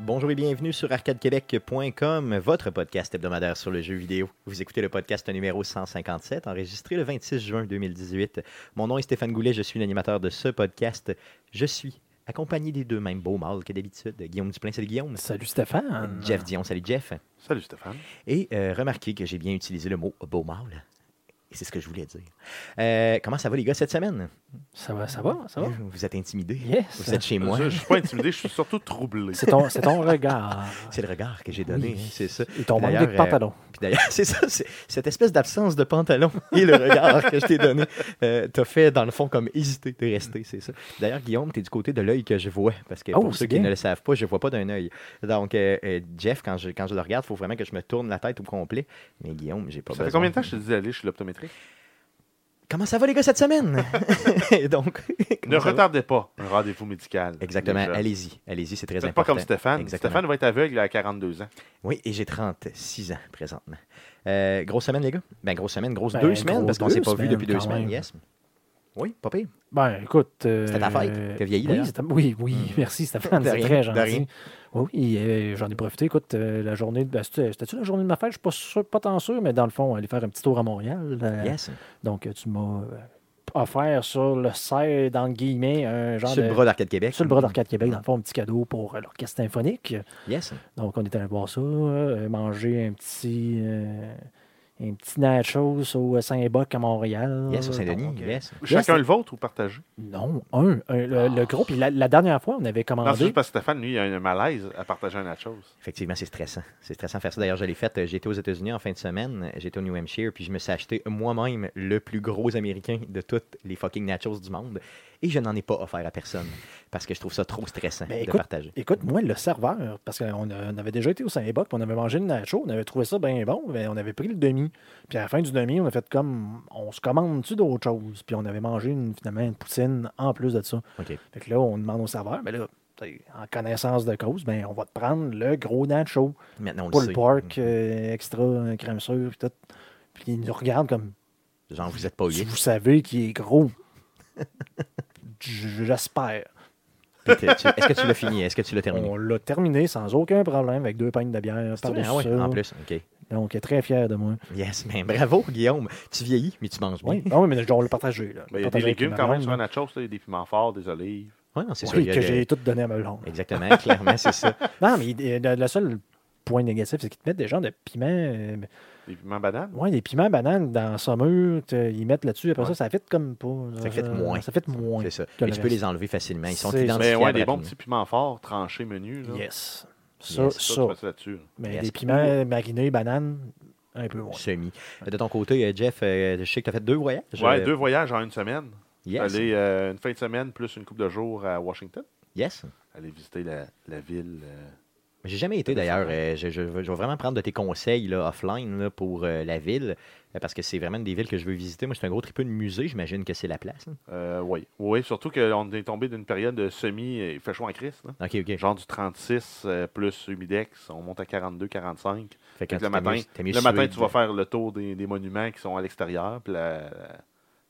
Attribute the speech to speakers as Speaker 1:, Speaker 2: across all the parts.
Speaker 1: bonjour et bienvenue sur arcadequebec.com, votre podcast hebdomadaire sur le jeu vidéo. Vous écoutez le podcast numéro 157, enregistré le 26 juin 2018. Mon nom est Stéphane Goulet, je suis l'animateur de ce podcast. Je suis accompagné des deux mêmes beaux mâles que d'habitude. Guillaume Duplain, salut Guillaume.
Speaker 2: Salut Stéphane.
Speaker 1: Jeff Dion, salut Jeff.
Speaker 3: Salut Stéphane.
Speaker 1: Et euh, remarquez que j'ai bien utilisé le mot beau mâle. Et c'est ce que je voulais dire. Euh, comment ça va les gars cette semaine?
Speaker 2: Ça va, ça va, ça va.
Speaker 1: Vous êtes intimidés?
Speaker 2: Yes.
Speaker 1: Vous êtes chez moi?
Speaker 3: Je ne suis pas intimidé, je suis surtout troublé.
Speaker 2: C'est ton, c'est ton regard.
Speaker 1: C'est le regard que j'ai donné,
Speaker 2: Oui.
Speaker 1: hein, c'est ça.
Speaker 2: Et ton manque
Speaker 1: D'ailleurs,
Speaker 2: de
Speaker 1: euh,
Speaker 2: pantalon.
Speaker 1: Puis d'ailleurs, c'est ça, c'est- cette espèce d'absence de pantalon et le regard que je t'ai donné euh, t'a fait, dans le fond, comme hésiter de rester, c'est ça. D'ailleurs, Guillaume, t'es du côté de l'œil que je vois, parce que
Speaker 2: Oh,
Speaker 1: pour
Speaker 2: c'est
Speaker 1: ceux qui
Speaker 2: bien.
Speaker 1: ne le savent pas, je vois pas d'un œil. Donc, euh, euh, Jeff, quand je, quand je le regarde, il faut vraiment que je me tourne la tête au complet. Mais Guillaume, j'ai pas
Speaker 3: Ça fait
Speaker 1: besoin.
Speaker 3: combien de temps que je te dis d'aller chez l'optométrique?
Speaker 1: Comment ça va, les gars, cette semaine? Et Donc,
Speaker 3: Ne
Speaker 1: comment ça va?
Speaker 3: retardez pas un rendez-vous médical.
Speaker 1: Exactement,
Speaker 3: Déjà.
Speaker 1: allez-y, allez-y, c'est très
Speaker 3: Faites
Speaker 1: important.
Speaker 3: pas comme Stéphane.
Speaker 1: Exactement.
Speaker 3: Stéphane va être aveugle à 42 ans.
Speaker 1: Oui, et j'ai 36 ans présentement. Euh, grosse semaine, les gars? Ben, grosse semaine, grosse
Speaker 2: Ben,
Speaker 1: deux semaines,
Speaker 2: grosse
Speaker 1: parce qu'on
Speaker 2: deux
Speaker 1: s'est pas vu
Speaker 2: semaines,
Speaker 1: depuis deux
Speaker 2: quand
Speaker 1: semaines,
Speaker 2: même.
Speaker 1: yes. Oui, pas pire.
Speaker 2: Ben, écoute. euh,
Speaker 1: C'était ta fête. T'as vieilli,
Speaker 2: oui,
Speaker 1: d'ailleurs.
Speaker 2: c'était- oui, oui, merci Stéphane.
Speaker 1: De
Speaker 2: C'est
Speaker 1: rien,
Speaker 2: très
Speaker 1: de
Speaker 2: gentil.
Speaker 1: rien.
Speaker 2: Oui, oui, euh, j'en ai profité. Écoute, euh, la journée. de- ben, c'était- C'était-tu la journée de ma fête? Je suis pas, sûr, pas tant sûr, mais dans le fond, aller faire un petit tour à Montréal. euh,
Speaker 1: Yes.
Speaker 2: Donc, euh, tu m'as euh, offert sur le site, dans guillemets, un genre
Speaker 1: Sur le
Speaker 2: de-
Speaker 1: bras d'Arcade Québec.
Speaker 2: Sur le bras d'Arcade Québec, dans le fond, un petit cadeau pour euh, l'orchestre symphonique.
Speaker 1: Yes.
Speaker 2: Donc, on est allé voir ça, euh, manger un petit, euh, un petit nachos au Saint-Boc à Montréal.
Speaker 1: Yes, au Saint-Denis.
Speaker 2: Donc, euh,
Speaker 1: Yes.
Speaker 3: Chacun
Speaker 2: c'est-
Speaker 3: le vôtre ou partagé?
Speaker 2: Non, un. un, le,
Speaker 1: Ah.
Speaker 2: le gros. Puis la, la dernière fois, on avait
Speaker 3: Non, c'est
Speaker 2: commandé.
Speaker 3: juste parce que Stéphane, lui, il a un malaise à partager un autre chose.
Speaker 1: Effectivement, c'est stressant. C'est stressant de faire ça. D'ailleurs, je l'ai fait. euh, J'étais aux États-Unis en fin de semaine. J'étais au New Hampshire. Puis je me suis acheté moi-même le plus gros américain de toutes les fucking nachos du monde. Et je n'en ai pas offert à personne. Parce que je trouve ça trop stressant
Speaker 2: Ben,
Speaker 1: de
Speaker 2: écoute,
Speaker 1: partager.
Speaker 2: Écoute, moi, le serveur, parce qu'on a- on avait déjà été au Saint-Boc, puis on avait mangé le nacho, on avait trouvé ça bien bon, mais on avait pris le demi. Puis à la fin du demi, on a fait comme, on se commande-tu d'autres choses? Puis on avait mangé une- finalement une poutine en plus de ça.
Speaker 1: OK.
Speaker 2: Fait que là, on demande au serveur, mais là, t'sais, en connaissance de cause, ben, on va te prendre le gros nacho,
Speaker 1: Maintenant, on
Speaker 2: pour
Speaker 1: le
Speaker 2: le
Speaker 1: sait. Mm-hmm.
Speaker 2: pork, euh, extra euh, crème sûre, puis tout. Puis il nous regarde comme,
Speaker 1: Genre, vous êtes pas
Speaker 2: si
Speaker 1: huit.
Speaker 2: vous savez qu'il est gros. J- J'espère.
Speaker 1: Puis t'es- tu- Est-ce que tu l'as fini? Est-ce que tu l'as terminé?
Speaker 2: On l'a terminé sans aucun problème avec deux pagnes de bière
Speaker 1: C'est vrai,
Speaker 2: par-dessus
Speaker 1: ah ouais,
Speaker 2: ça.
Speaker 1: en plus, OK.
Speaker 2: Donc, il est très fier de moi.
Speaker 1: Yes, mais bravo, Guillaume. Tu vieillis, mais tu manges bien.
Speaker 2: Oui, non, Ah mais on l'a partagé. Là.
Speaker 3: Ben, il y a des
Speaker 2: Partagé avec
Speaker 3: légumes
Speaker 2: ma
Speaker 3: quand même
Speaker 2: blonde,
Speaker 1: hein.
Speaker 3: sur un nachos, là, il y a des piments forts, des olives.
Speaker 1: Ouais, non, c'est
Speaker 2: oui,
Speaker 1: sûr. il y a
Speaker 2: que
Speaker 1: le-
Speaker 2: j'ai tout donné à ma blonde.
Speaker 1: Exactement, clairement, c'est ça.
Speaker 2: Non, mais euh, le, le seul point négatif, c'est qu'ils te mettent des gens de piments... euh,
Speaker 3: Des piments
Speaker 1: Ah,
Speaker 3: bananes.
Speaker 2: Ouais, des piments bananes dans saumur, t'as- ils mettent là-dessus, après
Speaker 3: Ouais.
Speaker 2: ça, ça fait comme pas. là,
Speaker 1: Ça fait moins.
Speaker 2: Ça fait moins.
Speaker 1: C'est ça.
Speaker 2: que
Speaker 1: Et
Speaker 2: le
Speaker 1: tu peux
Speaker 2: reste.
Speaker 1: les enlever facilement. Ils sont
Speaker 2: C'est-
Speaker 3: Mais
Speaker 1: identifiables.
Speaker 3: Ben, ouais, des bons
Speaker 1: rapidement.
Speaker 3: petits piments forts, tranchés, menus. là.
Speaker 2: Yes. Ça,
Speaker 1: Yes.
Speaker 3: Ça,
Speaker 2: ça.
Speaker 3: tu fais ça là-dessus.
Speaker 2: Mais
Speaker 1: Yes.
Speaker 2: des piments marinés, bananes, un peu moins.
Speaker 1: Semi. De ton côté, euh, Jeff, euh, je sais que tu as fait deux voyages.
Speaker 3: Ouais,
Speaker 1: Euh,
Speaker 3: deux voyages en une semaine.
Speaker 1: Yes.
Speaker 3: Aller euh, une fin de semaine plus une coupe de jours à Washington.
Speaker 1: Yes.
Speaker 3: Aller visiter la, la ville. euh,
Speaker 1: J'ai jamais été d'ailleurs. euh, je, je veux- je vais vraiment prendre de tes conseils là, offline là, pour euh, la ville, euh, parce que c'est vraiment une des villes que je veux visiter. Moi, c'est un gros tripeux de musée. J'imagine que c'est la place. hein. là.
Speaker 3: Euh, oui. Oui, surtout qu'on est tombé d'une période de semi. euh, Il fait chaud en crise. là.
Speaker 1: Ok, ok.
Speaker 3: Genre du 36 euh, plus humidex, on monte à 42,
Speaker 1: Fait
Speaker 3: 45.
Speaker 1: que
Speaker 3: Fait que le
Speaker 1: t'es
Speaker 3: matin,
Speaker 1: mieux- t'es mieux
Speaker 3: le matin,
Speaker 1: suivi.
Speaker 3: tu vas faire le tour des, des monuments qui sont à l'extérieur. Puis la-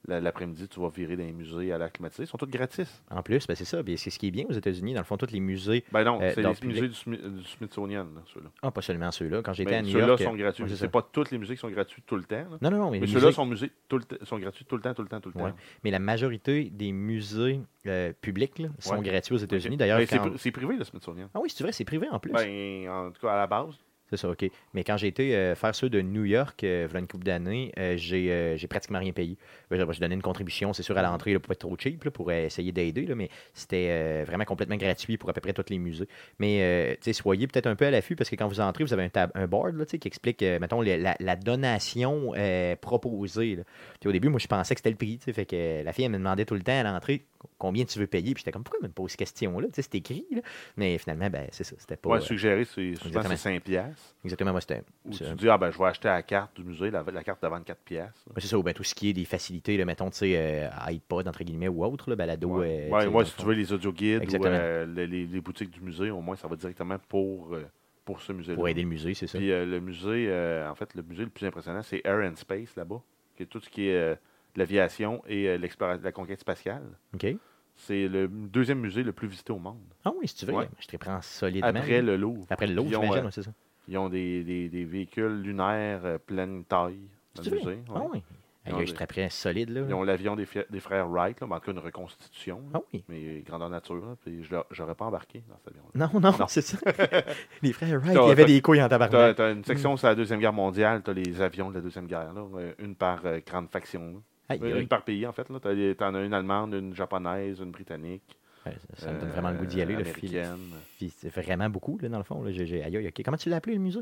Speaker 3: la- l'après-midi, tu vas virer dans les musées à l'air climatisé. Ils sont tous gratis.
Speaker 1: En plus, ben, c'est ça. Puis C'est ce qui est bien aux États-Unis. Dans le fond, tous les musées,
Speaker 3: Ben non,
Speaker 1: Euh,
Speaker 3: c'est
Speaker 1: dans
Speaker 3: les
Speaker 1: le public.
Speaker 3: musées du, Smi- du Smithsonian, là, ceux-là.
Speaker 1: ah, pas seulement ceux-là. Quand j'étais à
Speaker 3: Mais
Speaker 1: New
Speaker 3: Ben, Ceux-là
Speaker 1: York.
Speaker 3: sont
Speaker 1: euh,
Speaker 3: gratuits.
Speaker 1: ouais, c'est
Speaker 3: c'est
Speaker 1: ça.
Speaker 3: pas toutes les musées qui sont gratuites tout le temps. là.
Speaker 1: Non, non, non. Mais,
Speaker 3: Mais
Speaker 1: les
Speaker 3: ceux-là
Speaker 1: musées-
Speaker 3: sont, musées tout le temps- sont gratuits tout le temps, tout le temps, tout le
Speaker 1: Ouais.
Speaker 3: temps.
Speaker 1: mais la majorité des musées euh, publics là, sont
Speaker 3: Ouais.
Speaker 1: gratuits aux États-Unis.
Speaker 3: Ok.
Speaker 1: D'ailleurs,
Speaker 3: Ben, c'est
Speaker 1: quand-
Speaker 3: pri- c'est privé, le Smithsonian.
Speaker 1: Ah oui, c'est vrai, c'est privé en plus.
Speaker 3: Ben, en tout cas, à la base.
Speaker 1: C'est ça, OK. Mais quand j'ai été euh, faire ceux de New York, euh, voilà une couple d'années, euh, j'ai euh, j'ai pratiquement rien payé. Ben, J'ai j'ai donné une contribution, c'est sûr, à l'entrée, là, pour pas être trop cheap, là, pour euh, essayer d'aider, là, mais c'était euh, vraiment complètement gratuit pour à peu près tous les musées. Mais euh, tu sais, soyez peut-être un peu à l'affût, parce que quand vous entrez, vous avez un, tab- un board là, tu sais, qui explique, euh, mettons, le- la, la donation euh, proposée. là. Puis au début, moi, je pensais que c'était le prix. tu sais, Fait que euh, la fille, elle me demandait tout le temps à l'entrée combien tu veux payer. Puis j'étais comme, pourquoi elle me pose cette question-là? Tu sais, C'est écrit. là. Mais finalement, ben, c'est ça. C'était pas.
Speaker 3: Ouais,
Speaker 1: euh,
Speaker 3: suggéré, c'est souvent
Speaker 1: exactement.
Speaker 3: c'est 5 piastres.
Speaker 1: exactement, moi, c'était.
Speaker 3: Ou
Speaker 1: c'est
Speaker 3: tu
Speaker 1: un-
Speaker 3: dis, ah ben, je vais acheter la carte du musée, la, la carte de 24 piastres. là.
Speaker 1: Ouais, c'est ça, ou ben, tout ce qui est des facilités, là, mettons, tu sais, euh, iPod, entre guillemets, ou autre, là, balado. euh,
Speaker 3: Ouais,
Speaker 1: tu
Speaker 3: ouais,
Speaker 1: sais, dans
Speaker 3: ouais,
Speaker 1: le
Speaker 3: si tu
Speaker 1: fond.
Speaker 3: veux les audioguides ou
Speaker 1: Exactement.
Speaker 3: euh, les, les- les boutiques du musée, au moins, ça va directement pour, euh, pour ce musée-là.
Speaker 1: Pour aider le musée, c'est ça.
Speaker 3: Puis euh, le musée, euh, en fait, le musée le plus impressionnant, c'est Air and Space là-bas, qui est tout ce qui est euh, de l'aviation et euh, l'explora- la conquête spatiale.
Speaker 1: OK.
Speaker 3: C'est le deuxième musée le plus visité au monde,
Speaker 1: Ah oui, si tu veux,
Speaker 3: Ouais.
Speaker 1: je te prends solidement.
Speaker 3: après le Louvre.
Speaker 1: Après le lot,
Speaker 3: Ils ont,
Speaker 1: j'imagine,
Speaker 3: euh,
Speaker 1: ouais, c'est ça.
Speaker 3: Ils ont des, des- des véhicules lunaires euh, pleine taille dans
Speaker 1: C'est
Speaker 3: le
Speaker 1: vrai?
Speaker 3: musée.
Speaker 1: Ah
Speaker 3: ouais.
Speaker 1: oui.
Speaker 3: Ils
Speaker 1: Ah,
Speaker 3: ont
Speaker 1: je
Speaker 3: des-
Speaker 1: te prends solide, là.
Speaker 3: Ils ont l'avion des, fi- des frères Wright, là, mais en tout cas une reconstitution, là,
Speaker 1: Ah oui.
Speaker 3: mais grandeur nature. là, puis je l'a- j'aurais pas embarqué dans cet avion-là.
Speaker 1: Non, non,
Speaker 3: Non.
Speaker 1: c'est ça. Les frères Wright,
Speaker 3: T'as-
Speaker 1: il y avait
Speaker 3: t'as-
Speaker 1: des couilles en
Speaker 3: Tu as,
Speaker 1: tabarnak.
Speaker 3: une section sur la Deuxième Guerre mondiale, tu as les avions de la Deuxième Guerre, là, euh, une par euh, grande faction. là.
Speaker 1: Aïe,
Speaker 3: Euh,
Speaker 1: aïe.
Speaker 3: Une par pays, en fait. Tu en as une allemande, une japonaise, une britannique.
Speaker 1: Ouais, ça- Ça me donne vraiment le goût d'y
Speaker 3: euh,
Speaker 1: aller. là, fi-
Speaker 3: américaine.
Speaker 1: fi- C'est vraiment beaucoup, là, dans le fond. Là. J'ai- j'ai- Aïe, aïe, ok. Comment tu l'as appelé, le musée?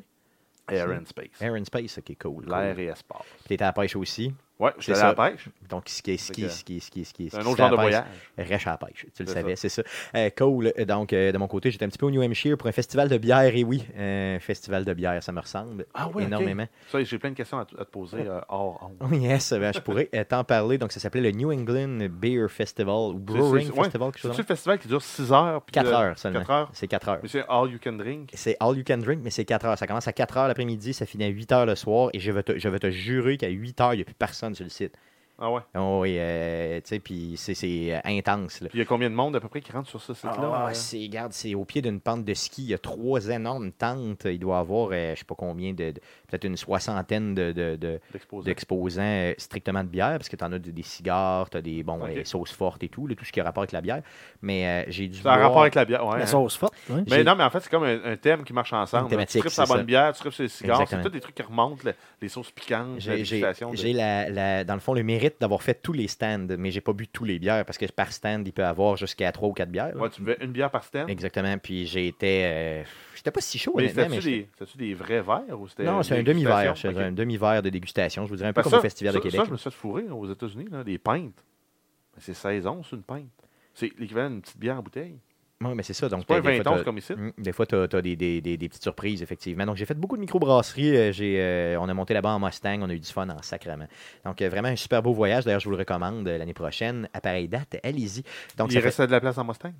Speaker 3: Air and Space.
Speaker 1: Air and Space, ok, cool. cool.
Speaker 3: L'air et espace.
Speaker 1: Puis t'étais à la pêche aussi.
Speaker 3: Ouais, je suis allé
Speaker 1: ça.
Speaker 3: à la pêche.
Speaker 1: Donc, ski, ski,
Speaker 3: que
Speaker 1: ski, ski, ski.
Speaker 3: C'est un
Speaker 1: ski,
Speaker 3: autre
Speaker 1: à
Speaker 3: genre de
Speaker 1: la pêche.
Speaker 3: voyage.
Speaker 1: Rêche à la pêche, tu le
Speaker 3: C'est
Speaker 1: savais, c'est ça. Euh, cool. Donc, euh, de mon côté, j'étais un petit peu au New Hampshire pour un festival de bière, et oui, un festival de bière, ça me ressemble
Speaker 3: Ah ouais, ok.
Speaker 1: énormément.
Speaker 3: Ça, j'ai plein de questions à, t- à te poser euh, hors honte.
Speaker 1: Oh Yes, ben, je pourrais euh, t'en parler. Donc, ça s'appelait le New England Beer Festival ou Brewing Festival, quelque chose
Speaker 3: C'est
Speaker 1: comme
Speaker 3: le festival qui dure 6 heures. puis
Speaker 1: 4
Speaker 3: le-
Speaker 1: heures seulement.
Speaker 3: Quatre heures.
Speaker 1: C'est 4 heures.
Speaker 3: Mais c'est all you can drink.
Speaker 1: C'est all you can drink, mais c'est 4 heures. Ça commence à 4 heures l'après-midi, ça finit à 8 heures le soir, et je vais te, je vais te jurer qu'à 8 heures, il n'y a plus personne sur le site.
Speaker 3: Ah ouais.
Speaker 1: Oh, et, euh, tu sais, puis c'est- c'est euh, intense. là.
Speaker 3: Puis il y a combien de monde à peu près qui rentre sur ce site-là?
Speaker 1: Ah,
Speaker 3: euh?
Speaker 1: c'est, regarde, c'est au pied d'une pente de ski. Il y a trois énormes tentes. Il doit y avoir, euh, je sais pas combien, de, de- peut-être une soixantaine de, de- de-
Speaker 3: D'exposer.
Speaker 1: d'exposants euh, strictement de bière, parce que tu en as des, des cigares, tu as des bon,
Speaker 3: Ok.
Speaker 1: euh, sauces fortes et tout, là, tout ce qui a rapport avec la bière. Mais euh, j'ai dû
Speaker 3: Ça a un
Speaker 1: voir-
Speaker 3: rapport avec la bière. ouais,
Speaker 2: La
Speaker 3: hein.
Speaker 2: sauce forte. hein.
Speaker 1: j'ai-
Speaker 3: Mais non, mais en fait, c'est comme un, un thème qui marche ensemble.
Speaker 1: Une thématique,
Speaker 3: tu tripes la
Speaker 1: c'est
Speaker 3: bonne
Speaker 1: ça.
Speaker 3: bière, tu tripes sur les cigares. C'est
Speaker 1: Exactement.
Speaker 3: tous des trucs qui remontent, le- les sauces piquantes, la
Speaker 1: J'ai, j'ai-
Speaker 3: dégustation de-
Speaker 1: j'ai la- la- dans le fond le mérite d'avoir fait tous les stands, mais j'ai pas bu tous les bières parce que par stand, il peut avoir jusqu'à trois ou quatre bières.
Speaker 3: Ouais, tu veux une bière par stand.
Speaker 1: Exactement. Puis j'ai été. euh, j'étais pas si chaud,
Speaker 3: Mais
Speaker 1: honnêtement,
Speaker 3: c'était-tu
Speaker 1: mais j'étais-
Speaker 3: des, c'était-tu des vrais verres ou c'était.
Speaker 1: Non,
Speaker 3: une
Speaker 1: c'est un
Speaker 3: dégustation?
Speaker 1: demi-verre. c'est
Speaker 3: Ok.
Speaker 1: Un demi-verre de dégustation. Je vous dirais un peu
Speaker 3: Parce
Speaker 1: comme
Speaker 3: que
Speaker 1: au Festival
Speaker 3: ça,
Speaker 1: de Québec.
Speaker 3: Ça, je me suis fait fourrer aux États-Unis, là, des pintes. Mais C'est 16 onces, une pinte. C'est l'équivalent d'une petite bière en bouteille.
Speaker 1: Oui, mais c'est ça. Donc,
Speaker 3: C'est pas un
Speaker 1: t'as- des
Speaker 3: 20
Speaker 1: fois,
Speaker 3: onces
Speaker 1: t'as-
Speaker 3: comme ici.
Speaker 1: Mm, Des fois, tu as, des, des- des- des petites surprises, effectivement. Donc, j'ai fait beaucoup de microbrasseries. euh, j'ai, euh, on a monté là-bas en Mustang. On a eu du fun en sacrement. Donc, euh, vraiment un super beau voyage. D'ailleurs, je vous le recommande euh, l'année prochaine. À pareille date, allez-y. Donc,
Speaker 3: Il
Speaker 1: ça fait-
Speaker 3: restait de la place en Mustang.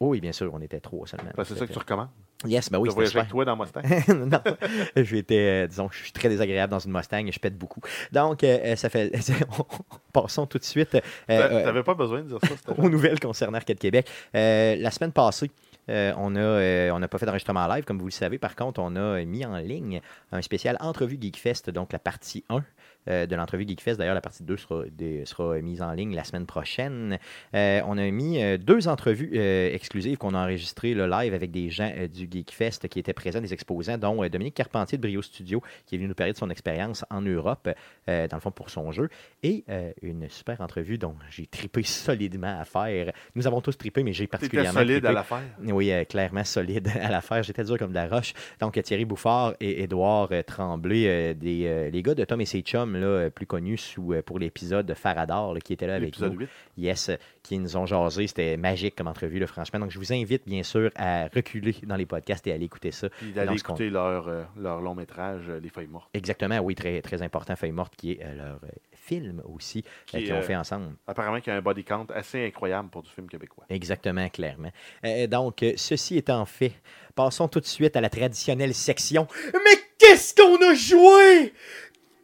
Speaker 1: Oh, oui, bien sûr, on était trois seulement.
Speaker 3: Parce que Ben, c'est ça que tu recommandes.
Speaker 1: Yes, ben
Speaker 3: Tu
Speaker 1: oui,
Speaker 3: as
Speaker 1: c'était
Speaker 3: voyagé
Speaker 1: super.
Speaker 3: avec toi dans Mustang.
Speaker 1: non, j'étais, euh, disons, je suis très désagréable dans une Mustang et je pète beaucoup. Donc, euh, euh, ça fait. Passons tout de suite. euh, euh,
Speaker 3: T'avais pas besoin de dire ça. c'était-
Speaker 1: aux nouvelles concernant Arcade Québec. Euh, la semaine passée, euh, on n'a pas fait d'enregistrement live, comme vous le savez. Par contre, on a mis en ligne un spécial Entrevue Geekfest, donc la partie 1 euh, de l'entrevue Geekfest. D'ailleurs, la partie 2 sera, des- sera mise en ligne la semaine prochaine. Euh, on a mis euh, deux entrevues euh, exclusives qu'on a enregistrées le live avec des gens euh, du Geekfest qui étaient présents, des exposants, dont euh, Dominique Carpentier de Brio Studio, qui est venu nous parler de son expérience en Europe, euh, dans le fond, pour son jeu. Et euh, une super entrevue dont j'ai tripé solidement à faire. Nous avons tous tripé, mais j'ai
Speaker 3: T'étais
Speaker 1: particulièrement
Speaker 3: solide
Speaker 1: trippé.
Speaker 3: à l'affaire.
Speaker 1: Oui, euh, clairement solide à l'affaire. J'étais dur comme de la roche. Donc, euh, Thierry Bouffard et Édouard euh, Tremblay, euh, des, euh, les gars de Tom et ses chums, là, euh, plus connus sous, euh, pour l'épisode de Faradar, là, qui était là avec
Speaker 3: L'épisode
Speaker 1: nous.
Speaker 3: 8.
Speaker 1: Yes, euh, qui nous ont jasé. C'était magique comme entrevue, là, franchement. Donc, je vous invite, bien sûr, à reculer dans les podcasts et à aller écouter ça.
Speaker 3: Puis d'aller
Speaker 1: Dans ce
Speaker 3: écouter leur, euh, leur long métrage, euh, Les Feuilles Mortes.
Speaker 1: Exactement, oui, très, très important, Feuille morte, qui est euh, leur euh, film aussi,
Speaker 3: Qui
Speaker 1: euh,
Speaker 3: est,
Speaker 1: qu'ils ont
Speaker 3: euh,
Speaker 1: fait ensemble.
Speaker 3: Apparemment, qu'il y a un body count assez incroyable pour du film québécois.
Speaker 1: Exactement, clairement. Euh, donc, euh, ceci étant fait, passons tout de suite à la traditionnelle section. Mais qu'est-ce qu'on a joué?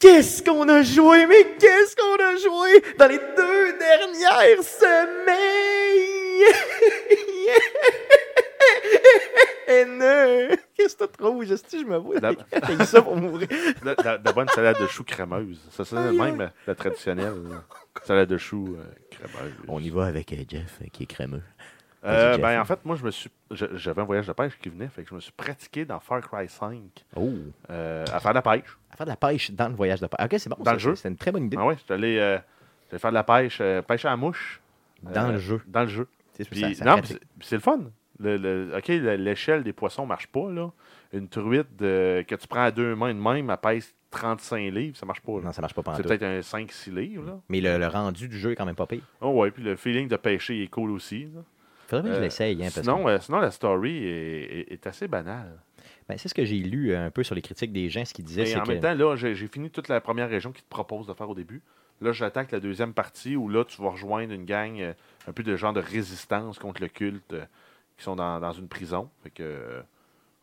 Speaker 1: Qu'est-ce qu'on a joué? Mais qu'est-ce qu'on a joué dans les deux dernières semaines? Eh, Qu'est-ce que tu trouves? Est-ce que Je me vois.
Speaker 3: La-
Speaker 1: J'ai eu ça pour mourir.
Speaker 3: La, la- la bonne salade de choux crémeuse. Ça, c'est
Speaker 1: Aïe,
Speaker 3: même euh, la traditionnelle. là. Salade de choux euh, crémeuse.
Speaker 1: On y va avec euh, Jeff, euh, qui est crémeux.
Speaker 3: Euh,
Speaker 1: Vas-y, Jeff.
Speaker 3: ben, en fait, moi, je me suis, je- j'avais un voyage de pêche qui venait, fait que je me suis pratiqué dans Far Cry 5
Speaker 1: Oh!
Speaker 3: euh, à faire de la pêche.
Speaker 1: À faire de la pêche dans le voyage de pêche. Ah, Ok, c'est bon.
Speaker 3: Dans
Speaker 1: ça,
Speaker 3: le jeu.
Speaker 1: C'est une très bonne idée.
Speaker 3: Ah ouais, j'étais allé, euh, j'allais faire de la pêche, euh, pêche à la mouche.
Speaker 1: Dans
Speaker 3: Euh,
Speaker 1: le jeu.
Speaker 3: Dans le jeu.
Speaker 1: C'est
Speaker 3: Puis,
Speaker 1: ça- ça
Speaker 3: non,
Speaker 1: pratique.
Speaker 3: puis c'est- puis c'est le fun. Le- le- OK, le- l'échelle des poissons marche pas. Là. Une truite de- que tu prends à deux mains de même, elle pèse 35 livres, ça marche pas. là.
Speaker 1: Non, ça marche pas pendant
Speaker 3: c'est peut-être un 5-6 livres. Là.
Speaker 1: Mais le, le rendu du jeu est quand même pas pire.
Speaker 3: Oh ouais, puis le feeling de pêcher est cool aussi. là.
Speaker 1: Faudrait bien que je
Speaker 3: Euh,
Speaker 1: l'essaye. hein, parce
Speaker 3: sinon,
Speaker 1: que-
Speaker 3: euh, sinon, la story est, est- est assez banale.
Speaker 1: Ben, c'est ce que j'ai lu euh, un peu sur les critiques des gens. Ce qu'ils disaient,
Speaker 3: Mais
Speaker 1: c'est
Speaker 3: en
Speaker 1: que.
Speaker 3: même temps, là, j'ai j'ai fini toute la première région qu'ils te proposent de faire au début. Là, j'attaque la deuxième partie où là, tu vas rejoindre une gang euh, un peu de genre de résistance contre le culte euh, qui sont dans, dans une prison. Fait que, euh,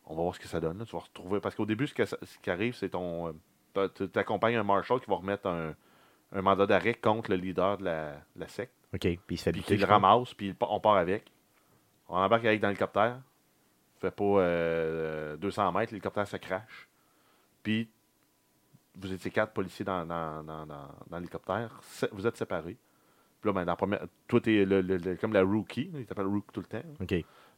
Speaker 3: on va voir ce que ça donne. là. Tu vas retrouver. Parce qu'au début, ce, que ça- ce qui arrive, c'est ton. euh, t'a- Tu accompagnes un marshal qui va remettre un, un mandat d'arrêt contre le leader de la, de la secte.
Speaker 1: OK. Puis il se fait
Speaker 3: puis
Speaker 1: buter.
Speaker 3: qu'il
Speaker 1: je
Speaker 3: le
Speaker 1: crois.
Speaker 3: ramasse, puis il pa- on part avec. On embarque avec dans l'hélicoptère. Fait pas euh, 200 mètres, l'hélicoptère se crache. Puis vous étiez quatre policiers dans, dans- dans- dans- dans l'hélicoptère. Se- Vous êtes séparés. Puis là, ben, dans la première, toi, t'es le- le- le- comme la rookie. Il t'appelle Rook tout le temps.
Speaker 1: OK.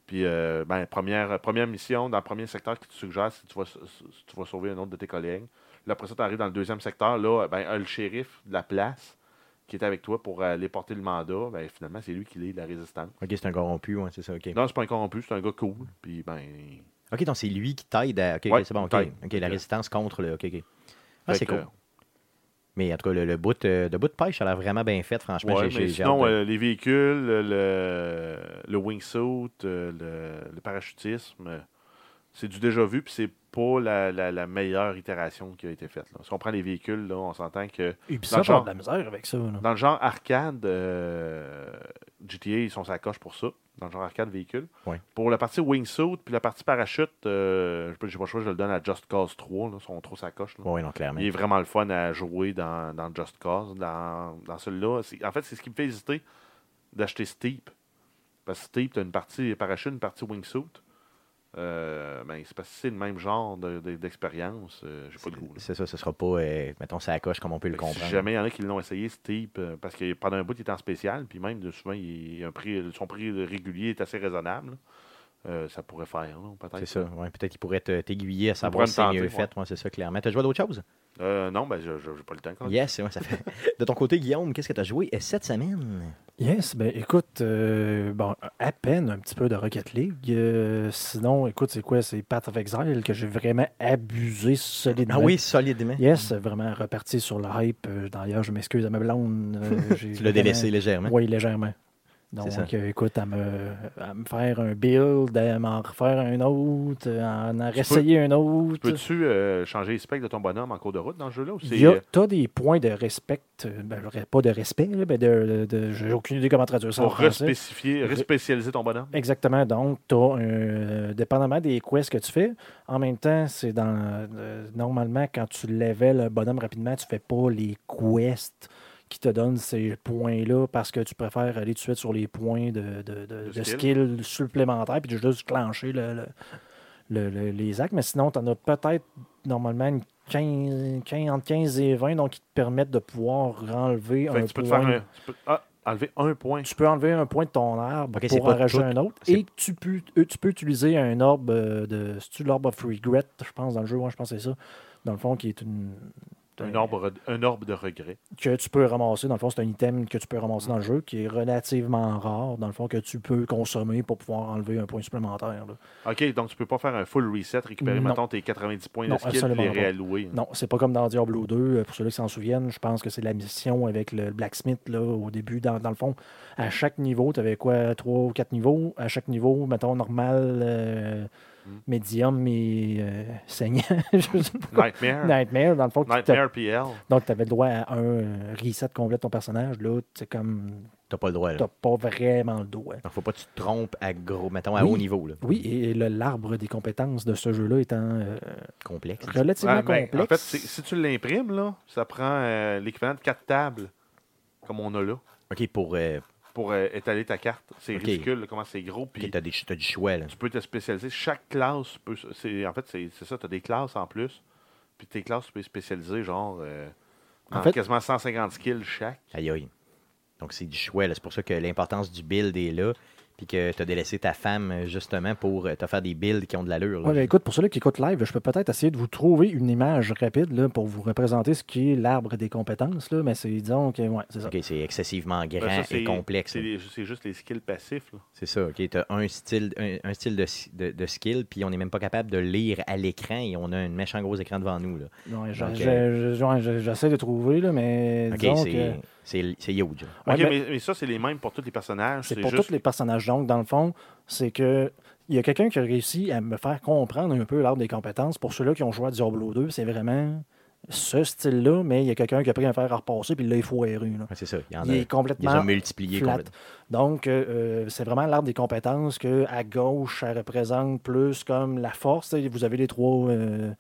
Speaker 3: Puis, euh, ben, première, première mission dans le premier secteur qui te suggère si tu vas, si tu vas sauver un autre de tes collègues. Là, après ça, tu arrives dans le deuxième secteur. Là, ben, euh, le shérif de la place qui est avec toi pour aller porter le mandat, ben, finalement, c'est lui qui lit la résistance.
Speaker 1: OK, c'est un corrompu, ouais, c'est ça. OK.
Speaker 3: Non, c'est pas un corrompu, c'est un gars cool. Puis, ben.
Speaker 1: OK, donc c'est lui qui t'aide à. OK, ok,
Speaker 3: Ouais,
Speaker 1: c'est bon. OK.
Speaker 3: t'aide.
Speaker 1: OK, la
Speaker 3: Ok.
Speaker 1: résistance contre le. OK, OK. Ah,
Speaker 3: fait
Speaker 1: c'est
Speaker 3: que, euh,
Speaker 1: cool. Mais en tout cas, le, le bout, de, le bout de pêche, ça a l'air vraiment bien fait, franchement.
Speaker 3: Ouais,
Speaker 1: j'ai-
Speaker 3: mais
Speaker 1: j'ai- j'ai
Speaker 3: sinon,
Speaker 1: hâte de-
Speaker 3: euh, les véhicules, le, le, le wingsuit, euh, le, le parachutisme, euh, c'est du déjà vu, puis c'est pas la, la- la meilleure itération qui a été faite. là. Si on prend les véhicules, là, on s'entend que
Speaker 2: Ubisoft
Speaker 3: Dans le
Speaker 2: a de la misère avec ça. là.
Speaker 3: Dans le genre arcade, euh, GTA, ils sont sa coche pour ça. Dans le genre arcade véhicule.
Speaker 1: Ouais.
Speaker 3: Pour la partie wingsuit puis la partie parachute, euh, je n'ai pas le choix, je le donne à Just Cause 3. Là, ils sont trop sa coche. là.
Speaker 1: Ouais, non, clairement.
Speaker 3: euh, Il est vraiment le fun à jouer dans, dans Just Cause. Dans, dans celui-là, C'est- en fait, c'est ce qui me fait hésiter d'acheter Steep. Parce que Steep, tu as une partie parachute, une partie wingsuit. Euh, ben, c'est parce que c'est le même genre de- de- d'expérience. euh, J'ai pas le goût. là.
Speaker 1: C'est ça, ce sera pas, euh, mettons, ça coche comme on peut le
Speaker 3: Fait que
Speaker 1: comprendre.
Speaker 3: Ben, Si jamais il y en a qui l'ont essayé, ce type, euh, parce que pendant un bout, il est en spécial, puis même de- souvent, il est un prix, son prix régulier est assez raisonnable. là. Euh, ça pourrait faire, là, peut-être. hein.
Speaker 1: C'est ça, ouais, peut-être qu'il pourrait te- t'aiguiller à
Speaker 3: pourrait
Speaker 1: savoir
Speaker 3: me
Speaker 1: si c'est
Speaker 3: tenter,
Speaker 1: mieux
Speaker 3: ouais.
Speaker 1: fait. Ouais, c'est ça, clairement. T'as joué à d'autres choses?
Speaker 3: Euh, non, ben, je n'ai pas le temps. Quand
Speaker 1: Yes, ouais, ça fait. De ton côté, Guillaume, qu'est-ce que t'as joué euh, cette semaine?
Speaker 2: Yes, ben écoute, euh, bon, à peine un petit peu de Rocket League. Euh, sinon, écoute, c'est quoi? C'est Path of Exile que j'ai vraiment abusé solidement.
Speaker 1: Ah oui, solidement.
Speaker 2: Yes, vraiment reparti sur le hype. Euh, D'ailleurs, je m'excuse à ma blonde. euh, j'ai
Speaker 1: Tu l'as
Speaker 2: vraiment-
Speaker 1: délaissé légèrement.
Speaker 2: Oui, légèrement. Donc,
Speaker 1: C'est ça.
Speaker 2: euh, écoute, à me, à me faire un build, à m'en refaire un autre, à en réessayer un autre.
Speaker 3: Peux-tu euh, changer les specs de ton bonhomme en cours de route dans le jeu-là? ou c'est,
Speaker 2: Il y
Speaker 3: euh,
Speaker 2: a, t'as des points de respect, euh, ben, j'aurais pas de respect, là, ben, de, de- de- j'ai aucune idée comment traduire ça en
Speaker 3: pour
Speaker 2: français.
Speaker 3: respécifier, respécialiser ton bonhomme?
Speaker 2: Exactement. Donc, tu as dépendamment des quests que tu fais, en même temps, c'est dans. euh, normalement, quand tu level un bonhomme rapidement, tu fais pas les quests qui te donnent ces points-là parce que tu préfères aller tout de suite sur les points de, de, de-
Speaker 3: De
Speaker 2: de
Speaker 3: skill.
Speaker 2: skill supplémentaires puis de juste clencher le- le- le- le- les actes. Mais sinon, tu en as peut-être normalement une 15, 15 entre 15 et 20 donc qui te permettent de pouvoir enlever
Speaker 3: Fait
Speaker 2: un
Speaker 3: que tu peux te
Speaker 2: point
Speaker 3: faire un- tu peux- ah, enlever un point.
Speaker 2: tu peux enlever un point de ton arbre
Speaker 1: Ok, c'est
Speaker 2: pour
Speaker 1: pas
Speaker 2: en rajouter
Speaker 1: tout-
Speaker 2: un autre.
Speaker 1: c'est-
Speaker 2: Et tu peux, euh, tu peux utiliser un orbe euh, de. C'est-tu l'orbe of regret, je pense, dans le jeu? Ouais, je pense que c'est ça. Dans le fond, qui est une.
Speaker 3: Un orbe, re- un orbe de regret.
Speaker 2: Que tu peux ramasser. Dans le fond, c'est un item que tu peux ramasser dans le jeu qui est relativement rare. Dans le fond, que tu peux consommer pour pouvoir enlever un point supplémentaire. là.
Speaker 3: OK, donc tu peux pas faire un full reset, récupérer,
Speaker 2: Non.
Speaker 3: mettons, tes 90 points
Speaker 2: Non,
Speaker 3: de skill et
Speaker 2: absolument
Speaker 3: les
Speaker 2: pas.
Speaker 3: réallouer.
Speaker 2: Non, c'est pas comme dans Diablo 2. euh, Pour ceux qui s'en souviennent, je pense que c'est la mission avec le blacksmith là, au début. Dans, dans le fond, à chaque niveau, tu avais quoi, trois ou quatre niveaux. À chaque niveau, mettons normal, euh,
Speaker 3: Hmm.
Speaker 2: médium et euh, saignant. Je sais pas pourquoi.
Speaker 3: Nightmare.
Speaker 2: Nightmare, dans le fond, tu
Speaker 3: Hmm. Nightmare PL.
Speaker 2: donc tu avais le droit à un euh, reset complet de ton personnage. Là, c'est comme
Speaker 1: T'as pas le droit, là.
Speaker 2: t'as pas vraiment le droit.
Speaker 1: Donc, faut pas que tu te trompes à gros, mettons, à
Speaker 2: Oui.
Speaker 1: haut niveau, là.
Speaker 2: Oui, et, et le- l'arbre des compétences de ce jeu-là étant euh,
Speaker 1: Complexe.
Speaker 2: relativement
Speaker 3: Ouais, ben,
Speaker 2: complexe.
Speaker 3: En fait, c'est- si tu l'imprimes, là, ça prend euh, l'équivalent de quatre tables, comme on a là,
Speaker 1: OK, pour. Euh,
Speaker 3: pour euh, étaler ta carte. C'est
Speaker 1: Ok.
Speaker 3: ridicule, là, comment c'est gros. Puis
Speaker 1: OK, t'as, des, t'as du choix, là.
Speaker 3: tu peux te spécialiser. Chaque classe peut. se- c'est- En fait, c'est c'est ça, tu as des classes en plus. Puis tes classes, tu peux les spécialiser, genre, euh,
Speaker 2: En
Speaker 3: en
Speaker 2: fait-
Speaker 3: quasiment 150 skills chaque.
Speaker 1: Aïe, aïe. Donc, c'est du choix, là. C'est pour ça que l'importance du build est là. Puis que t'as délaissé ta femme, euh, justement, pour euh, te faire des builds qui ont de l'allure, là.
Speaker 2: Ouais, ben, écoute, pour ceux qui écoutent live, je peux peut-être essayer de vous trouver une image rapide là, pour vous représenter ce qui est l'arbre des compétences, là, mais c'est disons que ouais, c'est ça.
Speaker 1: OK, c'est excessivement grand
Speaker 3: Ben, ça,
Speaker 1: et
Speaker 3: c'est-
Speaker 1: complexe.
Speaker 3: C'est les- c'est juste les skills passifs. là.
Speaker 1: C'est ça, OK. Tu as un style, un, un style de, de- de skill, puis on n'est même pas capable de lire à l'écran et on a un méchant gros écran devant nous. Là.
Speaker 2: Ouais, je-
Speaker 1: Donc,
Speaker 2: je- je- ouais, je- J'essaie de trouver, là, mais
Speaker 1: OK,
Speaker 2: disons
Speaker 1: c'est-
Speaker 2: que
Speaker 1: c'est c'est huge. là.
Speaker 2: Ouais,
Speaker 3: OK,
Speaker 2: ben-
Speaker 3: mais, mais ça, c'est les mêmes pour tous les personnages.
Speaker 2: c'est
Speaker 3: C'est
Speaker 2: pour
Speaker 3: juste
Speaker 2: tous les personnages. Donc, dans le fond, c'est que il y a quelqu'un qui a réussi à me faire comprendre un peu l'arbre des compétences. Pour ceux-là qui ont joué à Diablo 2, c'est vraiment ce style-là, mais il y a quelqu'un qui a pris un fer à repasser, puis là, il faut errer. là.
Speaker 1: Ouais, c'est ça. Ah, ben, Il y en
Speaker 2: Il
Speaker 1: a,
Speaker 2: est
Speaker 1: ils
Speaker 2: complètement
Speaker 1: ont multiplié.
Speaker 2: flat.
Speaker 1: complètement.
Speaker 2: Donc, euh, euh, c'est vraiment l'arbre des compétences que à gauche, ça représente plus comme la force. Et Vous avez les trois, euh,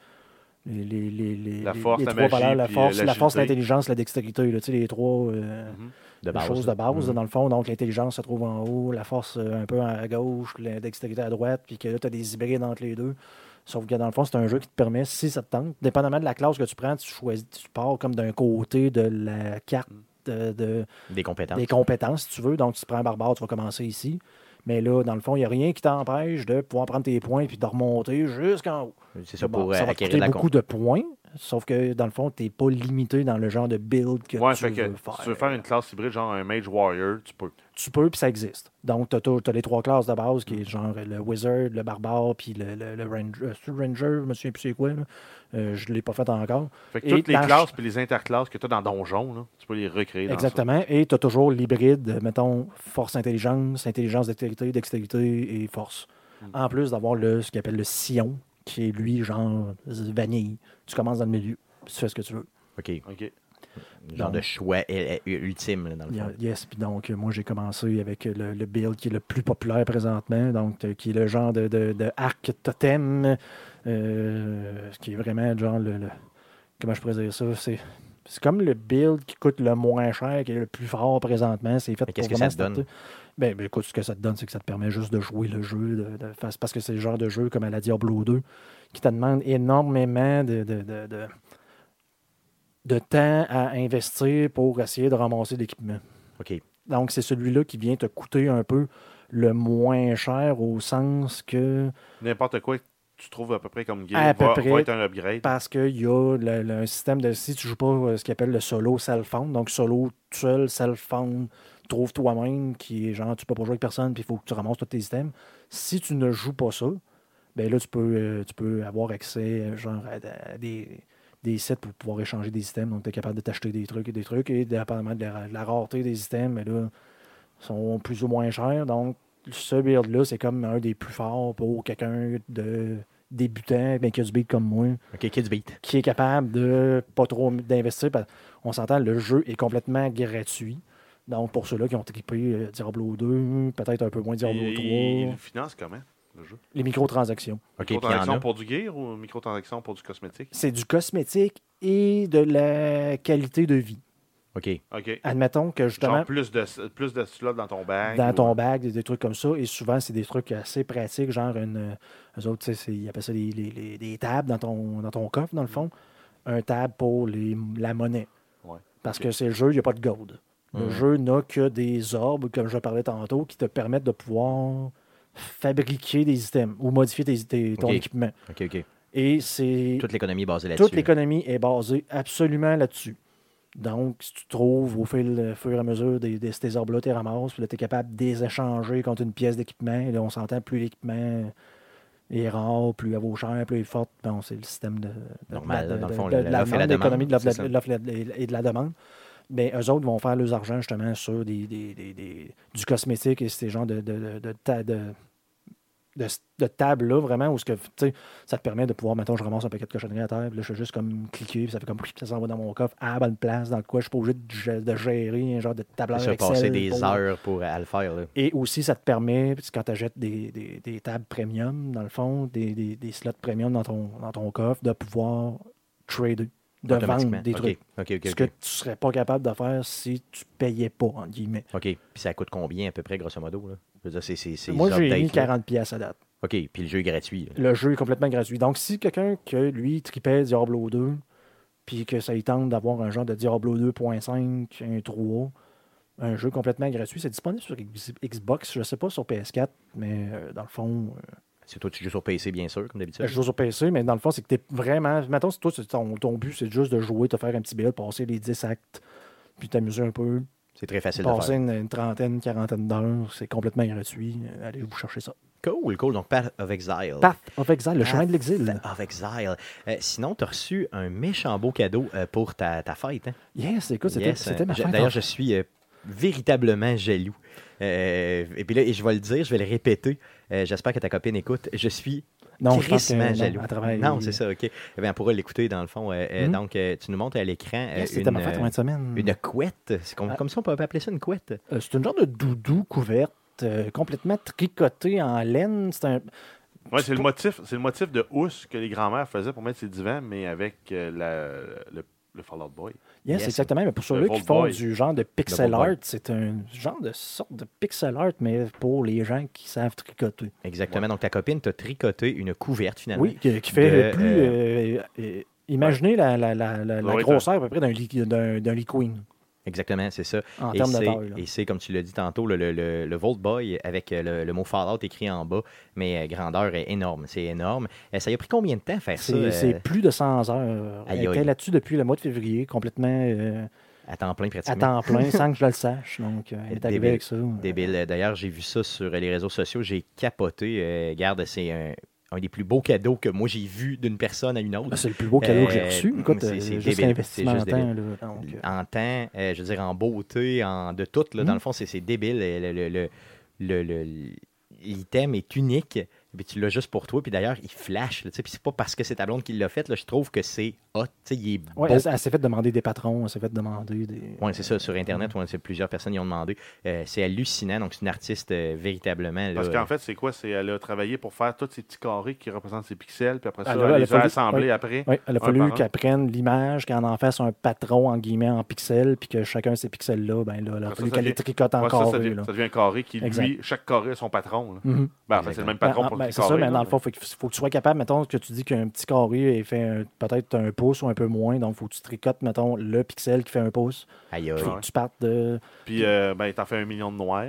Speaker 2: Les, les, les, les-
Speaker 3: La
Speaker 2: les-
Speaker 3: force,
Speaker 2: les
Speaker 3: la
Speaker 2: trois
Speaker 3: magie,
Speaker 2: valeurs, la
Speaker 3: puis,
Speaker 2: force,
Speaker 3: euh,
Speaker 2: la force,
Speaker 3: l'agilité.
Speaker 2: l'intelligence, la dextérité, là, tu sais, les trois euh,
Speaker 3: Mhm.
Speaker 1: de base,
Speaker 2: choses
Speaker 1: là.
Speaker 2: de base,
Speaker 1: Mhm.
Speaker 2: dans le fond. Donc, l'intelligence se trouve en haut, la force euh, un peu à gauche, la dextérité à droite, puis que là, tu as des hybrides entre les deux. Sauf que dans le fond, c'est un jeu qui te permet, si ça te tente, dépendamment de la classe que tu prends, tu choisis, tu pars comme d'un côté de la carte euh, de,
Speaker 1: Mm. Des compétences.
Speaker 2: des compétences, si tu veux. Donc, tu te prends un barbare, tu vas commencer ici. Mais là, dans le fond, il n'y a rien qui t'empêche de pouvoir prendre tes points puis de remonter jusqu'en haut.
Speaker 1: C'est ça
Speaker 2: Bon,
Speaker 1: pour euh,
Speaker 2: ça va te
Speaker 1: acquérir
Speaker 2: coûter
Speaker 1: de la
Speaker 2: beaucoup
Speaker 1: compétence.
Speaker 2: de points, sauf que dans le fond, tu n'es pas limité dans le genre de build que
Speaker 3: Ouais,
Speaker 2: tu
Speaker 3: fait
Speaker 2: veux
Speaker 3: que
Speaker 2: faire.
Speaker 3: si tu veux faire une classe hybride, genre un Mage Warrior, tu peux.
Speaker 2: Tu peux, puis ça existe. Donc, tu as, les trois classes de base, qui est genre le Wizard, le Barbare, puis le, le- le Ranger. euh, c'est le Ranger, je me souviens plus c'est quoi. là. Euh, je ne l'ai pas fait encore.
Speaker 3: Fait que
Speaker 2: Et
Speaker 3: toutes les
Speaker 2: dans-
Speaker 3: classes puis les interclasses que tu as dans Donjon, là, tu peux les recréer dans ça.
Speaker 2: Exactement. Et tu as toujours l'hybride, euh, mettons, force-intelligence, intelligence-dextérité, dextérité et force.
Speaker 3: Mm.
Speaker 2: En plus d'avoir le, ce qu'on appelle le sillon, qui est lui, genre, vanille. Tu commences dans le milieu, puis tu fais ce que tu veux.
Speaker 1: OK.
Speaker 3: OK.
Speaker 1: Genre
Speaker 2: Donc-
Speaker 1: de choix euh, euh, ultime, là, dans le fond.
Speaker 2: Yeah, Yes, puis donc, euh, moi, j'ai commencé avec le, le build qui est le plus populaire présentement, donc, euh, qui est le genre de, de- de arc totem, euh, qui est vraiment, genre, le. le- comment je pourrais dire ça C'est. C'est comme le build qui coûte le moins cher, qui est le plus fort présentement. C'est fait
Speaker 1: Mais qu'est-ce
Speaker 2: pour
Speaker 1: que ça
Speaker 2: vraiment
Speaker 1: te donne?
Speaker 2: starter. Ben, ben, écoute, ce que ça te donne, c'est que ça te permet juste de jouer le jeu. de- de- face- parce que c'est le genre de jeu, comme à la Diablo 2, qui te demande énormément de, de- de- de- de temps à investir pour essayer de ramasser de l'équipement.
Speaker 1: OK.
Speaker 2: Donc, c'est celui-là qui vient te coûter un peu le moins cher au sens que
Speaker 3: N'importe quoi que tu trouves à peu près comme guide
Speaker 2: À peu
Speaker 3: va,
Speaker 2: près.
Speaker 3: va être un upgrade.
Speaker 2: parce qu'il y a le- le- un système de si tu joues pas euh, ce qu'ils appelle le solo self-found, donc solo tout seul, self-found, trouve toi-même, qui est genre tu peux pas jouer avec personne, puis il faut que tu ramasses tous tes items. Si tu ne joues pas ça, ben là tu peux, euh, tu peux avoir accès euh, genre à, à des, des sites pour pouvoir échanger des items, donc tu es capable de t'acheter des trucs et des trucs, et dépendamment de la, de la rareté des items, mais là, sont plus ou moins chers. Donc, ce build-là, c'est comme un des plus forts pour quelqu'un de débutant, mais qui a du beat comme moi
Speaker 1: OK, Kids Beat.
Speaker 2: qui est capable de pas trop d'investir. parce- On s'entend, le jeu est complètement gratuit. Donc, pour ceux-là qui ont trippé euh, Diablo 2, peut-être un peu moins
Speaker 3: Et-
Speaker 2: Diablo 3,
Speaker 3: et- Il le finance comment, le jeu?
Speaker 2: les microtransactions.
Speaker 1: OK, puis il y en
Speaker 3: Microtransaction
Speaker 1: a.
Speaker 3: pour du gear ou microtransaction pour du cosmétique?
Speaker 2: C'est du cosmétique et de la qualité de vie.
Speaker 1: OK.
Speaker 3: OK.
Speaker 2: Admettons que Ah, justement,
Speaker 3: Genre plus de, plus de slots dans ton bag.
Speaker 2: dans
Speaker 3: ou-
Speaker 2: ton bac, des, des trucs comme ça, et souvent, c'est des trucs assez pratiques, genre une. euh, Eux autres, tu sais, c'est- ils appellent ça des, les- les- des tables dans ton, dans ton coffre, dans
Speaker 3: Mm.
Speaker 2: le fond. Un table pour les, la monnaie.
Speaker 3: Ouais.
Speaker 2: Parce
Speaker 3: Ok.
Speaker 2: que c'est le jeu, il n'y a pas de gold. Le
Speaker 1: Mhm.
Speaker 2: jeu n'a que des orbes, comme je parlais tantôt, qui te permettent de pouvoir fabriquer des items ou modifier tes, tes- ton
Speaker 1: Ok.
Speaker 2: équipement.
Speaker 1: OK, OK.
Speaker 2: Et c'est.
Speaker 1: Toute l'économie est basée là-dessus.
Speaker 2: Toute l'économie est basée absolument là-dessus. Donc, si tu trouves au fil, au fur et à mesure des, des, ces orbes-là, tu les ramasses, puis là, tu es capable de les échanger contre une pièce d'équipement. Et là, on s'entend, plus l'équipement est rare, plus elle vaut cher, plus elle est forte. Bon, c'est le système de, de-
Speaker 1: Normal,
Speaker 2: de-
Speaker 1: dans le
Speaker 2: de-
Speaker 1: fond,
Speaker 2: de- de
Speaker 1: le-
Speaker 2: la
Speaker 1: l'offre et la
Speaker 2: demande, l'économie de
Speaker 1: demande,
Speaker 2: l'offre-
Speaker 1: c'est ça.
Speaker 2: de l'offre et de- et de la demande. Mais eux autres vont faire leurs argent justement sur des, des- des- des- du cosmétique et ces genres de, de, de, de, ta- de- de- de tables-là, vraiment, où ce que, tu sais, ça te permet de pouvoir, mettons, je ramasse un paquet de cochonneries à terre, puis là, je fais juste comme cliquer, puis ça fait comme, ça s'en va dans mon coffre, à la bonne place, dans le quoi, je suis pas obligé de, gé- de gérer un genre de tableur
Speaker 1: Ça
Speaker 2: Excel.
Speaker 1: passer des
Speaker 2: pour-
Speaker 1: heures pour euh, à le faire. là.
Speaker 2: Et aussi, ça te permet, puis quand tu achètes des, des- des tables premium, dans le fond, des, des- des slots premium dans ton, dans ton coffre, de pouvoir trader, de
Speaker 1: Automatiquement.
Speaker 2: vendre des
Speaker 1: OK,
Speaker 2: trucs.
Speaker 1: OK, OK.
Speaker 2: Ce
Speaker 1: OK.
Speaker 2: que tu serais pas capable de faire si tu payais pas, entre guillemets.
Speaker 1: OK. Puis ça coûte combien à peu près, grosso modo? Là? Je veux dire, c'est- c'est- c'est
Speaker 2: Moi,
Speaker 1: les
Speaker 2: j'ai mis
Speaker 1: updates, là.
Speaker 2: 40 pièces à date.
Speaker 1: OK, puis le jeu est gratuit. là.
Speaker 2: Le jeu est complètement gratuit. Donc, si quelqu'un que lui tripait Diablo 2, puis que ça lui tente d'avoir un genre de Diablo 2.5, un 3, un jeu complètement gratuit, c'est disponible sur X- Xbox, je sais pas sur PS4, mais euh, dans le fond, euh,
Speaker 1: C'est toi, tu joues sur PC, bien sûr, comme d'habitude.
Speaker 2: Je joue sur PC, mais dans le fond, c'est que t'es vraiment. Mettons, si toi, c'est ton, ton but, c'est juste de jouer, te faire un petit build, passer les 10 actes, puis t'amuser un peu,
Speaker 1: C'est très facile de
Speaker 2: passer
Speaker 1: faire.
Speaker 2: une, une trentaine, quarantaine d'heures, c'est complètement gratuit. Euh, Allez vous chercher ça.
Speaker 1: Cool, cool. Donc, Path of Exile.
Speaker 2: Path of Exile, le
Speaker 1: Path
Speaker 2: chemin de l'exil.
Speaker 1: of Exile. Euh, sinon, tu as reçu un méchant beau cadeau euh, pour ta, ta fête. hein?
Speaker 2: Yes, écoute, Oh, c'était
Speaker 1: Yes,
Speaker 2: c'était
Speaker 1: hein.
Speaker 2: ma
Speaker 1: Je-
Speaker 2: fête.
Speaker 1: D'ailleurs, je suis euh, véritablement jaloux. Euh, et puis là, et je vais le dire, je vais le répéter. Euh, J'espère que ta copine écoute. Je suis
Speaker 2: non, je pense que,
Speaker 1: crissement
Speaker 2: non,
Speaker 1: jaloux.
Speaker 2: à travers-
Speaker 1: Non, c'est ça, OK. Eh bien, on pourra l'écouter, dans le fond. Euh, euh,
Speaker 2: Mhm.
Speaker 1: Donc, euh, tu nous montres à l'écran euh,
Speaker 2: Yes, c'était
Speaker 1: une,
Speaker 2: ma fête en fin de semaine.
Speaker 1: euh, une couette. C'est comme,
Speaker 2: Hmm. Ah.
Speaker 1: comme ça, on peut appeler ça une couette.
Speaker 2: Euh, c'est une genre de doudou couverte, euh, complètement tricotée en laine. C'est un.
Speaker 3: Ouais, c'est le motif, c'est le motif de housse que les grands-mères faisaient pour mettre ses divans, mais avec euh, la- le, le Fallout Boy.
Speaker 2: Yes,
Speaker 1: Yes.
Speaker 2: exactement. Mais pour ceux-là
Speaker 3: Le
Speaker 2: qui
Speaker 3: Vault
Speaker 2: font
Speaker 3: Boy.
Speaker 2: du genre de
Speaker 1: Le
Speaker 2: pixel
Speaker 1: Vault Boy.
Speaker 2: art, c'est un genre de sorte de pixel art, mais pour les gens qui savent tricoter.
Speaker 1: Exactement. Donc, ta copine t'a tricoté une couverte, finalement.
Speaker 2: Oui, qui, qui fait
Speaker 1: Ah De,
Speaker 2: plus. euh, euh, imaginez la, la, la, la, la
Speaker 3: Ouais,
Speaker 2: grosseur à peu près d'un liquide- d'un d'un liquide
Speaker 1: Exactement, c'est ça.
Speaker 2: en
Speaker 1: Et
Speaker 2: termes de
Speaker 1: c'est-
Speaker 2: taille. là.
Speaker 1: Et c'est, comme tu l'as dit tantôt, le, le, le- le Vault Boy avec euh, le, le mot Fallout écrit en bas, mais euh, grandeur est énorme. C'est énorme. Euh, ça y a pris combien de temps à faire ça
Speaker 2: C'est
Speaker 1: euh,
Speaker 2: c'est plus de 100 heures.
Speaker 1: Aïe,
Speaker 2: Elle était
Speaker 1: aïe.
Speaker 2: là-dessus depuis le mois de février, complètement euh,
Speaker 1: à temps plein
Speaker 2: à
Speaker 1: pratiquement?
Speaker 2: temps plein, sans que je le sache. Donc, euh, elle est arrivée
Speaker 1: Débile.
Speaker 2: avec ça.
Speaker 1: Débile. Euh, D'ailleurs, j'ai vu ça sur euh, les réseaux sociaux. J'ai capoté. Euh, garde, c'est un, un des plus beaux cadeaux que moi j'ai vu d'une personne à une autre.
Speaker 2: Ah, C'est le plus beau cadeau que j'ai
Speaker 1: Euh,
Speaker 2: reçu. Écoute,
Speaker 1: c'est-
Speaker 2: euh,
Speaker 1: c'est
Speaker 2: juste
Speaker 1: débile.
Speaker 2: l'investissement
Speaker 1: C'est
Speaker 2: en
Speaker 1: juste
Speaker 2: temps. là. Donc, euh,
Speaker 1: en temps, euh, je veux dire, en beauté, en de tout. Là,
Speaker 2: Mhm.
Speaker 1: Dans le fond, c'est c'est débile. Euh, Le- le- le- le- le- L'item est unique. Puis tu l'as juste pour toi. Puis d'ailleurs, il flash. là, tu sais, Puis c'est pas parce que c'est ta blonde qui l'a fait. Là, je trouve que c'est hot. tu sais, Il est
Speaker 2: ouais,
Speaker 1: beau.
Speaker 2: elle, elle s'est fait demander des patrons, elle s'est fait demander des.
Speaker 1: Ouais, c'est ça, sur
Speaker 2: Hmm.
Speaker 1: Internet, ouais, c'est plusieurs personnes y ont demandé. Euh, c'est hallucinant, donc c'est une artiste euh, véritablement. là,
Speaker 3: Parce
Speaker 1: euh,
Speaker 3: qu'en fait, c'est quoi? C'est elle a travaillé pour faire tous ces petits carrés qui représentent ses pixels, puis après ça,
Speaker 2: Elle
Speaker 3: elle,
Speaker 2: a- elle a
Speaker 3: les a
Speaker 2: fallu-
Speaker 3: assemblés après.
Speaker 2: Ouais, il a
Speaker 3: Un par
Speaker 2: fallu
Speaker 3: un.
Speaker 2: qu'elle prenne l'image, qu'elle en fasse un patron en guillemets en pixels, puis que chacun ces pixels-là, ben là, il a
Speaker 3: Ça,
Speaker 2: fallu
Speaker 3: ça
Speaker 2: qu'elle les
Speaker 3: devient-
Speaker 2: tricote
Speaker 3: Ouais, ça,
Speaker 2: encore.
Speaker 3: ça, devient, ça devient un carré qui, lui,
Speaker 2: Exact.
Speaker 3: chaque carré a son patron. là.
Speaker 2: Mhm.
Speaker 3: Ben, en fait, c'est le même patron
Speaker 2: Ben,
Speaker 3: pour
Speaker 2: ben,
Speaker 3: tout
Speaker 2: c'est ça,
Speaker 3: carré,
Speaker 2: mais dans
Speaker 3: là.
Speaker 2: le fond, il faut, que tu sois capable, mettons, que tu dis qu'un petit carré il fait un- peut-être un pouce ou un peu moins, donc il faut que tu tricotes, mettons, le pixel qui fait un pouce.
Speaker 1: aïe,
Speaker 2: Il
Speaker 1: aïe.
Speaker 2: faut
Speaker 3: Ouais.
Speaker 2: que tu partes de.
Speaker 3: Puis, euh, ben, t'en fais un million de noirs,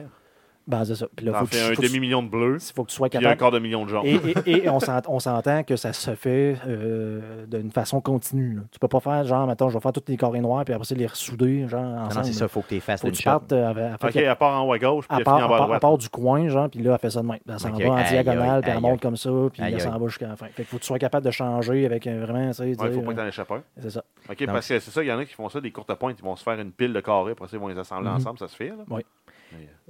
Speaker 2: Ben, c'est ça. Puis là,
Speaker 3: t'en
Speaker 2: faut que,
Speaker 3: fais
Speaker 2: tu-
Speaker 3: un
Speaker 2: faut, que tu-
Speaker 3: demi-million de bleus,
Speaker 2: faut que tu sois
Speaker 3: puis un
Speaker 2: capable.
Speaker 3: quart de million de jaunes.
Speaker 2: Et, et- et on s'ent- on s'entend que ça se fait euh, d'une façon continue. là. Tu peux pas faire genre, mettons, je vais faire tous les carrés noirs, puis après ça, les ressouder, genre,
Speaker 1: Non,
Speaker 2: ensemble.
Speaker 1: non, c'est ça, faut que tu fasses
Speaker 2: Faut
Speaker 1: d'une
Speaker 2: que tu
Speaker 1: shot.
Speaker 2: partes euh, avec- avec-
Speaker 3: OK, elle part en haut à gauche, puis
Speaker 2: à
Speaker 3: elle
Speaker 2: part,
Speaker 3: finit en
Speaker 2: à
Speaker 3: bas à
Speaker 2: part- à
Speaker 3: droite.
Speaker 2: part du coin, genre, puis là, elle fait ça de même. Elle s'en
Speaker 1: Ok,
Speaker 2: va en
Speaker 1: aïe, aïe,
Speaker 2: diagonale, puis elle
Speaker 1: aïe,
Speaker 2: monte comme ça, puis
Speaker 1: Aïe,
Speaker 2: elle s'en
Speaker 1: aïe.
Speaker 2: va jusqu'à la fin. Fait que faut que tu sois capable de changer avec euh, vraiment, tu sais,
Speaker 3: Ouais, faut
Speaker 2: dire,
Speaker 3: pas être
Speaker 2: euh,
Speaker 3: un échappeur.
Speaker 2: c'est ça.
Speaker 3: OK,
Speaker 1: Non,
Speaker 3: parce que c'est ça, il y en a qui font ça, des courtes pointes, ils vont se faire une pile de carrés, après ça, ils vont les assembler
Speaker 2: Mhm.
Speaker 3: ensemble, ça se fait, là.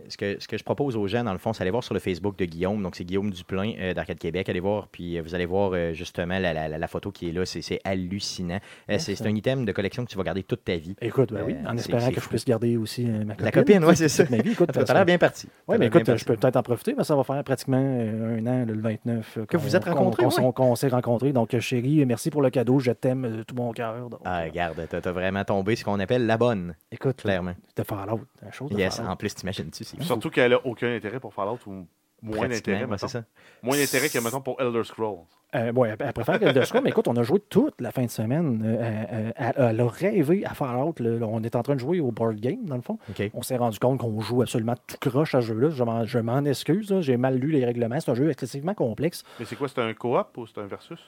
Speaker 1: ce que, ce que je propose aux gens, dans le fond, c'est aller voir sur le Facebook de Guillaume. Donc, c'est Guillaume Duplain euh, d'Arcade Québec. Allez voir, puis euh, vous allez voir euh, justement la, la- la- la photo qui est là. C'est c'est hallucinant. Euh,
Speaker 2: Ouais,
Speaker 1: c'est
Speaker 2: ça.
Speaker 1: c'est un item de collection que tu vas garder toute ta vie.
Speaker 2: Écoute, ben oui,
Speaker 1: Euh,
Speaker 2: en
Speaker 1: c'est-
Speaker 2: espérant
Speaker 1: c'est
Speaker 2: que je
Speaker 1: fou.
Speaker 2: puisse garder aussi euh, ma copine.
Speaker 1: La copine, ouais, c'est ça.
Speaker 2: Ma vie, écoute,
Speaker 1: Ça
Speaker 2: parce
Speaker 1: a l'air
Speaker 2: que-
Speaker 1: bien parti.
Speaker 2: Ouais,
Speaker 1: Ça
Speaker 2: mais
Speaker 1: a l'air bien
Speaker 2: écoute,
Speaker 1: parti.
Speaker 2: je peux peut-être en profiter, parce que ça va faire pratiquement euh, un an, le 29, euh,
Speaker 1: Que vous
Speaker 2: qu'on-
Speaker 1: vous êtes
Speaker 2: qu'on-
Speaker 1: rencontrés,
Speaker 2: qu'on s'en-
Speaker 1: ouais.
Speaker 2: qu'on s'est rencontrés. Donc, euh, chérie, merci pour le cadeau, je t'aime euh, de tout mon cœur. Donc,
Speaker 1: Ah,
Speaker 2: euh,
Speaker 1: regarde, t'as t'as vraiment tombé ce qu'on appelle la bonne,
Speaker 2: écoute, là,
Speaker 1: clairement.
Speaker 2: de faire l'autre, la chose. de
Speaker 1: Yes,
Speaker 2: Fallout.
Speaker 1: en plus, t'imagines-tu,
Speaker 2: Mhm.
Speaker 1: c'est fou.
Speaker 3: Surtout qu'elle a aucun intérêt pour Fallout, ou moins
Speaker 1: Pratiquement,
Speaker 3: d'intérêt,
Speaker 1: ouais,
Speaker 3: mettons.
Speaker 1: c'est ça.
Speaker 3: Moins d'intérêt que, mettons, pour Elder Scrolls.
Speaker 2: Euh, ouais, elle- elle préfère Elder Scrolls, mais écoute, on a joué toute la fin de semaine. Euh, euh, euh, elle, elle a rêvé à Fallout. là. Là, on est en train de jouer au board game, dans le fond.
Speaker 1: OK.
Speaker 2: On s'est rendu compte qu'on joue absolument tout croche à ce jeu-là. Je m'en- Je m'en excuse, là. j'ai mal lu les règlements. C'est un jeu excessivement complexe.
Speaker 3: Mais c'est quoi, c'est un co-op ou c'est un versus?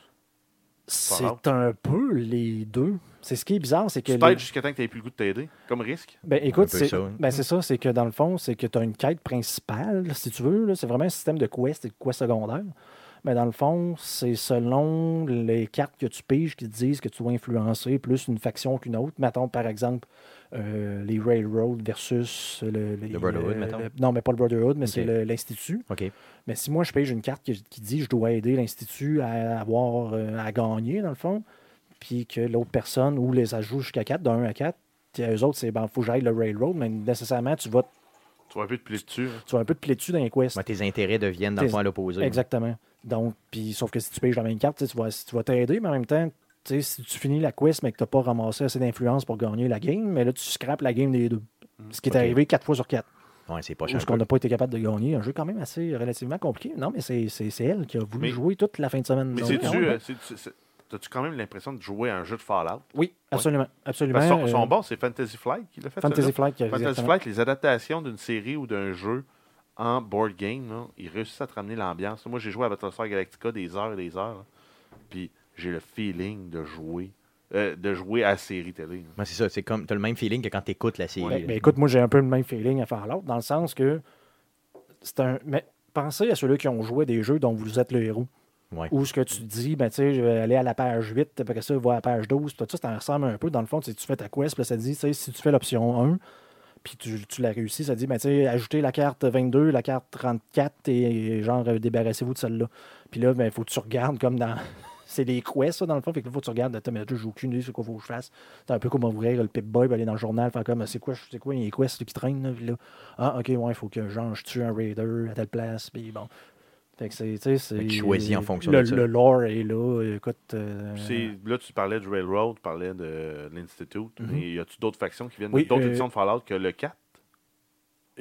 Speaker 3: Fallout.
Speaker 2: C'est un peu les deux. C'est ce qui est bizarre, c'est que.
Speaker 3: Tu
Speaker 2: les-
Speaker 3: t'aides jusqu'à temps que tu plus le goût de t'aider, comme risque.
Speaker 2: Ben écoute,
Speaker 1: Un peu
Speaker 2: c'est
Speaker 1: ça, oui.
Speaker 2: ben, c'est ça, c'est que dans le fond, c'est que tu as une quête principale, si tu veux. là. C'est vraiment un système de quest et de quest secondaire. Mais dans le fond, c'est selon les cartes que tu piges qui te disent que tu dois influencer plus une faction qu'une autre. Mettons, par exemple, euh, les Railroads versus le, les-
Speaker 1: Le Brotherhood,
Speaker 2: euh,
Speaker 1: mettons.
Speaker 2: le- non, mais pas le Brotherhood, mais c'est
Speaker 1: Ok.
Speaker 2: le- l'Institut.
Speaker 1: OK.
Speaker 2: Mais si moi, je pige une carte qui, qui dit je dois aider l'Institut à avoir euh, à gagner, dans le fond, puis que l'autre personne ou les ajouts jusqu'à 4, de 1 à 4, puis eux autres, c'est ben, faut que j'aille le railroad, mais nécessairement, tu vas,
Speaker 3: Tu vas un peu te piler dessus. hein.
Speaker 2: tu vas un peu te piler dessus dans les quests.
Speaker 1: Ouais, tes intérêts deviennent, dans le
Speaker 2: Tes-
Speaker 1: fond, à l'opposé.
Speaker 2: Exactement. Donc, puis sauf que si tu piges la même carte, tu sais, tu vas tu vas t'aider, mais en même temps, tu sais, si tu finis la quest, mais que tu n'as pas ramassé assez d'influence pour gagner la game, mais là, tu scrapes la game des deux. Ce qui est
Speaker 1: Mm. Ok.
Speaker 2: arrivé 4 fois sur 4.
Speaker 1: Ouais, c'est pas
Speaker 2: Parce qu'on n'a pas été capable de gagner. Un jeu quand même assez relativement compliqué. Non, mais c'est c'est- c'est elle qui a voulu
Speaker 3: Mais-
Speaker 2: jouer toute la fin de semaine.
Speaker 3: Mais
Speaker 2: Donc,
Speaker 3: c'est-tu,
Speaker 2: ah ouais,
Speaker 3: euh, c'est- c'est- c'est- t'as-tu quand même l'impression de jouer à un jeu de Fallout?
Speaker 2: Oui, absolument. absolument
Speaker 3: Parce que son,
Speaker 2: Eh euh,
Speaker 3: son bon, c'est Fantasy Flight qui l'a fait.
Speaker 2: Fantasy
Speaker 3: celui-là.
Speaker 2: Flight. qui a-
Speaker 3: Fantasy
Speaker 2: exactement.
Speaker 3: Flight, les adaptations d'une série ou d'un jeu en board game, là, ils réussissent à te ramener l'ambiance. Moi, j'ai joué à Battlestar Galactica des heures et des heures. là. Puis j'ai le feeling de jouer, euh, de jouer à la série télé. là.
Speaker 1: Ouais, c'est ça, c'est comme, t'as le même feeling que quand t'écoutes la série.
Speaker 2: Ben,
Speaker 1: là.
Speaker 2: ben, écoute, moi, j'ai un peu le même feeling à Fallout, dans le sens que c'est un. Mais pensez à ceux-là qui ont joué à des jeux dont vous êtes le héros.
Speaker 1: Ouais.
Speaker 2: Ou ce que tu dis, ben, tu sais, je vais aller à la page 8, après ça, va à la page 12, puis tout ça, ça ressemble un peu. Dans le fond, tu sais, tu fais ta quest, puis là, ça dit, tu sais, si tu fais l'option 1, puis tu, tu la réussis, ça dit, ben, tu sais, ajoutez la carte 22, la carte 34, et genre, euh, débarrassez-vous de celle-là. Puis là, ben, faut que tu regardes comme dans. C'est des quests, ça, dans le fond. Fait que là, faut que tu regardes, attends, mais là, je joue aucune idée, c'est quoi, faut que je fasse. C'est un peu comme ouvrir le Pip-Boy, puis aller dans le journal, faire comme, c'est quoi, je- c'est quoi, les quests qui traînent, là, puis là. Ah, ok, ouais, il faut que, genre, je tue un raider à telle place, puis bon. Fait que c'est, tu sais, c'est-
Speaker 1: Fait que tu choisis en fonction
Speaker 2: le,
Speaker 1: de ça.
Speaker 2: Le lore est là. Écoute. euh,
Speaker 3: Puis c'est- Là, tu parlais du Railroad, tu parlais de l'Institute.
Speaker 2: Mhm.
Speaker 3: Mais y a-tu d'autres factions qui viennent
Speaker 2: Oui,
Speaker 3: d'autres
Speaker 2: euh,
Speaker 3: éditions de Fallout que le 4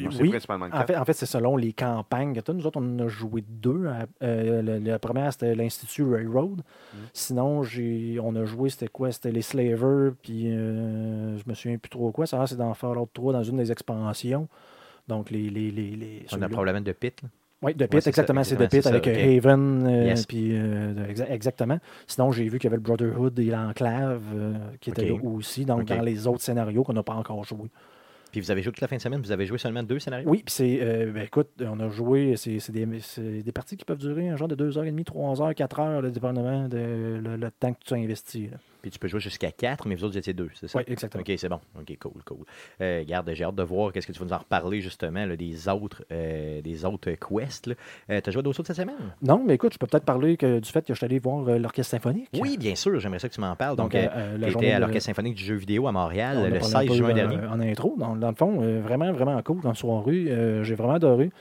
Speaker 3: Ou c'est
Speaker 2: oui.
Speaker 3: principalement le 4
Speaker 2: En fait, en fait, c'est selon les campagnes que tu Nous autres, on en a joué deux. à- euh, le- la première, c'était l'Institut Railroad.
Speaker 1: Mm.
Speaker 2: Sinon, j'ai, on a joué, c'était quoi C'était les Slavers, puis euh, je me souviens plus trop quoi. Ça, c'est dans Fallout 3, dans une des expansions. Donc, les. les, les, les-
Speaker 1: On a
Speaker 2: celui-là.
Speaker 1: probablement de pit. là.
Speaker 2: Oui, de Pit,
Speaker 1: Ouais, c'est ça,
Speaker 2: exactement. C'est de
Speaker 1: exactement,
Speaker 2: Pit
Speaker 1: c'est
Speaker 2: avec
Speaker 1: ça,
Speaker 2: euh, Haven. euh,
Speaker 1: Yes.
Speaker 2: puis, euh, de- exa- exactement. Sinon, j'ai vu qu'il y avait le Brotherhood et l'Enclave euh, qui étaient
Speaker 1: Ok.
Speaker 2: là aussi, donc
Speaker 1: Ok.
Speaker 2: dans les autres scénarios qu'on n'a pas encore joué.
Speaker 1: Puis vous avez joué toute la fin de semaine, vous avez joué seulement deux scénarios.
Speaker 2: Oui, puis c'est. euh, ben, écoute, on a joué. C'est c'est des, c'est des parties qui peuvent durer un genre de 2h30, 3h, 4h, là, dépendamment de le, le temps que tu as investi. là.
Speaker 1: Puis tu peux jouer jusqu'à quatre, mais vous autres, vous étiez deux, c'est ça?
Speaker 2: Oui, exactement.
Speaker 1: OK, c'est bon. OK, cool, cool. Euh, garde, j'ai hâte de voir qu'est-ce que tu vas nous en reparler justement là, des autres euh, des autres quests. tu as joué d'autres choses cette semaine?
Speaker 2: Non, mais écoute, je peux peut-être parler que, du fait que je suis allé voir euh, l'Orchestre Symphonique.
Speaker 1: Oui, bien sûr, j'aimerais ça que tu m'en parles. Donc,
Speaker 2: Donc, euh, euh, la
Speaker 1: tu
Speaker 2: journée
Speaker 1: étais à
Speaker 2: de-
Speaker 1: l'Orchestre symphonique du jeu vidéo à
Speaker 2: On
Speaker 1: Montréal
Speaker 2: en
Speaker 1: le
Speaker 2: parlait un
Speaker 1: 16
Speaker 2: peu,
Speaker 1: juin
Speaker 2: euh,
Speaker 1: dernier.
Speaker 2: En intro, dans, dans le fond, euh, vraiment, vraiment cool comme soirée. Euh, J'ai vraiment adoré.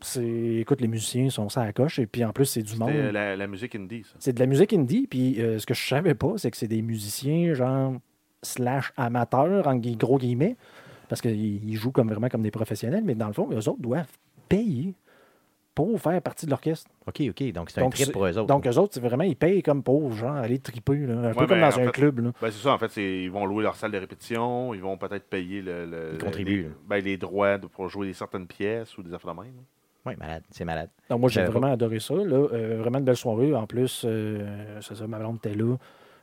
Speaker 2: C'est- Écoute, les musiciens sont ça à la coche. Et puis en plus, c'est du monde.
Speaker 3: C'était la, la musique indie, ça.
Speaker 2: C'est de la musique indie, puis euh, ce que je savais pas, c'est que c'est des musiciens genre slash amateurs, en gui- gros guillemets, parce qu'ils ils jouent comme vraiment comme des professionnels, mais dans le fond, eux autres doivent payer pour faire partie de l'orchestre.
Speaker 1: OK, OK. Donc, c'est un
Speaker 2: Donc,
Speaker 1: trip
Speaker 2: c'est-
Speaker 1: pour eux autres.
Speaker 2: Donc eux autres, c'est vraiment, ils payent comme pour genre aller triper, là, un peu
Speaker 3: Oh.
Speaker 2: comme
Speaker 3: Ouais, ben,
Speaker 2: dans
Speaker 3: en
Speaker 2: un
Speaker 3: fait-
Speaker 2: club. là.
Speaker 3: Ben, c'est ça, en fait, c'est- ils vont louer leur salle de répétition, ils vont peut-être payer le, le-
Speaker 1: Ils contribuent,
Speaker 3: les,
Speaker 1: là.
Speaker 3: ben, les droits de- pour jouer certaines pièces ou des affaires de même.
Speaker 1: Oui, malade. C'est malade.
Speaker 2: Donc moi, j'ai
Speaker 1: J'avais
Speaker 2: vraiment adoré ça. là. Euh, vraiment une belle soirée. En plus, euh, c'est ça, ma blonde était là.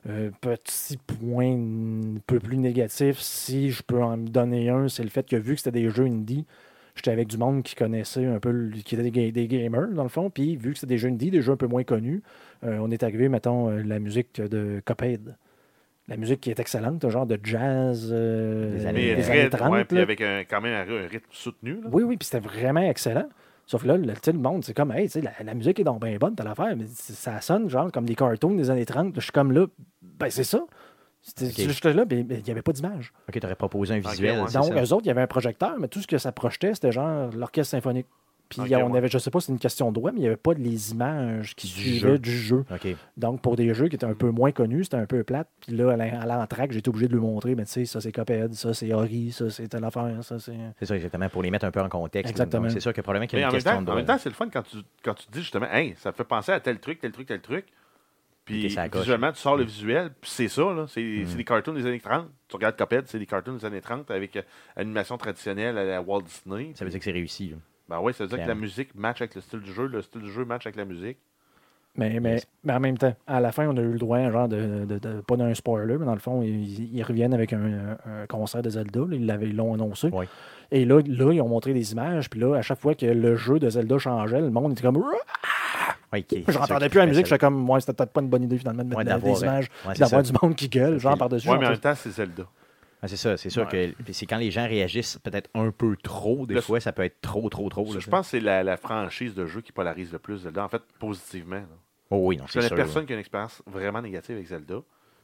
Speaker 2: Euh, petit point un peu plus négatif, si je peux en donner un, c'est le fait que vu que c'était des jeux indie, j'étais avec du monde qui connaissait un peu, le- qui était des, ga- des gamers dans le fond, puis vu que c'était des jeux indie, des jeux un peu moins connus, euh, on est arrivé, mettons, euh, la musique de Cophead. La musique qui est excellente, un genre de jazz euh,
Speaker 1: Des
Speaker 2: des
Speaker 1: années-
Speaker 2: années,
Speaker 1: Mais
Speaker 3: Mais
Speaker 1: les
Speaker 3: très, ouais,
Speaker 2: 30.
Speaker 3: puis
Speaker 2: là.
Speaker 3: avec un, quand même un, un rythme soutenu. Là.
Speaker 2: Oui, oui, puis c'était vraiment excellent. Sauf que là, le, tu sais, le monde, c'est comme, hey, tu sais, la, la musique est donc bien bonne, t'as l'affaire, mais c- ça sonne genre comme des cartoons des années 30. Je suis comme là, ben c'est ça. C'était
Speaker 1: Ok.
Speaker 2: j'étais là, mais mais il n'y avait pas d'image.
Speaker 1: OK, tu aurais proposé un
Speaker 3: Ok,
Speaker 1: visuel.
Speaker 3: ouais.
Speaker 1: c'est
Speaker 2: Donc, euh,
Speaker 1: ça?
Speaker 2: eux autres, il y avait un projecteur, mais tout ce que ça projetait, c'était genre l'orchestre symphonique. Puis
Speaker 3: Ok,
Speaker 2: on
Speaker 3: ouais.
Speaker 2: avait, je sais pas si c'est une question de droit, mais il n'y avait pas les images qui
Speaker 1: Du
Speaker 2: suivaient
Speaker 1: jeu.
Speaker 2: du jeu.
Speaker 1: OK.
Speaker 2: Donc, pour des jeux qui étaient un peu moins connus, c'était un peu plate. Puis là, à l'en- à l'entraque, j'étais obligé de le montrer, mais tu sais, ça c'est Cophead, ça c'est Ori, ça c'est telle affaire, ça c'est.
Speaker 1: C'est ça, exactement, pour les mettre un peu en contexte.
Speaker 2: Exactement.
Speaker 1: Donc, C'est sûr que probablement qu'il y
Speaker 3: Mais
Speaker 1: a
Speaker 3: en
Speaker 1: une
Speaker 3: même,
Speaker 1: question
Speaker 3: temps,
Speaker 1: de
Speaker 3: en
Speaker 1: droit.
Speaker 3: même temps, c'est le fun quand tu, quand tu dis justement, hey, ça fait penser à tel truc, tel truc, tel truc.
Speaker 1: Puis
Speaker 3: Puis
Speaker 1: t'es sur la coche.
Speaker 3: visuellement, tu sors le visuel, puis c'est ça. là. C'est
Speaker 1: Mm.
Speaker 3: c'est des cartoons des années 30. Tu regardes Cophead, c'est des cartoons des années 30 avec euh, animation traditionnelle à la Walt Disney.
Speaker 1: Ça veut dire que c'est réussi. là.
Speaker 3: Ben oui, ça veut dire que la
Speaker 1: Clairement.
Speaker 3: musique match avec le style du jeu, le style du jeu match avec la musique.
Speaker 2: Mais, mais,
Speaker 1: Yes.
Speaker 2: mais en même temps, à la fin, on a eu le droit, à un genre de, de- de- pas d'un spoiler, mais dans le fond, ils, ils reviennent avec un, un concert de Zelda. là, ils l'avaient- ils l'ont annoncé.
Speaker 1: Oui.
Speaker 2: Et là, là, ils ont montré des images. Puis là, à chaque fois que le jeu de Zelda changeait, le monde était comme. Ouah!
Speaker 1: Ouais, ok.
Speaker 2: Je n'entendais plus la musique. J'étais comme, ouais, c'était peut-être pas une bonne idée finalement de mettre
Speaker 1: Ouais,
Speaker 2: de-
Speaker 1: d'avoir,
Speaker 2: des images.
Speaker 1: ouais,
Speaker 2: puis
Speaker 1: c'est
Speaker 2: d'avoir
Speaker 1: ça.
Speaker 2: du monde qui gueule, genre
Speaker 1: Ok.
Speaker 2: par-dessus.
Speaker 3: Ouais,
Speaker 2: genre,
Speaker 3: mais en
Speaker 2: tu
Speaker 3: même temps, c'est Zelda.
Speaker 1: Ah, c'est ça, c'est sûr
Speaker 3: Ouais.
Speaker 1: que puis c'est quand les gens réagissent peut-être un peu trop, des
Speaker 3: Le-
Speaker 1: fois, ça peut être trop, trop, trop. là,
Speaker 3: Je
Speaker 1: ça.
Speaker 3: pense que c'est la, la franchise de jeu qui polarise le plus Zelda, en fait, positivement. là.
Speaker 1: Oh oui, non,
Speaker 3: Je
Speaker 1: c'est
Speaker 3: connais
Speaker 1: sûr.
Speaker 3: personne qui a une expérience vraiment négative avec Zelda.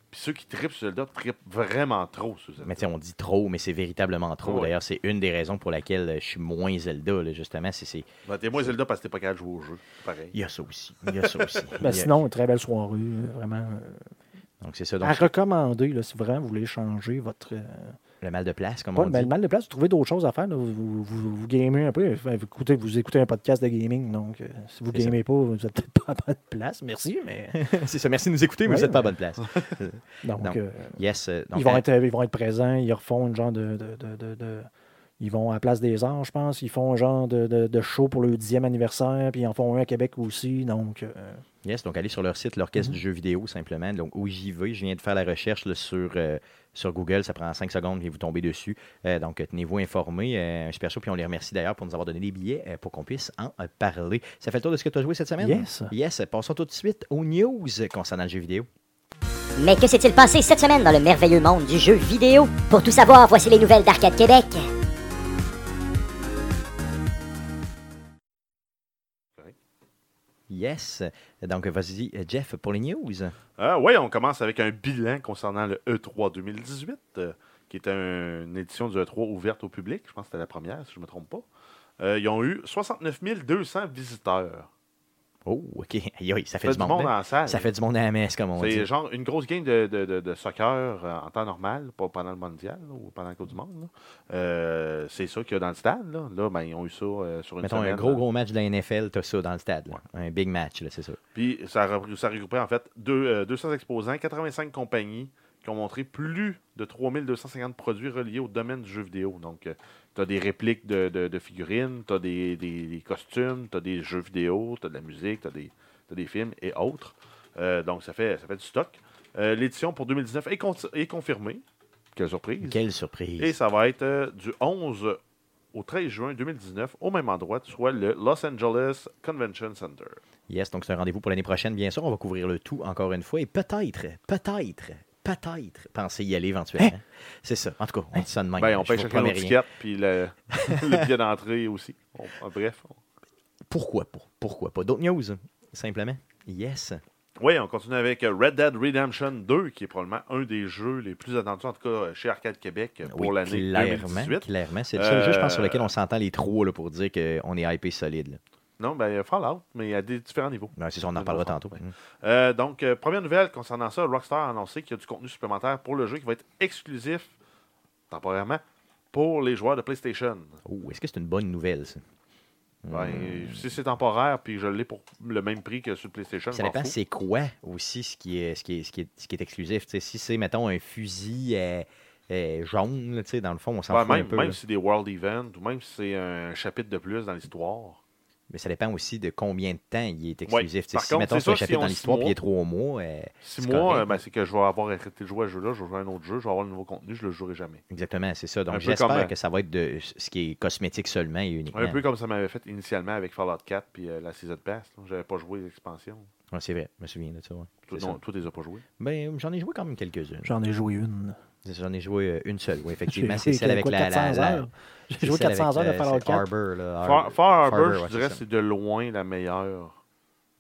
Speaker 3: Puis ceux qui tripent sur Zelda tripent vraiment trop sur Zelda.
Speaker 1: Mais tu sais, on dit trop, mais c'est véritablement trop.
Speaker 3: Ouais.
Speaker 1: D'ailleurs, c'est une des raisons pour laquelle euh, je suis moins Zelda, là, justement. c'est- c'est-
Speaker 3: Ben, T'es moins Zelda parce que t'es pas capable de jouer au jeu. C'est Pareil.
Speaker 1: Il y a ça aussi. Il y a ça aussi.
Speaker 2: Ben,
Speaker 1: Il y a-
Speaker 2: sinon, une très belle soirée. euh, Vraiment. euh,
Speaker 1: Donc, c'est ça.
Speaker 2: à
Speaker 1: Donc,
Speaker 2: recommander, là, si vraiment vous voulez changer votre. euh,
Speaker 1: le mal de place, comme
Speaker 2: pas
Speaker 1: on
Speaker 2: le
Speaker 1: dit.
Speaker 2: mal, mal de place, vous trouvez d'autres choses à faire. là. Vous, vous, vous- vous gamez un peu. Enfin, Vous écoutez, vous écoutez un podcast de gaming. Donc, euh, si vous
Speaker 1: C'est ça.
Speaker 2: gamez pas, vous n'êtes peut-être pas à bonne place. Merci, mais.
Speaker 1: c'est ça. Merci de nous écouter, mais
Speaker 2: Ouais,
Speaker 1: vous n'êtes pas à
Speaker 2: mais-
Speaker 1: bonne place.
Speaker 2: Donc,
Speaker 1: Non.
Speaker 2: euh,
Speaker 1: Yes. euh, donc,
Speaker 2: ils, vont
Speaker 1: à-
Speaker 2: être, ils vont être présents. Ils refont une genre de. de- de- de- de- ils vont à la Place des Arts, je pense. Ils font un genre de, de- de show pour le 10e anniversaire. Puis ils en font un à Québec aussi. Donc, euh,
Speaker 1: Yes, donc allez sur leur site, l'orchestre du jeu vidéo, simplement. Donc, OJV, je viens de faire la recherche là, sur, euh, sur Google, ça prend 5 secondes et vous tombez dessus. Euh, donc, tenez-vous informés. Euh, un super show, puis on les remercie d'ailleurs pour nous avoir donné des billets euh, pour qu'on puisse en euh, parler. Ça fait le tour de ce que tu as joué cette semaine?
Speaker 2: Yes.
Speaker 1: Yes, passons tout de suite aux news concernant le jeu vidéo.
Speaker 4: Mais que s'est-il passé cette semaine dans le merveilleux monde du jeu vidéo Pour tout savoir, voici les nouvelles d'Arcade Québec.
Speaker 1: Yes, donc vas-y, euh, Jeff, pour les news.
Speaker 3: Ah oui, on commence avec un bilan concernant le E E3 2018, euh, qui est un- une édition du E3 ouverte au public. Je pense que c'était la première, si je ne me trompe pas. Euh, ils ont eu 69 200 visiteurs.
Speaker 1: Oh, OK. Aïe, aïe, ça fait
Speaker 3: Ça
Speaker 1: du monde. hein?
Speaker 3: en salle.
Speaker 1: Ça fait du monde à la messe, comme on dit.
Speaker 3: C'est genre une grosse game de, de- de- de soccer euh, en temps normal, pas pendant le mondial là, ou pendant la Coupe du Monde. là. Euh, c'est ça qu'il y a dans le stade. Là, Là, ben, ils ont eu ça euh, sur une
Speaker 1: Mettons un
Speaker 3: semaine,
Speaker 1: gros,
Speaker 3: là.
Speaker 1: gros match de la NFL, t'as ça dans le stade. là. Un big match, là, c'est sûr.
Speaker 3: Puis ça, a repris- ça regroupait en fait deux, euh, 200 exposants, 85 compagnies qui ont montré plus de 3250 produits reliés au domaine du jeu vidéo. Donc, tu as des répliques de, de- de figurines, tu as des, des- des costumes, tu as des jeux vidéo, tu as de la musique, tu as, des films et autres. Euh, donc, ça fait, ça fait du stock. Euh, L'édition pour 2019 est, conti- est confirmée. Quelle surprise.
Speaker 1: Quelle
Speaker 3: Et
Speaker 1: surprise.
Speaker 3: ça va être euh, du 11 au 13 juin 2019 au même endroit, soit le Los Angeles Convention Center.
Speaker 1: Yes, donc c'est un rendez-vous pour l'année prochaine, bien sûr. On va couvrir le tout encore une fois. Et peut-être, peut-être, peut-être, pensez y aller éventuellement. C'est ça. En tout cas, on dit ça de même.
Speaker 3: Ben, on
Speaker 1: Je
Speaker 3: paye
Speaker 1: vous
Speaker 3: chacun
Speaker 1: promets
Speaker 3: nos
Speaker 1: rien.
Speaker 3: tickets, puis le, le billet d'entrée aussi. On- ah, bref.
Speaker 1: Pourquoi pas? Pourquoi pas? D'autres news, simplement. Yes.
Speaker 3: Oui, on continue avec euh, Red Dead Redemption 2, qui est probablement un des jeux les plus attendus, en tout cas euh, chez Arcade Québec, euh, pour
Speaker 1: Oui,
Speaker 3: l'année
Speaker 1: clairement,
Speaker 3: 2018.
Speaker 1: clairement. C'est le seul
Speaker 3: Euh,
Speaker 1: jeu, je pense, sur lequel on s'entend les trois là, pour dire qu'on est hypé solide. là.
Speaker 3: Non, ben euh, Fallout, mais à des différents niveaux.
Speaker 1: Ouais, c'est ça, on en
Speaker 3: Ouais,
Speaker 1: parlera
Speaker 3: bon,
Speaker 1: tantôt.
Speaker 3: ouais.
Speaker 1: Mm.
Speaker 3: Euh, donc, euh, première nouvelle concernant ça, Rockstar a annoncé qu'il y a du contenu supplémentaire pour le jeu qui va être exclusif, temporairement, pour les joueurs de PlayStation.
Speaker 1: Oh, Est-ce que c'est une bonne nouvelle, ça? Mmh.
Speaker 3: Ben,
Speaker 1: Hmm.
Speaker 3: Si c'est temporaire, puis je l'ai pour le même prix que sur le PlayStation,
Speaker 1: Ça
Speaker 3: je m'en
Speaker 1: dépend
Speaker 3: fous.
Speaker 1: c'est quoi aussi ce qui est, ce qui est, ce qui est, ce qui est exclusif. Tu sais, si c'est, mettons, un fusil euh, euh, jaune, là, tu sais, dans le fond, on s'en
Speaker 3: Ouais,
Speaker 1: fout
Speaker 3: même,
Speaker 1: un peu.
Speaker 3: même
Speaker 1: là.
Speaker 3: si c'est des World Events ou même si c'est un chapitre de plus dans l'histoire.
Speaker 1: Mais ça dépend aussi de combien de temps il est exclusif. Tu sais,
Speaker 3: Par
Speaker 1: si,
Speaker 3: contre,
Speaker 1: mettons,
Speaker 3: c'est
Speaker 1: c'est un
Speaker 3: ça, si
Speaker 1: chapitre
Speaker 3: on
Speaker 1: dans
Speaker 3: six
Speaker 1: l'histoire, puis il
Speaker 3: mois-
Speaker 1: est trois mois, euh,
Speaker 3: Si
Speaker 1: c'est
Speaker 3: moi,
Speaker 1: correct.
Speaker 3: euh, ben, c'est que je vais avoir arrêté de jouer à ce jeu-là, je vais jouer à un autre jeu, je vais avoir le nouveau contenu, je le jouerai jamais.
Speaker 1: exactement, c'est ça.
Speaker 3: un
Speaker 1: Donc,
Speaker 3: peu comme, euh,
Speaker 1: j'espère que ça va être de ce qui est cosmétique seulement et uniquement.
Speaker 3: Un peu comme ça m'avait fait initialement avec Fallout 4 puis euh, la Season Pass. là. J'avais pas joué les expansions.
Speaker 1: Ouais, c'est vrai, je me souviens de ça. ouais.
Speaker 3: Toi,
Speaker 1: C'est
Speaker 3: non,
Speaker 1: ça.
Speaker 3: toi, tu les as pas joués.
Speaker 1: Ben, j'en ai joué quand même quelques-unes.
Speaker 2: J'en ai joué une.
Speaker 1: J'en ai joué euh, une seule, oui,
Speaker 2: J'ai
Speaker 1: effectivement.
Speaker 2: joué
Speaker 1: C'est celle avec
Speaker 2: quoi,
Speaker 1: la.
Speaker 2: 400
Speaker 1: la- la-
Speaker 2: heures.
Speaker 1: c'est
Speaker 2: J'ai joué
Speaker 1: celle avec,
Speaker 2: 400 heures de
Speaker 1: euh,
Speaker 2: Fallout
Speaker 1: c'est
Speaker 2: 4.
Speaker 1: Harbor, là,
Speaker 3: Far, Far Harbor,
Speaker 1: Harbor, ouais,
Speaker 3: je dirais,
Speaker 1: ça.
Speaker 3: c'est de loin la meilleure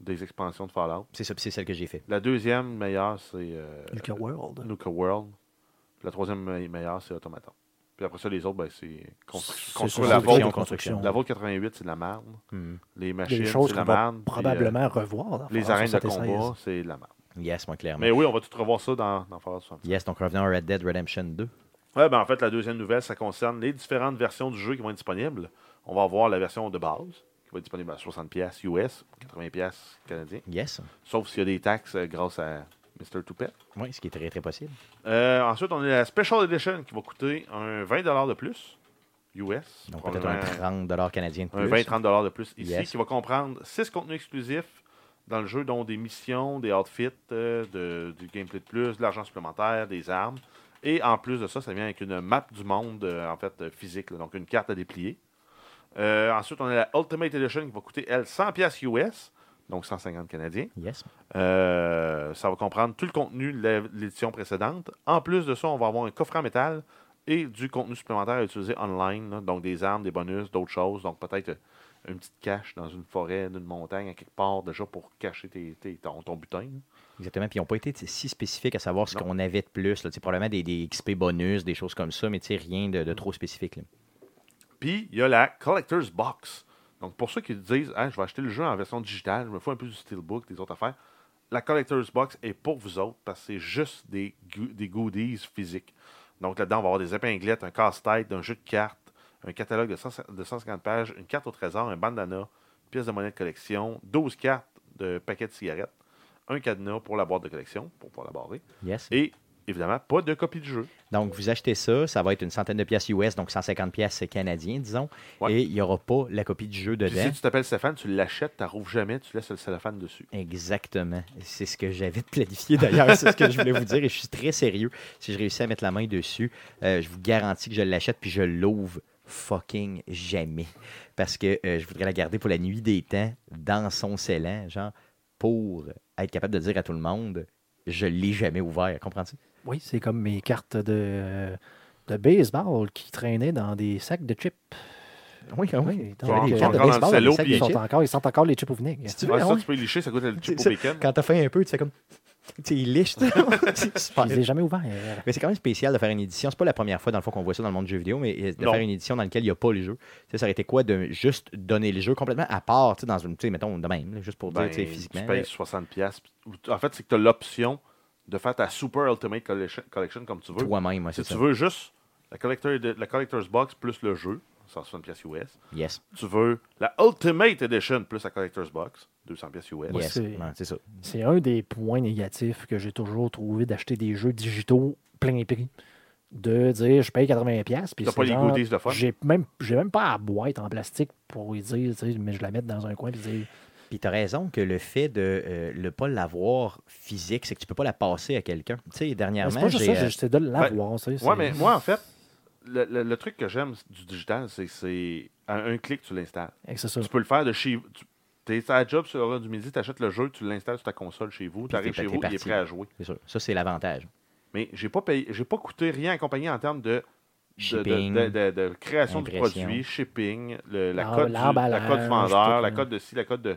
Speaker 3: des expansions de Fallout.
Speaker 1: C'est ça, puis c'est celle que j'ai fait.
Speaker 3: La deuxième meilleure, c'est euh,
Speaker 2: Nuka World.
Speaker 3: Nuka World. Puis la troisième me- meilleure, c'est Automaton. Puis après ça, les autres, ben, c'est constru-
Speaker 2: C'est
Speaker 3: construire
Speaker 2: sur
Speaker 3: la
Speaker 1: construction,
Speaker 3: vôtre.
Speaker 1: construction.
Speaker 3: La Vault 88, c'est de la merde.
Speaker 1: Hmm.
Speaker 3: Les machines,
Speaker 2: Des
Speaker 3: c'est
Speaker 2: choses
Speaker 3: de
Speaker 2: qu'on
Speaker 3: la
Speaker 2: va
Speaker 3: merde. puis, euh,
Speaker 2: probablement revoir. dans
Speaker 3: les
Speaker 2: Fallout
Speaker 3: arènes de
Speaker 2: 76.
Speaker 3: combat, c'est de la merde.
Speaker 1: Yes, moi, clairement.
Speaker 3: Mais oui, on va tout revoir ça dans, dans Fallout 76.
Speaker 1: Yes, donc revenons à Red Dead Redemption 2.
Speaker 3: Ouais, ben, en fait, la deuxième nouvelle, ça concerne les différentes versions du jeu qui vont être disponibles. On va avoir la version de base, qui va être disponible à 60$ US, 80$ canadien,
Speaker 1: Yes.
Speaker 3: sauf s'il y a des taxes euh, grâce à Mr. Toupet.
Speaker 1: Oui, ce qui est très, très possible.
Speaker 3: Euh, ensuite, on a la Special Edition qui va coûter un 20$ de plus US.
Speaker 1: Donc peut-être un
Speaker 3: probablement
Speaker 1: 30 canadien de
Speaker 3: un
Speaker 1: plus.
Speaker 3: 20-30$ de plus ici,
Speaker 1: Yes.
Speaker 3: qui va comprendre 6 contenus exclusifs dans le jeu, dont des missions, des outfits, euh, de- du gameplay de plus, de l'argent supplémentaire, des armes. Et en plus de ça, ça vient avec une map du monde, euh, en fait, euh, physique, là, donc une carte à déplier. Euh, ensuite, on a la Ultimate Edition qui va coûter, elle, 100$ US, donc 150 Canadiens.
Speaker 1: Yes.
Speaker 3: Euh, ça va comprendre tout le contenu de la- l'édition précédente. En plus de ça, on va avoir un coffret en métal et du contenu supplémentaire à utiliser online, là. donc des armes, des bonus, d'autres choses. Donc peut-être euh, une petite cache dans une forêt, d'une montagne, à quelque part, déjà pour cacher tes, tes- ton, ton butin. là.
Speaker 1: Exactement. Puis ils n'ont pas été tu sais, si spécifiques à savoir ce
Speaker 3: Non.
Speaker 1: qu'on avait de plus. Là. Tu sais, Probablement des, des XP bonus, des choses comme ça, mais tu sais, rien
Speaker 3: Mm.
Speaker 1: de, de trop spécifique. là.
Speaker 3: Puis il y a la Collector's Box. Donc pour ceux qui disent Ah, je vais acheter le jeu en version digitale, je me fous un peu du Steelbook, des autres affaires. La Collector's Box est pour vous autres parce que c'est juste des, go- des goodies physiques. Donc là-dedans, on va avoir des épinglettes, un casse-tête, un jeu de cartes, un catalogue de, 100 de 150 pages, une carte au trésor, un bandana, une pièce de monnaie de collection, 12 cartes de paquets de cigarettes, un cadenas pour la boîte de collection, pour pouvoir la barrer,
Speaker 1: Yes.
Speaker 3: et évidemment, pas de copie du jeu.
Speaker 1: Donc vous achetez ça, ça va être une centaine de pièces US, donc 150 pièces canadiens, disons.
Speaker 3: Ouais.
Speaker 1: Et il n'y aura pas la copie du jeu
Speaker 3: Puis
Speaker 1: dedans.
Speaker 3: si tu t'appelles Stéphane, tu l'achètes, tu rouvres jamais, tu laisses le cellophane dessus.
Speaker 1: Exactement. C'est ce que j'avais planifié d'ailleurs. C'est ce que je voulais vous dire et je suis très sérieux. Si je réussis à mettre la main dessus, euh, je vous garantis que je l'achète puis je l'ouvre fucking jamais. Parce que euh, je voudrais la garder pour la nuit des temps dans son scellant, genre pour être capable de dire à tout le monde je l'ai jamais ouvert. Comprends-tu?
Speaker 2: Oui, c'est comme mes cartes de, de baseball qui traînaient dans des sacs de chips.
Speaker 1: Oui,
Speaker 2: Oui,
Speaker 3: ah Ils sont-
Speaker 2: les cartes
Speaker 3: ils sont
Speaker 2: de
Speaker 3: encore dans le
Speaker 2: baseball,
Speaker 3: cello,
Speaker 2: les sacs,
Speaker 3: puis-
Speaker 2: ils, sont encore, ils sentent encore les chips au vinaigre.
Speaker 1: Si tu veux,
Speaker 3: Ah,
Speaker 1: ah
Speaker 3: ça,
Speaker 1: ouais.
Speaker 3: tu peux licher, ça goûte le chip
Speaker 1: C'est
Speaker 3: au
Speaker 1: ça.
Speaker 3: bacon.
Speaker 1: Quand t'as faim un peu, tu fais comme Tu sais, il liche. tu sais. C'est super.
Speaker 2: Je les ai jamais ouverts.
Speaker 1: Mais c'est quand même spécial de faire une édition. C'est pas la première fois, dans le fond, qu'on voit ça dans le monde du jeu vidéo, mais euh, de
Speaker 3: Non.
Speaker 1: faire une édition dans laquelle il n'y a pas le jeu. Tu sais, ça aurait été quoi de juste donner le jeu complètement à part, tu sais, dans une, tu sais, mettons, de même, là, juste pour dire,
Speaker 3: Ben,
Speaker 1: tu sais, physiquement.
Speaker 3: Tu payes 60$. piastres, puis- ou- En fait, c'est que tu as l'option de faire ta Super Ultimate Collection, collection comme tu
Speaker 1: là,
Speaker 3: veux.
Speaker 1: Toi-même, ouais,
Speaker 3: si
Speaker 1: c'est
Speaker 3: tu
Speaker 1: ça.
Speaker 3: veux juste la, collector, de- la Collector's Box plus le jeu, 160$ piastres US.
Speaker 1: Yes.
Speaker 3: Tu veux la Ultimate Edition plus la Collector's Box, 200$ piastres US.
Speaker 2: Ouais,
Speaker 1: yes.
Speaker 2: c'est-
Speaker 1: Ouais, c'est ça.
Speaker 2: C'est un des points négatifs que j'ai toujours trouvé d'acheter des jeux digitaux plein prix. De dire, je paye 80$, piastres, puis
Speaker 3: T'as
Speaker 2: c'est
Speaker 3: pas les
Speaker 2: genre,
Speaker 3: goodies de fun.
Speaker 2: J'ai même, j'ai même pas la boîte en plastique pour y dire, tu sais, mais je la mets dans un coin, puis dire,
Speaker 1: Puis t'as raison que le fait de ne pas l'avoir physique, c'est que tu peux pas la passer à quelqu'un. Tu sais,
Speaker 2: Ah, c'est
Speaker 1: dernièrement,
Speaker 2: pas juste
Speaker 1: j'ai.
Speaker 2: ça,
Speaker 1: euh,
Speaker 2: c'est- c'est de l'avoir. tu sais, c'est-
Speaker 3: Ben, Ouais, mais moi, en fait, le, le- le truc que j'aime du digital, c'est que c'est à un clic, tu l'installes.
Speaker 2: Fait que C'est ça.
Speaker 3: Tu peux le faire de chez tu T'es à la job sur l'heure du midi, t'achètes le jeu, tu l'installes sur ta console chez vous, t'arrives
Speaker 1: t'es-
Speaker 3: chez
Speaker 1: t'es
Speaker 3: vous, il est
Speaker 1: parti.
Speaker 3: prêt à jouer.
Speaker 1: C'est sûr. Ça, c'est l'avantage.
Speaker 3: Mais j'ai pas payé, j'ai pas coûté rien accompagné en termes de, de, de-
Speaker 1: Shipping.
Speaker 3: de- de- de création du
Speaker 1: impression.
Speaker 3: produit, shipping, le- la,
Speaker 2: Ah,
Speaker 3: cote du, la cote du
Speaker 2: l'emballage,
Speaker 3: vendeur,
Speaker 2: tout,
Speaker 3: la
Speaker 2: là.
Speaker 3: cote de ci, la cote de.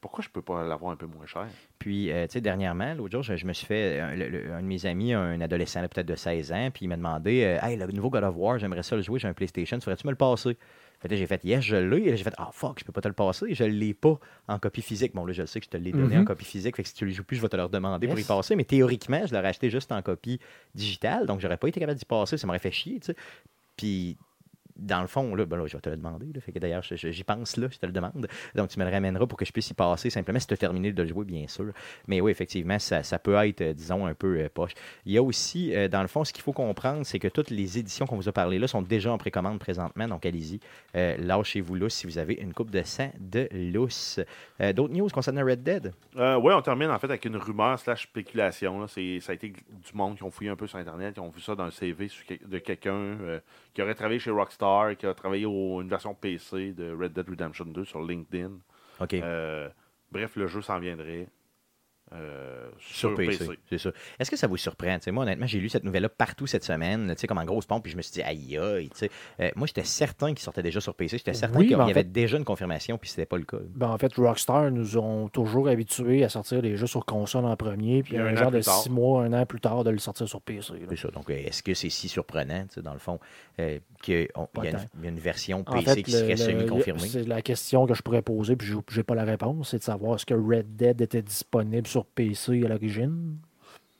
Speaker 3: Pourquoi je peux pas l'avoir un peu moins cher?
Speaker 1: Puis, euh, tu sais, dernièrement, l'autre jour, je, je me suis fait. Un, le- le- un de mes amis, un adolescent, là, peut-être de 16 ans, puis il m'a demandé euh, Hey, le nouveau God of War, j'aimerais ça le jouer, j'ai un PlayStation, ferais-tu me le passer Fait que là, j'ai fait Yes, je l'ai. Et là, j'ai fait Ah, fuck, je peux pas te le passer. Je l'ai pas en copie physique. Bon, là, je le sais que je te l'ai donné
Speaker 2: Mhm.
Speaker 1: en copie physique. Fait que si tu le joues plus, je vais te le redemander pour y
Speaker 2: Yes.
Speaker 1: passer. Mais théoriquement, je l'aurais acheté juste en copie digitale. Donc, j'aurais pas été capable d'y passer. Ça m'aurait fait chier, tu sais. Puis, dans le fond, là, ben là, je vais te le demander. là. Fait que d'ailleurs, je- je- j'y pense là, je te le demande. Donc, tu me le ramèneras pour que je puisse y passer simplement si tu as terminé de le jouer, bien sûr. Mais oui, effectivement, ça, ça peut être, euh, disons, un peu euh, poche. Il y a aussi, euh, dans le fond, ce qu'il faut comprendre, c'est que toutes les éditions qu'on vous a parlé là sont déjà en précommande présentement. Donc, allez-y. Euh, Lâchez-vous là si vous avez une coupe de sang de lousse. Euh, D'autres news concernant Red Dead?
Speaker 3: oui, Euh, on termine en fait avec une rumeur slash spéculation. là. C'est- Ça a été du monde qui ont fouillé un peu sur Internet, qui ont vu ça dans un CV sur que- de quelqu'un euh, qui aurait travaillé chez Rockstar, qui a travaillé au- une version PC de Red Dead Redemption 2 sur LinkedIn.
Speaker 1: OK.
Speaker 3: Euh, bref, le jeu s'en viendrait euh, sur,
Speaker 1: Sur PC,
Speaker 3: PC.
Speaker 1: c'est ça. Est-ce que ça vous surprend? Tu sais, moi, honnêtement, j'ai lu cette nouvelle-là partout cette semaine, tu sais, comme en grosse pompe, puis je me suis dit, aïe, aïe, tu sais. Euh, moi, j'étais certain qu'il sortait déjà sur PC, j'étais certain
Speaker 2: Oui,
Speaker 1: qu'il y
Speaker 2: mais en
Speaker 1: avait
Speaker 2: fait-
Speaker 1: déjà une confirmation, puis c'était pas le cas.
Speaker 2: Ben, en fait, Rockstar nous ont toujours habitués à sortir les jeux sur console en premier, puis
Speaker 3: Puis un
Speaker 2: un
Speaker 3: an
Speaker 2: genre de
Speaker 3: plus tard.
Speaker 2: six mois, un an plus tard, de le sortir sur PC. là.
Speaker 1: C'est ça. Donc, euh, est-ce que c'est si surprenant, tu sais, dans le fond, euh, qu'il y, a
Speaker 2: tant.
Speaker 1: une- il y a une version
Speaker 2: En
Speaker 1: PC
Speaker 2: fait,
Speaker 1: qui
Speaker 2: le-
Speaker 1: serait
Speaker 2: le-
Speaker 1: semi-confirmée?
Speaker 2: C'est la question que je pourrais poser, puis j'ai- j'ai pas la réponse, c'est de savoir est-ce que Red Dead était disponible sur PC à l'origine.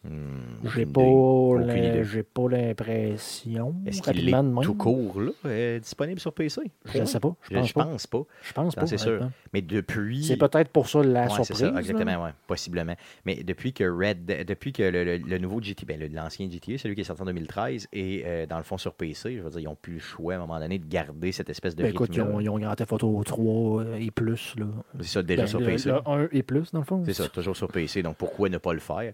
Speaker 1: Hmm,
Speaker 2: J'ai
Speaker 1: aucune
Speaker 2: pas,
Speaker 1: idée.
Speaker 2: l'im-
Speaker 1: Aucune idée.
Speaker 2: j'ai pas l'impression.
Speaker 1: Est-ce qu'il est
Speaker 2: rapidement de même.
Speaker 1: tout court, là, euh, disponible sur PC?
Speaker 2: Je sais pas. Je
Speaker 1: Je
Speaker 2: pense
Speaker 1: je
Speaker 2: pas.
Speaker 1: pense pas.
Speaker 2: Je pense
Speaker 1: Non,
Speaker 2: pas.
Speaker 1: c'est sûr.
Speaker 2: honnêtement.
Speaker 1: Mais depuis...
Speaker 2: C'est peut-être pour ça la
Speaker 1: Ouais, c'est
Speaker 2: surprise.
Speaker 1: ça,
Speaker 2: là.
Speaker 1: exactement, ouais, possiblement. Mais depuis que Red, Dead- depuis que le, le- le nouveau GTA, ben, le- l'ancien GTA, celui qui est sorti en 2013, et euh, dans le fond sur PC, je veux dire, ils n'ont plus le choix à un moment donné de garder cette espèce de
Speaker 2: Ben, écoute, ils
Speaker 1: rythme-là.
Speaker 2: ont, ils ont Grand Theft Auto 3 euh, et plus. Là.
Speaker 1: C'est ça, déjà
Speaker 2: Ben,
Speaker 1: sur
Speaker 2: le-
Speaker 1: PC.
Speaker 2: le 1 et plus, dans le fond.
Speaker 1: C'est ça, toujours sur PC, donc pourquoi ne pas le faire?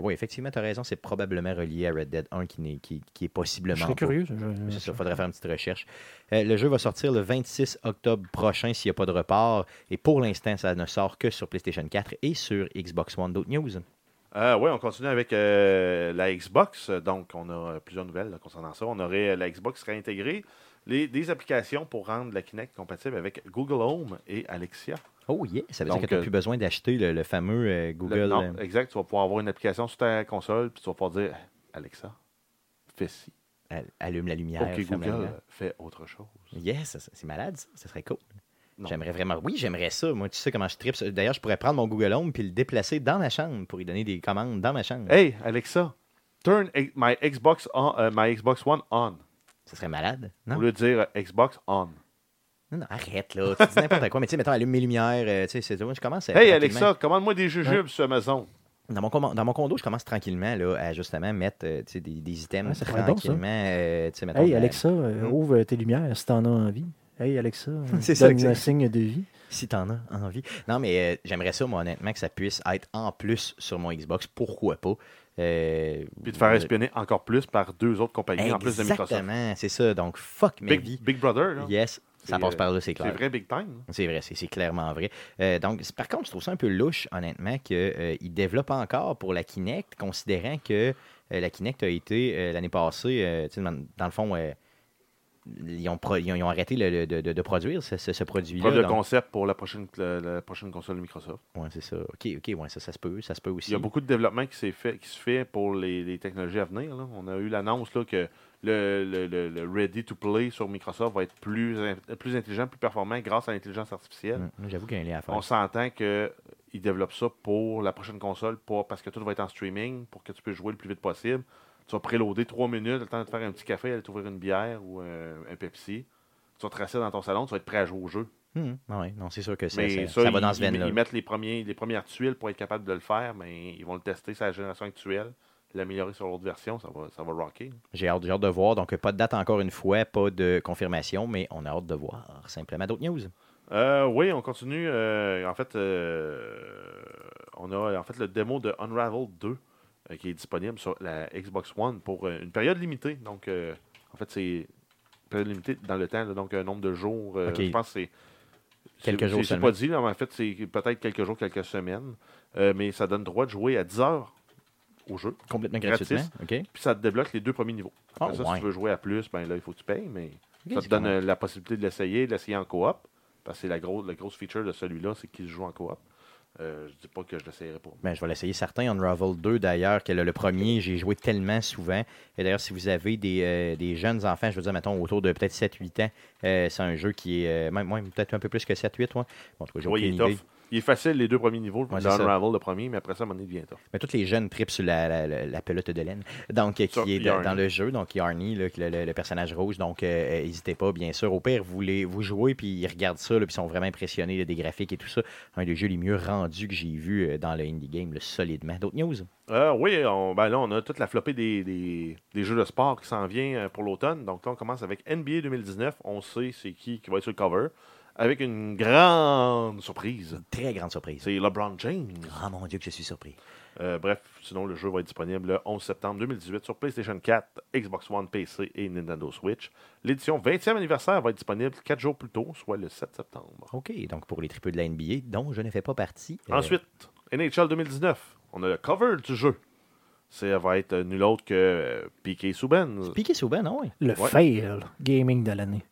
Speaker 1: oui, effectivement, tu as raison, c'est probablement relié à Red Dead 1 qui, n'est- qui, qui est possiblement.
Speaker 2: Je serais
Speaker 1: pas.
Speaker 2: curieux. je-
Speaker 1: C'est ça, il faudrait faire une petite recherche. Euh, le jeu va sortir le 26 octobre prochain s'il n'y a pas de report. Et pour l'instant, ça ne sort que sur PlayStation 4 et sur Xbox One. D'autres news?
Speaker 3: oui, on continue avec euh, la Xbox. Donc, on a euh, plusieurs nouvelles là, concernant ça. On aurait euh, la Xbox serait intégrée les, des applications pour rendre la Kinect compatible avec Google Home et Alexia.
Speaker 1: Oh yeah, ça veut
Speaker 3: Donc,
Speaker 1: dire que tu
Speaker 3: euh,
Speaker 1: n'as plus besoin d'acheter le, le fameux euh,
Speaker 3: Le-
Speaker 1: Google.
Speaker 3: non,
Speaker 1: euh,
Speaker 3: exact. Tu vas pouvoir avoir une application sur ta console, puis tu vas pouvoir dire Alexa, fais ci.
Speaker 1: al- allume la lumière.
Speaker 3: Pour que
Speaker 1: ferme la
Speaker 3: Google euh,
Speaker 1: lumière.
Speaker 3: fait autre chose.
Speaker 1: Yes, ça- ça- c'est malade, ça. Ça serait cool.
Speaker 3: Non.
Speaker 1: J'aimerais vraiment. Oui, j'aimerais ça. Moi, tu sais comment je tripe. ça. D'ailleurs, je pourrais prendre mon Google Home puis le déplacer dans ma chambre pour y donner des commandes dans ma chambre.
Speaker 3: Hey, Alexa, turn e- my Xbox, on, euh, my Xbox One on.
Speaker 1: Ça serait malade. Non? Ben,
Speaker 3: Au lieu de dire euh, Xbox on.
Speaker 1: non, non, arrête là. Tu dis n'importe quoi. Mais tu sais, mettons, allume mes lumières. euh, tu sais, c'est moi, je commence. à-
Speaker 3: Hey,
Speaker 1: tranquillement-
Speaker 3: Alexa, commande-moi des jujubes sur Amazon.
Speaker 1: Dans mon, com- dans mon condo, je commence tranquillement là, à justement mettre euh, tu sais, des, des
Speaker 2: Ouais,
Speaker 1: items
Speaker 2: ça pourrait être bon, ça.
Speaker 1: tranquillement. euh, tu sais, mettons,
Speaker 2: Hey
Speaker 1: la-
Speaker 2: Alexa, euh,
Speaker 1: Hmm.
Speaker 2: ouvre tes lumières si t'en as envie. Hey Alexa, euh,
Speaker 1: C'est ça,
Speaker 2: donne
Speaker 1: exact.
Speaker 2: un signe de vie.
Speaker 1: Si t'en as envie. Non, mais euh, j'aimerais ça, moi, honnêtement, que ça puisse être en plus sur mon Xbox. Pourquoi pas? Euh,
Speaker 3: Puis de faire
Speaker 1: euh,
Speaker 3: espionner encore plus par deux autres compagnies en plus de Microsoft.
Speaker 1: Exactement, c'est ça. Donc, fuck mes vies.
Speaker 3: Big, Big Brother, là.
Speaker 1: Yes, ça
Speaker 3: C'est,
Speaker 1: passe
Speaker 3: euh,
Speaker 1: par là, c'est
Speaker 3: C'est
Speaker 1: clair.
Speaker 3: vrai, Big Time.
Speaker 1: C'est vrai, c'est c'est clairement vrai. Euh, donc, c'est- par contre, je trouve ça un peu louche, honnêtement, qu'ils développent encore pour la Kinect, considérant que euh, la Kinect a été, euh, l'année passée, euh, tu sais, dans dans le fond, euh, ils ont, pro- ils ont- ils ont arrêté le- le- de, de- de produire ce, ce- ce produit-là.
Speaker 3: Preuve de
Speaker 1: donc-
Speaker 3: concept pour la prochaine, la, la prochaine console de Microsoft.
Speaker 1: Ouais, c'est ça. OK, OK, ouais, ça, ça se peut, ça se peut aussi.
Speaker 3: Il y a beaucoup de développement qui, s'est fait, qui se fait pour les, les technologies à venir. là. On a eu l'annonce là, que le, le- le- le Ready to Play sur Microsoft va être plus, in- plus intelligent, plus performant grâce à l'intelligence artificielle.
Speaker 1: Hum, J'avoue qu'il y a un lien à faire.
Speaker 3: On s'entend qu'ils développent ça pour la prochaine console pour, parce que tout va être en streaming pour que tu puisses jouer le plus vite possible. Tu vas préloader trois minutes, le temps de te faire un petit café, aller t'ouvrir une bière ou euh, un Pepsi. Tu vas te rasseoir dans ton salon, tu vas être prêt à jouer au jeu.
Speaker 1: Hum, ouais, non, c'est sûr que c'est-
Speaker 3: Mais
Speaker 1: c'est-
Speaker 3: ça,
Speaker 1: ça, va
Speaker 3: ils-
Speaker 1: dans ce
Speaker 3: ils-
Speaker 1: veine-là.
Speaker 3: Ils mettent les, premiers, les premières tuiles pour être capable de le faire, mais ils vont le tester sur la génération actuelle, l'améliorer sur l'autre version, ça va, ça va rocker.
Speaker 1: J'ai hâte, j'ai hâte de voir. Donc, pas de date encore une fois, pas de confirmation, mais on a hâte de voir. Simplement d'autres news.
Speaker 3: Euh, oui, on continue. Euh, en fait, euh, on a en fait le démo de Unravel 2 euh, qui est disponible sur la Xbox One pour euh, une période limitée. Donc, euh, en fait, c'est une période limitée dans le temps, là, donc un nombre de jours. euh,
Speaker 1: Ok.
Speaker 3: Je pense que c'est
Speaker 1: Quelques
Speaker 3: c'est-
Speaker 1: jours
Speaker 3: c'est- C'est
Speaker 1: seulement.
Speaker 3: pas dit, là, mais en fait, c'est peut-être quelques jours, quelques semaines. Euh, mais ça donne droit de jouer à 10 heures au jeu.
Speaker 1: Complètement
Speaker 3: Gratis.
Speaker 1: gratuitement. OK.
Speaker 3: Puis ça te débloque les deux premiers niveaux. Après
Speaker 1: Ah,
Speaker 3: ça,
Speaker 1: ouais.
Speaker 3: si tu veux jouer à plus, ben là, il faut que tu payes, mais
Speaker 1: Ok,
Speaker 3: ça te
Speaker 1: c'est
Speaker 3: donne
Speaker 1: quand même-
Speaker 3: euh, la possibilité de l'essayer, de l'essayer en coop. Parce que c'est la, grosse la grosse feature de celui-là, c'est qu'il se joue en coop. Euh, je dis pas que je l'essayerai pas.
Speaker 1: Ben, je vais l'essayer certain. Unravel 2, d'ailleurs, que le, le premier, j'ai joué tellement souvent. Et d'ailleurs, si vous avez des, euh, des jeunes enfants, je veux dire, mettons, autour de peut-être 7-8 ans, euh, c'est un jeu qui est, euh, même, ouais, peut-être un peu plus que 7-8, ouais. Bon, en tout cas, j'ai
Speaker 3: Ouais,
Speaker 1: aucune
Speaker 3: il est
Speaker 1: idée.
Speaker 3: tough. Il est facile les deux premiers niveaux,
Speaker 1: Ouais,
Speaker 3: le
Speaker 1: c'est ça.
Speaker 3: Unravel le premier, mais après ça, à un moment donné, il devient tough.
Speaker 1: Mais Ben, tous les jeunes tripent sur la, la, la- la pelote de laine. Donc, euh, qui
Speaker 3: Sur
Speaker 1: est dans,
Speaker 3: Yarny.
Speaker 1: dans le jeu, donc Yarny, là, qui est le, le- le personnage rouge. Donc, euh, n'hésitez pas, bien sûr. Au pire, vous, les, vous jouez, puis ils regardent ça, là, puis ils sont vraiment impressionnés là, des graphiques et tout ça. Un des jeux les mieux rendus que j'ai vu euh, dans le indie game, là, solidement. D'autres news?
Speaker 3: Euh, oui, on, ben là, on a toute la flopée des, des- des jeux de sport qui s'en vient euh, pour l'automne. Donc là, on commence avec NBA 2019. On sait c'est qui qui va être sur le cover. Avec une grande surprise,
Speaker 1: Très grande surprise.
Speaker 3: c'est LeBron James.
Speaker 1: Ah mon Dieu, que je suis surpris.
Speaker 3: Euh, bref, sinon, le jeu va être disponible le 11 septembre 2018 sur PlayStation 4, Xbox One, PC et Nintendo Switch. L'édition 20e anniversaire va être disponible 4 jours plus tôt, soit le 7 septembre.
Speaker 1: OK, donc pour les tripeux de la NBA, dont je ne fais pas partie. euh,
Speaker 3: Ensuite, NHL 2019, on a le cover du jeu. Ça va être euh, nul autre que euh, P.K. Subban.
Speaker 1: Piqué Souban, non? ouais.
Speaker 2: Le
Speaker 3: Ouais.
Speaker 2: fail gaming de l'année.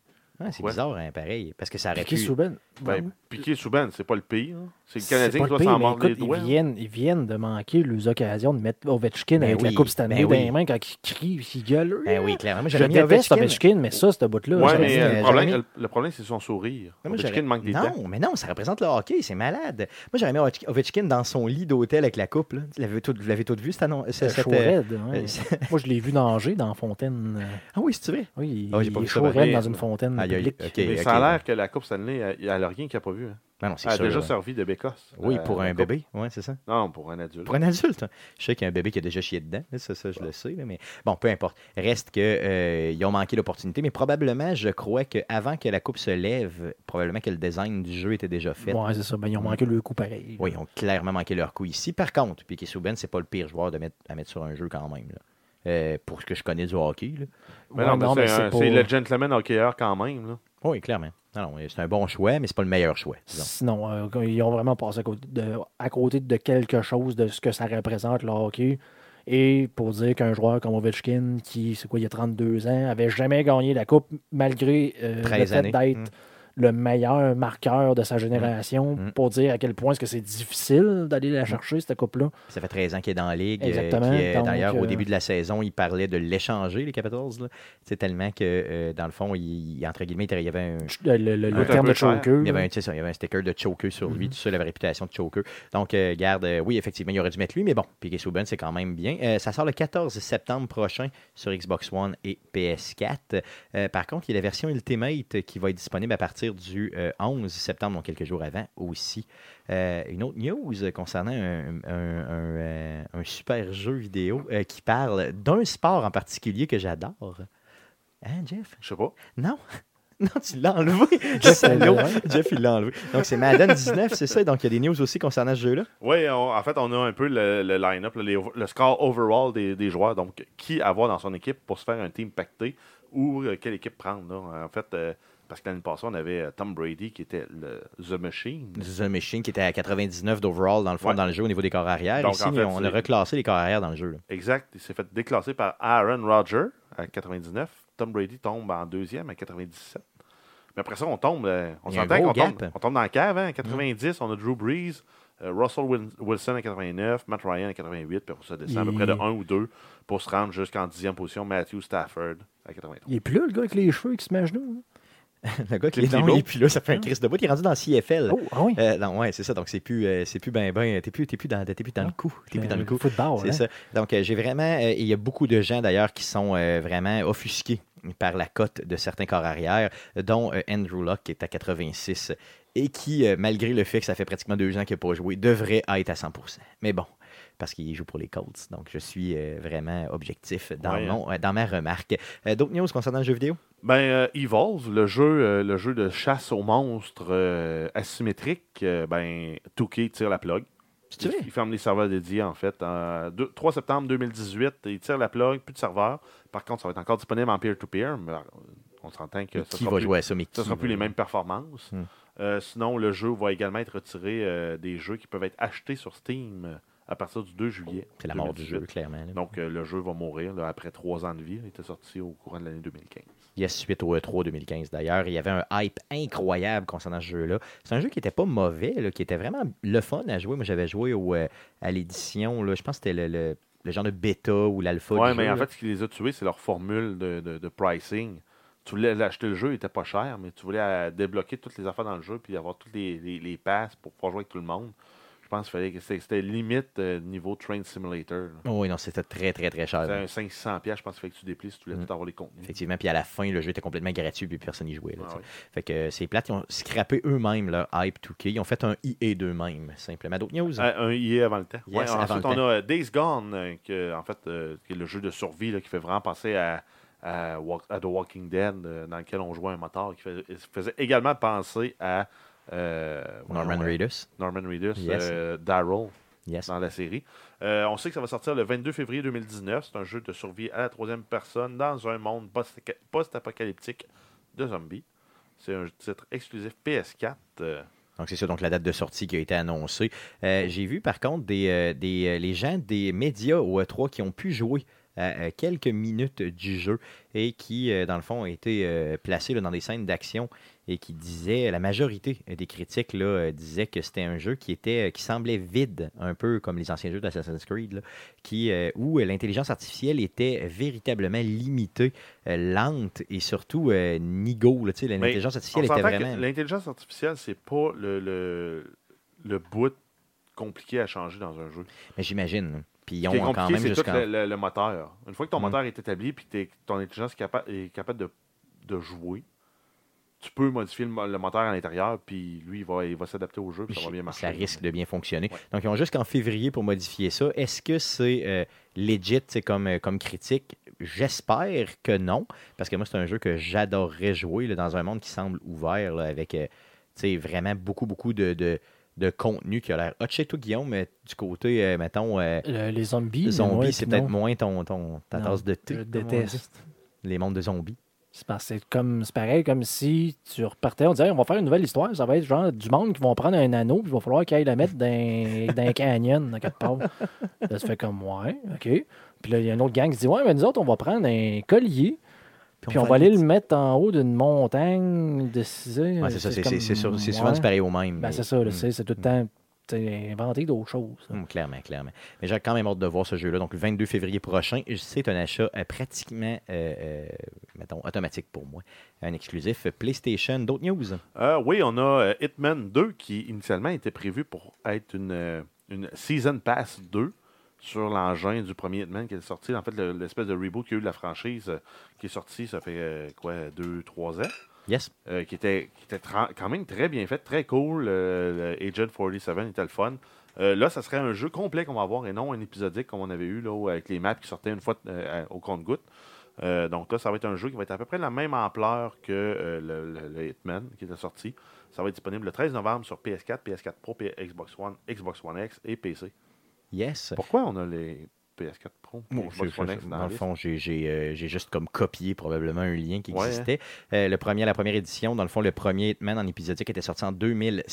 Speaker 1: Ah, c'est
Speaker 3: Ouais.
Speaker 1: bizarre, hein, pareil. Parce que ça aurait
Speaker 2: Piqué
Speaker 1: pu...
Speaker 2: Souben.
Speaker 3: Ben, P.K. Subban, c'est pas le pire. hein. C'est le
Speaker 2: C'est
Speaker 3: Canadien
Speaker 2: pas
Speaker 3: qui doit
Speaker 2: le pire,
Speaker 3: s'en
Speaker 2: mais
Speaker 3: mordre les
Speaker 2: écoute,
Speaker 3: doigts.
Speaker 2: Ils viennent, ils viennent de manquer les occasions de mettre Ovechkin
Speaker 1: Ben
Speaker 2: avec la
Speaker 1: oui,
Speaker 2: Coupe Stanley
Speaker 1: ben
Speaker 2: dans
Speaker 1: oui.
Speaker 2: les mains quand il crie et qu'il gueule.
Speaker 1: Ben oui, clairement. Moi,
Speaker 2: je
Speaker 1: j'aurais mis
Speaker 2: déteste
Speaker 1: Ovechkin.
Speaker 2: Ovechkin, mais ça, ce bout-là.
Speaker 3: Ouais,
Speaker 1: j'aurais
Speaker 2: j'aime
Speaker 1: dit,
Speaker 3: mais
Speaker 2: ça.
Speaker 3: euh,
Speaker 1: euh,
Speaker 3: le
Speaker 1: j'aurais
Speaker 3: problème,
Speaker 1: mis-
Speaker 3: le- le problème, c'est son sourire.
Speaker 1: Mais moi,
Speaker 3: Ovechkin
Speaker 1: j'aurais-
Speaker 3: manque des
Speaker 1: non,
Speaker 3: dents.
Speaker 1: mais non, ça représente le hockey, c'est malade. Moi, j'aurais mis Ovech- Ovechkin dans son lit d'hôtel avec la coupe. là. Vous l'avez tout, vous l'avez tout vu, cette annonce?
Speaker 2: C'est
Speaker 1: cette- cette,
Speaker 2: chaud
Speaker 1: euh,
Speaker 2: raide, ouais.
Speaker 1: euh, c'est-
Speaker 2: Moi, je l'ai vu nager dans la fontaine. euh,
Speaker 1: Ah oui, c'est vrai.
Speaker 2: Oui, il,
Speaker 1: Ah, j'ai pas
Speaker 2: il est
Speaker 1: vu ça
Speaker 2: chaud raide
Speaker 3: pareil.
Speaker 2: dans une fontaine
Speaker 1: Aïe, aïe,
Speaker 2: publique.
Speaker 1: ok,
Speaker 3: Mais
Speaker 1: ok.
Speaker 3: ça a l'air que la Coupe Stanley, elle- elle a rien qu'il n'a pas vu. hein.
Speaker 1: Non, non, c'est
Speaker 3: Elle a
Speaker 1: sûr,
Speaker 3: déjà
Speaker 1: là.
Speaker 3: servi de bécosse.
Speaker 1: Oui,
Speaker 3: Euh,
Speaker 1: pour
Speaker 3: la
Speaker 1: un
Speaker 3: Coupe-
Speaker 1: bébé, oui, c'est ça.
Speaker 3: Non, pour un adulte.
Speaker 1: Pour un adulte. hein. Je sais qu'il y a un bébé qui a déjà chié dedans. là, Ça, ça je le sais. là, mais bon, peu importe. Reste que euh, ils ont manqué l'opportunité. Mais probablement, je crois qu'avant que la coupe se lève, probablement que le design du jeu était déjà fait.
Speaker 2: Ouais, c'est ça. Ben, ils ont manqué le coup pareil.
Speaker 1: Oui, ils ont clairement manqué leur coup ici. Par contre, Piqué Souben, c'est pas le pire joueur de mettre, à mettre sur un jeu quand même. là. Euh, pour ce que je connais du hockey. là.
Speaker 3: Mais
Speaker 2: Ouais,
Speaker 3: non, mais
Speaker 2: non, mais
Speaker 3: c'est
Speaker 2: c'est
Speaker 3: un-
Speaker 2: pas-
Speaker 3: c'est le gentleman hockeyeur quand même. là.
Speaker 1: Oui, clairement. Non, non, c'est un bon choix, mais c'est pas le meilleur choix. disons.
Speaker 2: Sinon, euh, ils ont vraiment passé à côté, de, à côté de quelque chose de ce que ça représente le hockey. Et pour dire qu'un joueur comme Ovechkin, qui, c'est quoi, il y a 32 ans, avait jamais gagné la Coupe, malgré euh, le
Speaker 1: 13
Speaker 2: fait
Speaker 1: années.
Speaker 2: d'être
Speaker 1: Mm.
Speaker 2: le meilleur marqueur de sa génération,
Speaker 1: Mm.
Speaker 2: pour dire à quel point est-ce que c'est difficile d'aller la chercher, cette Coupe-là.
Speaker 1: Ça fait 13 ans qu'il est dans la ligue. euh,
Speaker 2: Exactement,
Speaker 1: qui est-
Speaker 2: donc,
Speaker 1: D'ailleurs, au
Speaker 2: euh,
Speaker 1: début de la saison, il parlait de l'échanger, les Capitals. là. C'est tellement que, euh, dans le fond, il, il- entre guillemets, il y avait un.
Speaker 2: Le, le- le- le
Speaker 1: Ouais.
Speaker 2: terme
Speaker 3: Un peu
Speaker 2: de
Speaker 3: cher.
Speaker 2: choker.
Speaker 1: Il y, avait
Speaker 2: là.
Speaker 1: un, tu sais ça, il y avait un sticker de choker sur lui, tout ça, il avait la réputation de choker. Donc, euh, garde, euh, oui, effectivement, il aurait dû mettre lui, mais bon, Piquet Souben, c'est quand même bien. Euh, ça sort le 14 septembre prochain sur Xbox One et PS4. Euh, par contre, il y a la version Ultimate qui va être disponible à partir du euh, 11 septembre, donc quelques jours avant aussi. Euh, une autre news concernant un, un- un, euh, un super jeu vidéo euh, qui parle d'un sport en particulier que j'adore. Hein, Jeff?
Speaker 3: Je sais pas.
Speaker 1: Non. Non, tu l'as enlevé. Salaud. euh, Jeff, il l'a enlevé. Donc, c'est Madden 19, c'est ça. Donc, il y a des news aussi concernant ce jeu-là.
Speaker 3: Oui, en fait, on a un peu le, le line-up, là, les- le score overall des, des joueurs. Donc, qui avoir dans son équipe pour se faire un team pacté ou euh, quelle équipe prendre. là. En fait, euh, parce que l'année passée, on avait euh, Tom Brady qui était le The Machine.
Speaker 1: The Machine qui était à 99 d'overall, dans le fond,
Speaker 3: Ouais.
Speaker 1: dans le jeu, au niveau des corps arrière.
Speaker 3: Donc,
Speaker 1: Ici,
Speaker 3: en fait,
Speaker 1: on
Speaker 3: c'est-
Speaker 1: a reclassé les corps arrière dans le jeu. là.
Speaker 3: Exact. Il s'est fait déclasser par Aaron Rodgers à 99. Tom Brady tombe en deuxième à 97. Mais après ça, on tombe. euh, on
Speaker 1: Il y a un
Speaker 3: s'entend
Speaker 1: gros
Speaker 3: qu'on tombe,
Speaker 1: gap. Mm.
Speaker 3: on tombe dans la cave. Hein, en 90, on a Drew Brees, euh, Russell Wil- Wilson à 89, Matt Ryan à 88, puis on se descend à peu près de
Speaker 2: Il-
Speaker 3: 1 ou 2 pour se rendre jusqu'en 10e position, Matthew Stafford à 83.
Speaker 2: Il est plus là, le gars avec les cheveux qui se met à genoux.
Speaker 1: Le gars qui est Hein?
Speaker 3: Tim
Speaker 1: dans
Speaker 3: Tebow.
Speaker 1: et puis là, ça fait un crise de bout. Il est rendu dans CFL.
Speaker 2: là. Oh, ah oui.
Speaker 1: Euh, non, ouais, c'est ça. Donc, c'est plus, euh, c'est plus ben ben. T'es plus, t'es plus, dans, t'es plus dans le
Speaker 2: Non,
Speaker 1: coup. Ah. T'es plus dans le coup.
Speaker 2: football.
Speaker 1: C'est ça.
Speaker 2: hein.
Speaker 1: Donc, euh, j'ai vraiment. euh, Il y a beaucoup de gens d'ailleurs qui sont euh, vraiment offusqués par la cote de certains corps arrière, dont euh, Andrew Locke qui est à 86 et qui, euh, malgré le fait que ça fait pratiquement deux ans qu'il n'a pas joué, devrait être à 100 Mais bon, parce qu'il joue pour les Colts. Donc, je suis euh, vraiment objectif dans,
Speaker 3: Ouais, hein.
Speaker 1: mon- euh, dans ma remarque. Euh, D'autres news concernant le jeu vidéo?
Speaker 3: Ben, euh, Evolve, le jeu, euh, le jeu de chasse aux monstres euh, asymétrique, euh, ben, 2K tire la plug.
Speaker 1: C'est vrai?
Speaker 3: Il, il ferme les serveurs dédiés, en fait. En deux- 3 septembre 2018, il tire la plug, plus de serveurs. Par contre, ça va être encore disponible en peer-to-peer, mais euh, on s'entend que ça
Speaker 1: Qui
Speaker 3: sera
Speaker 1: va
Speaker 3: plus-
Speaker 1: jouer à ça, mais qui
Speaker 3: ce ne sera
Speaker 1: va-
Speaker 3: plus les mêmes performances.
Speaker 1: Hmm.
Speaker 3: Euh, sinon, le jeu va également être retiré euh, des jeux qui peuvent être achetés sur Steam euh, à partir du 2 juillet.
Speaker 1: C'est la mort du
Speaker 3: 2018.
Speaker 1: jeu, clairement. là.
Speaker 3: Donc, euh, le jeu va mourir là, après trois ans de vie. Il était sorti au courant de l'année 2015.
Speaker 1: Il y a suite au E E3 2015 d'ailleurs. Il y avait un hype incroyable concernant ce jeu-là. C'est un jeu qui n'était pas mauvais, là, qui était vraiment le fun à jouer. Moi, j'avais joué au, euh, à l'édition, là, je pense que c'était le, le- le genre de bêta ou l'alpha.
Speaker 3: Oui,
Speaker 1: du
Speaker 3: mais
Speaker 1: jeu,
Speaker 3: en
Speaker 1: là.
Speaker 3: fait, ce qui les a tués, c'est leur formule de, de- de pricing. Tu voulais acheter le jeu, il était pas cher, mais tu voulais euh, débloquer toutes les affaires dans le jeu puis avoir toutes les, les, les passes pour pouvoir jouer avec tout le monde. Je pense qu'il fallait que c'était- c'était limite euh, niveau Train Simulator. là.
Speaker 1: Oh oui, non, c'était très, très, très cher.
Speaker 3: C'était un 500$, piastres, je pense qu'il fallait que tu déplies si tu voulais
Speaker 1: Ah ben. Mm.
Speaker 3: tout avoir les contenus.
Speaker 1: Effectivement, puis à la fin, le jeu était complètement gratuit, puis personne n'y jouait. là,
Speaker 3: Ah
Speaker 1: tu sais.
Speaker 3: ouais.
Speaker 1: Fait que euh, c'est plate, ils ont scrappé eux-mêmes leur hype 2K. Ils ont fait un EA d'eux-mêmes, simplement. D'autres news?
Speaker 3: Euh, Un un IA avant le temps.
Speaker 1: Yes,
Speaker 3: Ouais,
Speaker 1: avant
Speaker 3: ensuite,
Speaker 1: le
Speaker 3: on
Speaker 1: temps.
Speaker 3: a euh, Days Gone, euh, que, en fait, euh, qui est le jeu de survie là, qui fait vraiment penser à, à Walk- à The Walking Dead, euh, dans lequel on jouait un motard, qui fait- faisait également penser à euh,
Speaker 1: Norman
Speaker 3: voyons, euh,
Speaker 1: Reedus.
Speaker 3: Norman Reedus,
Speaker 1: Yes.
Speaker 3: euh, Daryl,
Speaker 1: Yes.
Speaker 3: dans la série. Euh, on sait que ça va sortir le 22 février 2019. C'est un jeu de survie à la troisième personne dans un monde post- post-apocalyptique de zombies. C'est un titre exclusif PS4. euh,
Speaker 1: Donc, c'est ça, donc la date de sortie qui a été annoncée. Euh, J'ai vu, par contre, des, euh, des, euh, les gens des médias au E3 qui ont pu jouer à euh, quelques minutes du jeu et qui, euh, dans le fond, ont été euh, placés là, dans des scènes d'action et qui disaient, la majorité des critiques là, euh, disaient que c'était un jeu qui, était, euh, qui semblait vide, un peu comme les anciens jeux d'Assassin's Creed, là, qui, euh, où l'intelligence artificielle était véritablement limitée, euh, lente et surtout euh, nigo. là, tu sais, L'intelligence
Speaker 3: On
Speaker 1: artificielle était
Speaker 3: s'entend que
Speaker 1: vraiment...
Speaker 3: l'intelligence artificielle, c'est pas le, le, le bout compliqué à changer dans un jeu.
Speaker 1: Mais j'imagine. Puis ils
Speaker 3: Ce qui est
Speaker 1: ont quand
Speaker 3: compliqué,
Speaker 1: même
Speaker 3: c'est tout
Speaker 1: jusqu'en.
Speaker 3: le, le- le moteur. Une fois que ton
Speaker 1: Mm.
Speaker 3: moteur est établi et que ton intelligence est, capa- est capable de, de jouer, tu peux modifier le, mo- le moteur à l'intérieur, puis lui, il va, il va s'adapter au jeu, puis ça va bien marcher.
Speaker 1: Ça risque de bien fonctionner.
Speaker 3: Ouais.
Speaker 1: Donc, ils ont jusqu'en février pour modifier ça. Est-ce que c'est euh, legit c'est comme, euh, comme critique? J'espère que non, parce que moi, c'est un jeu que j'adorerais jouer là, dans un monde qui semble ouvert, là, avec euh, tu sais, vraiment beaucoup, beaucoup de, de, de contenu qui a l'air hot chez toi, Guillaume, euh, du côté, euh, mettons, euh,
Speaker 2: Le- les zombies. les
Speaker 1: zombies,
Speaker 2: noirs,
Speaker 1: c'est
Speaker 2: tout
Speaker 1: peut-être
Speaker 2: le monde.
Speaker 1: moins ton, ton, ta
Speaker 2: Non,
Speaker 1: tasse de thé.
Speaker 2: Je
Speaker 1: comme on dit.
Speaker 2: déteste.
Speaker 1: Les mondes de zombies.
Speaker 2: C'est parce que c'est comme c'est pareil comme si tu repartais, on dirait on va faire une nouvelle histoire, ça va être genre du monde qui vont prendre un anneau, puis il va falloir qu'ils aillent le mettre dans, dans un canyon, dans quelque part. Là, ça fait comme ouais, OK. Puis là, il y a une autre gang qui se dit Ouais, mais nous autres, on va prendre un collier, puis on,
Speaker 1: fait
Speaker 2: va aller
Speaker 1: des-
Speaker 2: le mettre en haut d'une montagne de 6
Speaker 1: Ouais, c'est ça, c'est
Speaker 2: comme-
Speaker 1: c'est- c'est sur- c'est
Speaker 2: ouais.
Speaker 1: souvent du pareil au même.
Speaker 2: Ben,
Speaker 1: mais-
Speaker 2: c'est ça, là,
Speaker 1: Mm.
Speaker 2: c'est c'est tout le temps t'sais, inventer d'autres choses. là.
Speaker 1: Hum, clairement, clairement. Mais j'ai quand même hâte de voir ce jeu-là. Donc, le 22 février prochain, c'est un achat euh, pratiquement, euh, euh, mettons, automatique pour moi. Un exclusif PlayStation. D'autres news?
Speaker 3: Euh, oui, on a euh, Hitman 2 qui initialement était prévu pour être une, euh, une Season Pass 2 sur l'engin du premier Hitman qui est sorti. En fait, le- l'espèce de reboot qu'il y a eu de la franchise euh, qui est sorti, ça fait euh, quoi, 2-3 ans,
Speaker 1: Yes.
Speaker 3: euh, qui était, qui était tra- quand même très bien fait, très cool. euh, le Agent 47 était le fun. Euh, là, ça serait un jeu complet qu'on va avoir et non un épisodique comme on avait eu là, où- avec les maps qui sortaient une fois euh, à- au compte-goutte. Euh, donc là, ça va être un jeu qui va être à peu près de la même ampleur que euh, le, le- le Hitman qui était sorti. Ça va être disponible le 13 novembre sur PS4, PS4 Pro, P- Xbox One, Xbox One X et PC.
Speaker 1: Yes.
Speaker 3: Pourquoi on a les PS4 Pro.
Speaker 1: Moi,
Speaker 3: Xbox
Speaker 1: je-
Speaker 3: One
Speaker 1: je-
Speaker 3: X dans
Speaker 1: dans
Speaker 3: la
Speaker 1: le
Speaker 3: liste.
Speaker 1: fond, j'ai j'ai, euh, j'ai juste comme copié probablement un lien qui
Speaker 3: Ouais, hein.
Speaker 1: existait. Euh, le premier, la première édition, dans le fond, le premier Hitman en épisodique était sorti en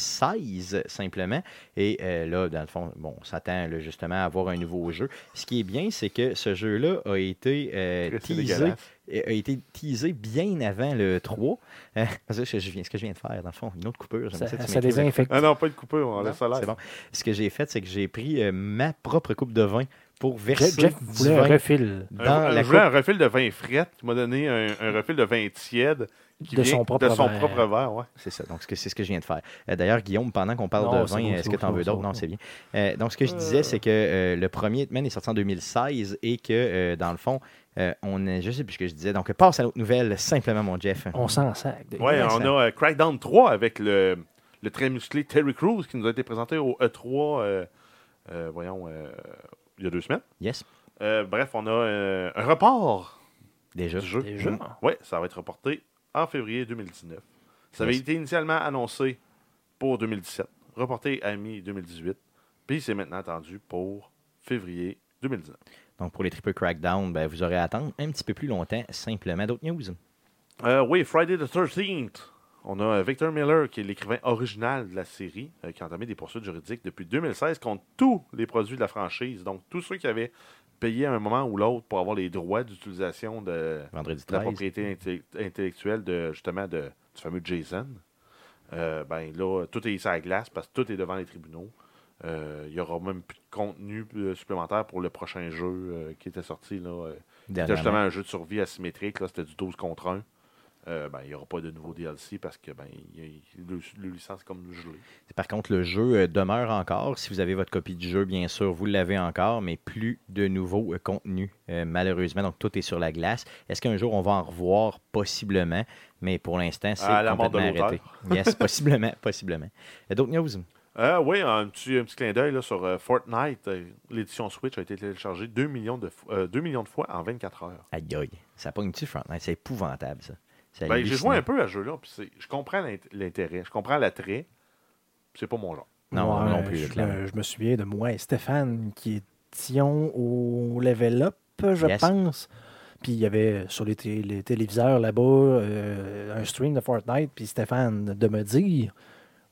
Speaker 1: 2016 simplement. Et euh, là, dans le fond, bon, on s'attend là, justement à avoir un nouveau jeu. Ce qui est bien, c'est que ce jeu-là a été euh,
Speaker 3: C'est
Speaker 1: teasé
Speaker 3: dégueulasse.
Speaker 1: a été teasé bien avant le 3. Euh, parce que je- je viens- ce que je viens de faire, dans le fond, une autre coupure. j'aimerais
Speaker 2: Ça,
Speaker 1: ça que tu
Speaker 2: ça
Speaker 1: m'incluses à-
Speaker 2: désinfecte.
Speaker 3: Ah non, pas de coupeur, on laisse ça là.
Speaker 1: c'est bon. Ce que j'ai fait, c'est que j'ai pris euh, ma propre coupe de vin pour verser
Speaker 2: Jeff, Jeff
Speaker 1: du
Speaker 2: voulait un
Speaker 1: vin
Speaker 2: refil
Speaker 1: dans
Speaker 3: Un, un-
Speaker 1: la
Speaker 3: je
Speaker 1: coupe
Speaker 3: voulais un refil de vin frais qui m'a donné un, un refil de vin tiède qui
Speaker 2: de
Speaker 3: vient
Speaker 2: son propre
Speaker 3: de son
Speaker 2: verre.
Speaker 3: propre verre. Ouais.
Speaker 1: C'est ça. Donc, ce que- c'est ce que je viens de faire. Euh, D'ailleurs, Guillaume, pendant qu'on parle
Speaker 2: Non,
Speaker 1: de
Speaker 2: c'est
Speaker 1: vin,
Speaker 2: bon,
Speaker 1: est-ce
Speaker 2: c'est
Speaker 1: que
Speaker 2: bon,
Speaker 1: tu en
Speaker 2: c'est
Speaker 1: veux
Speaker 2: bon,
Speaker 1: d'autres?
Speaker 2: c'est
Speaker 1: Non,
Speaker 2: bon.
Speaker 1: c'est bien. Euh, donc, ce que je disais, c'est que euh, le premier Hitman est sorti en 2016 et que, euh, dans le fond, euh, on est, je sais plus ce que je disais. Donc, passe à l'autre nouvelle, simplement, mon Jeff.
Speaker 2: On s'en sac. de-
Speaker 3: Ouais,
Speaker 1: Ouais,
Speaker 3: on
Speaker 1: ça-
Speaker 3: a euh, Crackdown 3 avec le, le très musclé Terry Crews qui nous a été présenté au E3, euh, euh, voyons, euh, il y a deux semaines.
Speaker 1: Yes,
Speaker 3: Euh, bref, on a euh, un report
Speaker 1: déjà.
Speaker 3: du jeu.
Speaker 2: Déjà.
Speaker 3: Oui, ça va être reporté en février 2019. Ça avait
Speaker 1: Yes.
Speaker 3: été initialement annoncé pour 2017, reporté à mi-2018, puis c'est maintenant attendu pour février 2019.
Speaker 1: Donc, pour les triple crackdown, ben, vous aurez à attendre un petit peu plus longtemps, simplement. D'autres news?
Speaker 3: Euh, oui, Friday the 13th. On a euh, Victor Miller, qui est l'écrivain original de la série, euh, qui a entamé des poursuites juridiques depuis 2016 contre tous les produits de la franchise. Donc, tous ceux qui avaient payé à un moment ou l'autre pour avoir les droits d'utilisation de,
Speaker 1: Vendredi
Speaker 3: de la
Speaker 1: 13.
Speaker 3: propriété inte- intellectuelle de, justement de, du fameux Jason. Euh, ben là, tout est sur la glace parce que tout est devant les tribunaux. Euh, Il n'y aura même plus de contenu euh, supplémentaire pour le prochain jeu euh, qui était sorti là, euh, c'était
Speaker 1: dernièrement.
Speaker 3: justement un jeu de survie asymétrique, là, c'était du 12 contre 1. Euh, ben, il n'y aura pas de nouveau DLC parce que ben, il- il- le, le licence est comme gelé.
Speaker 1: Par contre, le jeu euh, demeure encore. Si vous avez votre copie du jeu, bien sûr, vous l'avez encore, mais plus de nouveaux euh, contenus, euh, malheureusement. Donc, tout est sur la glace. Est-ce qu'un jour, on va en revoir Possiblement, mais pour l'instant, c'est
Speaker 3: À la mort de
Speaker 1: complètement arrêté. Yes, possiblement, possiblement. Euh, D'autres news?
Speaker 3: Euh, oui, un petit, un petit clin d'œil là, sur euh, Fortnite. Euh, L'édition Switch a été téléchargée 2 millions de, fo- euh, 2 millions de fois en 24 heures.
Speaker 1: Aïe, aïe. Ça pogne-tu, Frontline? C'est épouvantable, ça. C'est
Speaker 3: Ben, J'ai joué
Speaker 1: hallucinant.
Speaker 3: un peu à ce jeu-là, puis c'est- je comprends l'int- l'intérêt, je comprends l'attrait, puis c'est pas mon genre.
Speaker 1: Non,
Speaker 2: Ouais,
Speaker 1: non plus,
Speaker 2: je,
Speaker 1: clairement.
Speaker 2: me- je me souviens de moi et Stéphane qui étions au level up, je
Speaker 1: Yes.
Speaker 2: pense. Puis il y avait sur les, té- les téléviseurs là-bas euh, un stream de Fortnite, puis Stéphane de me dire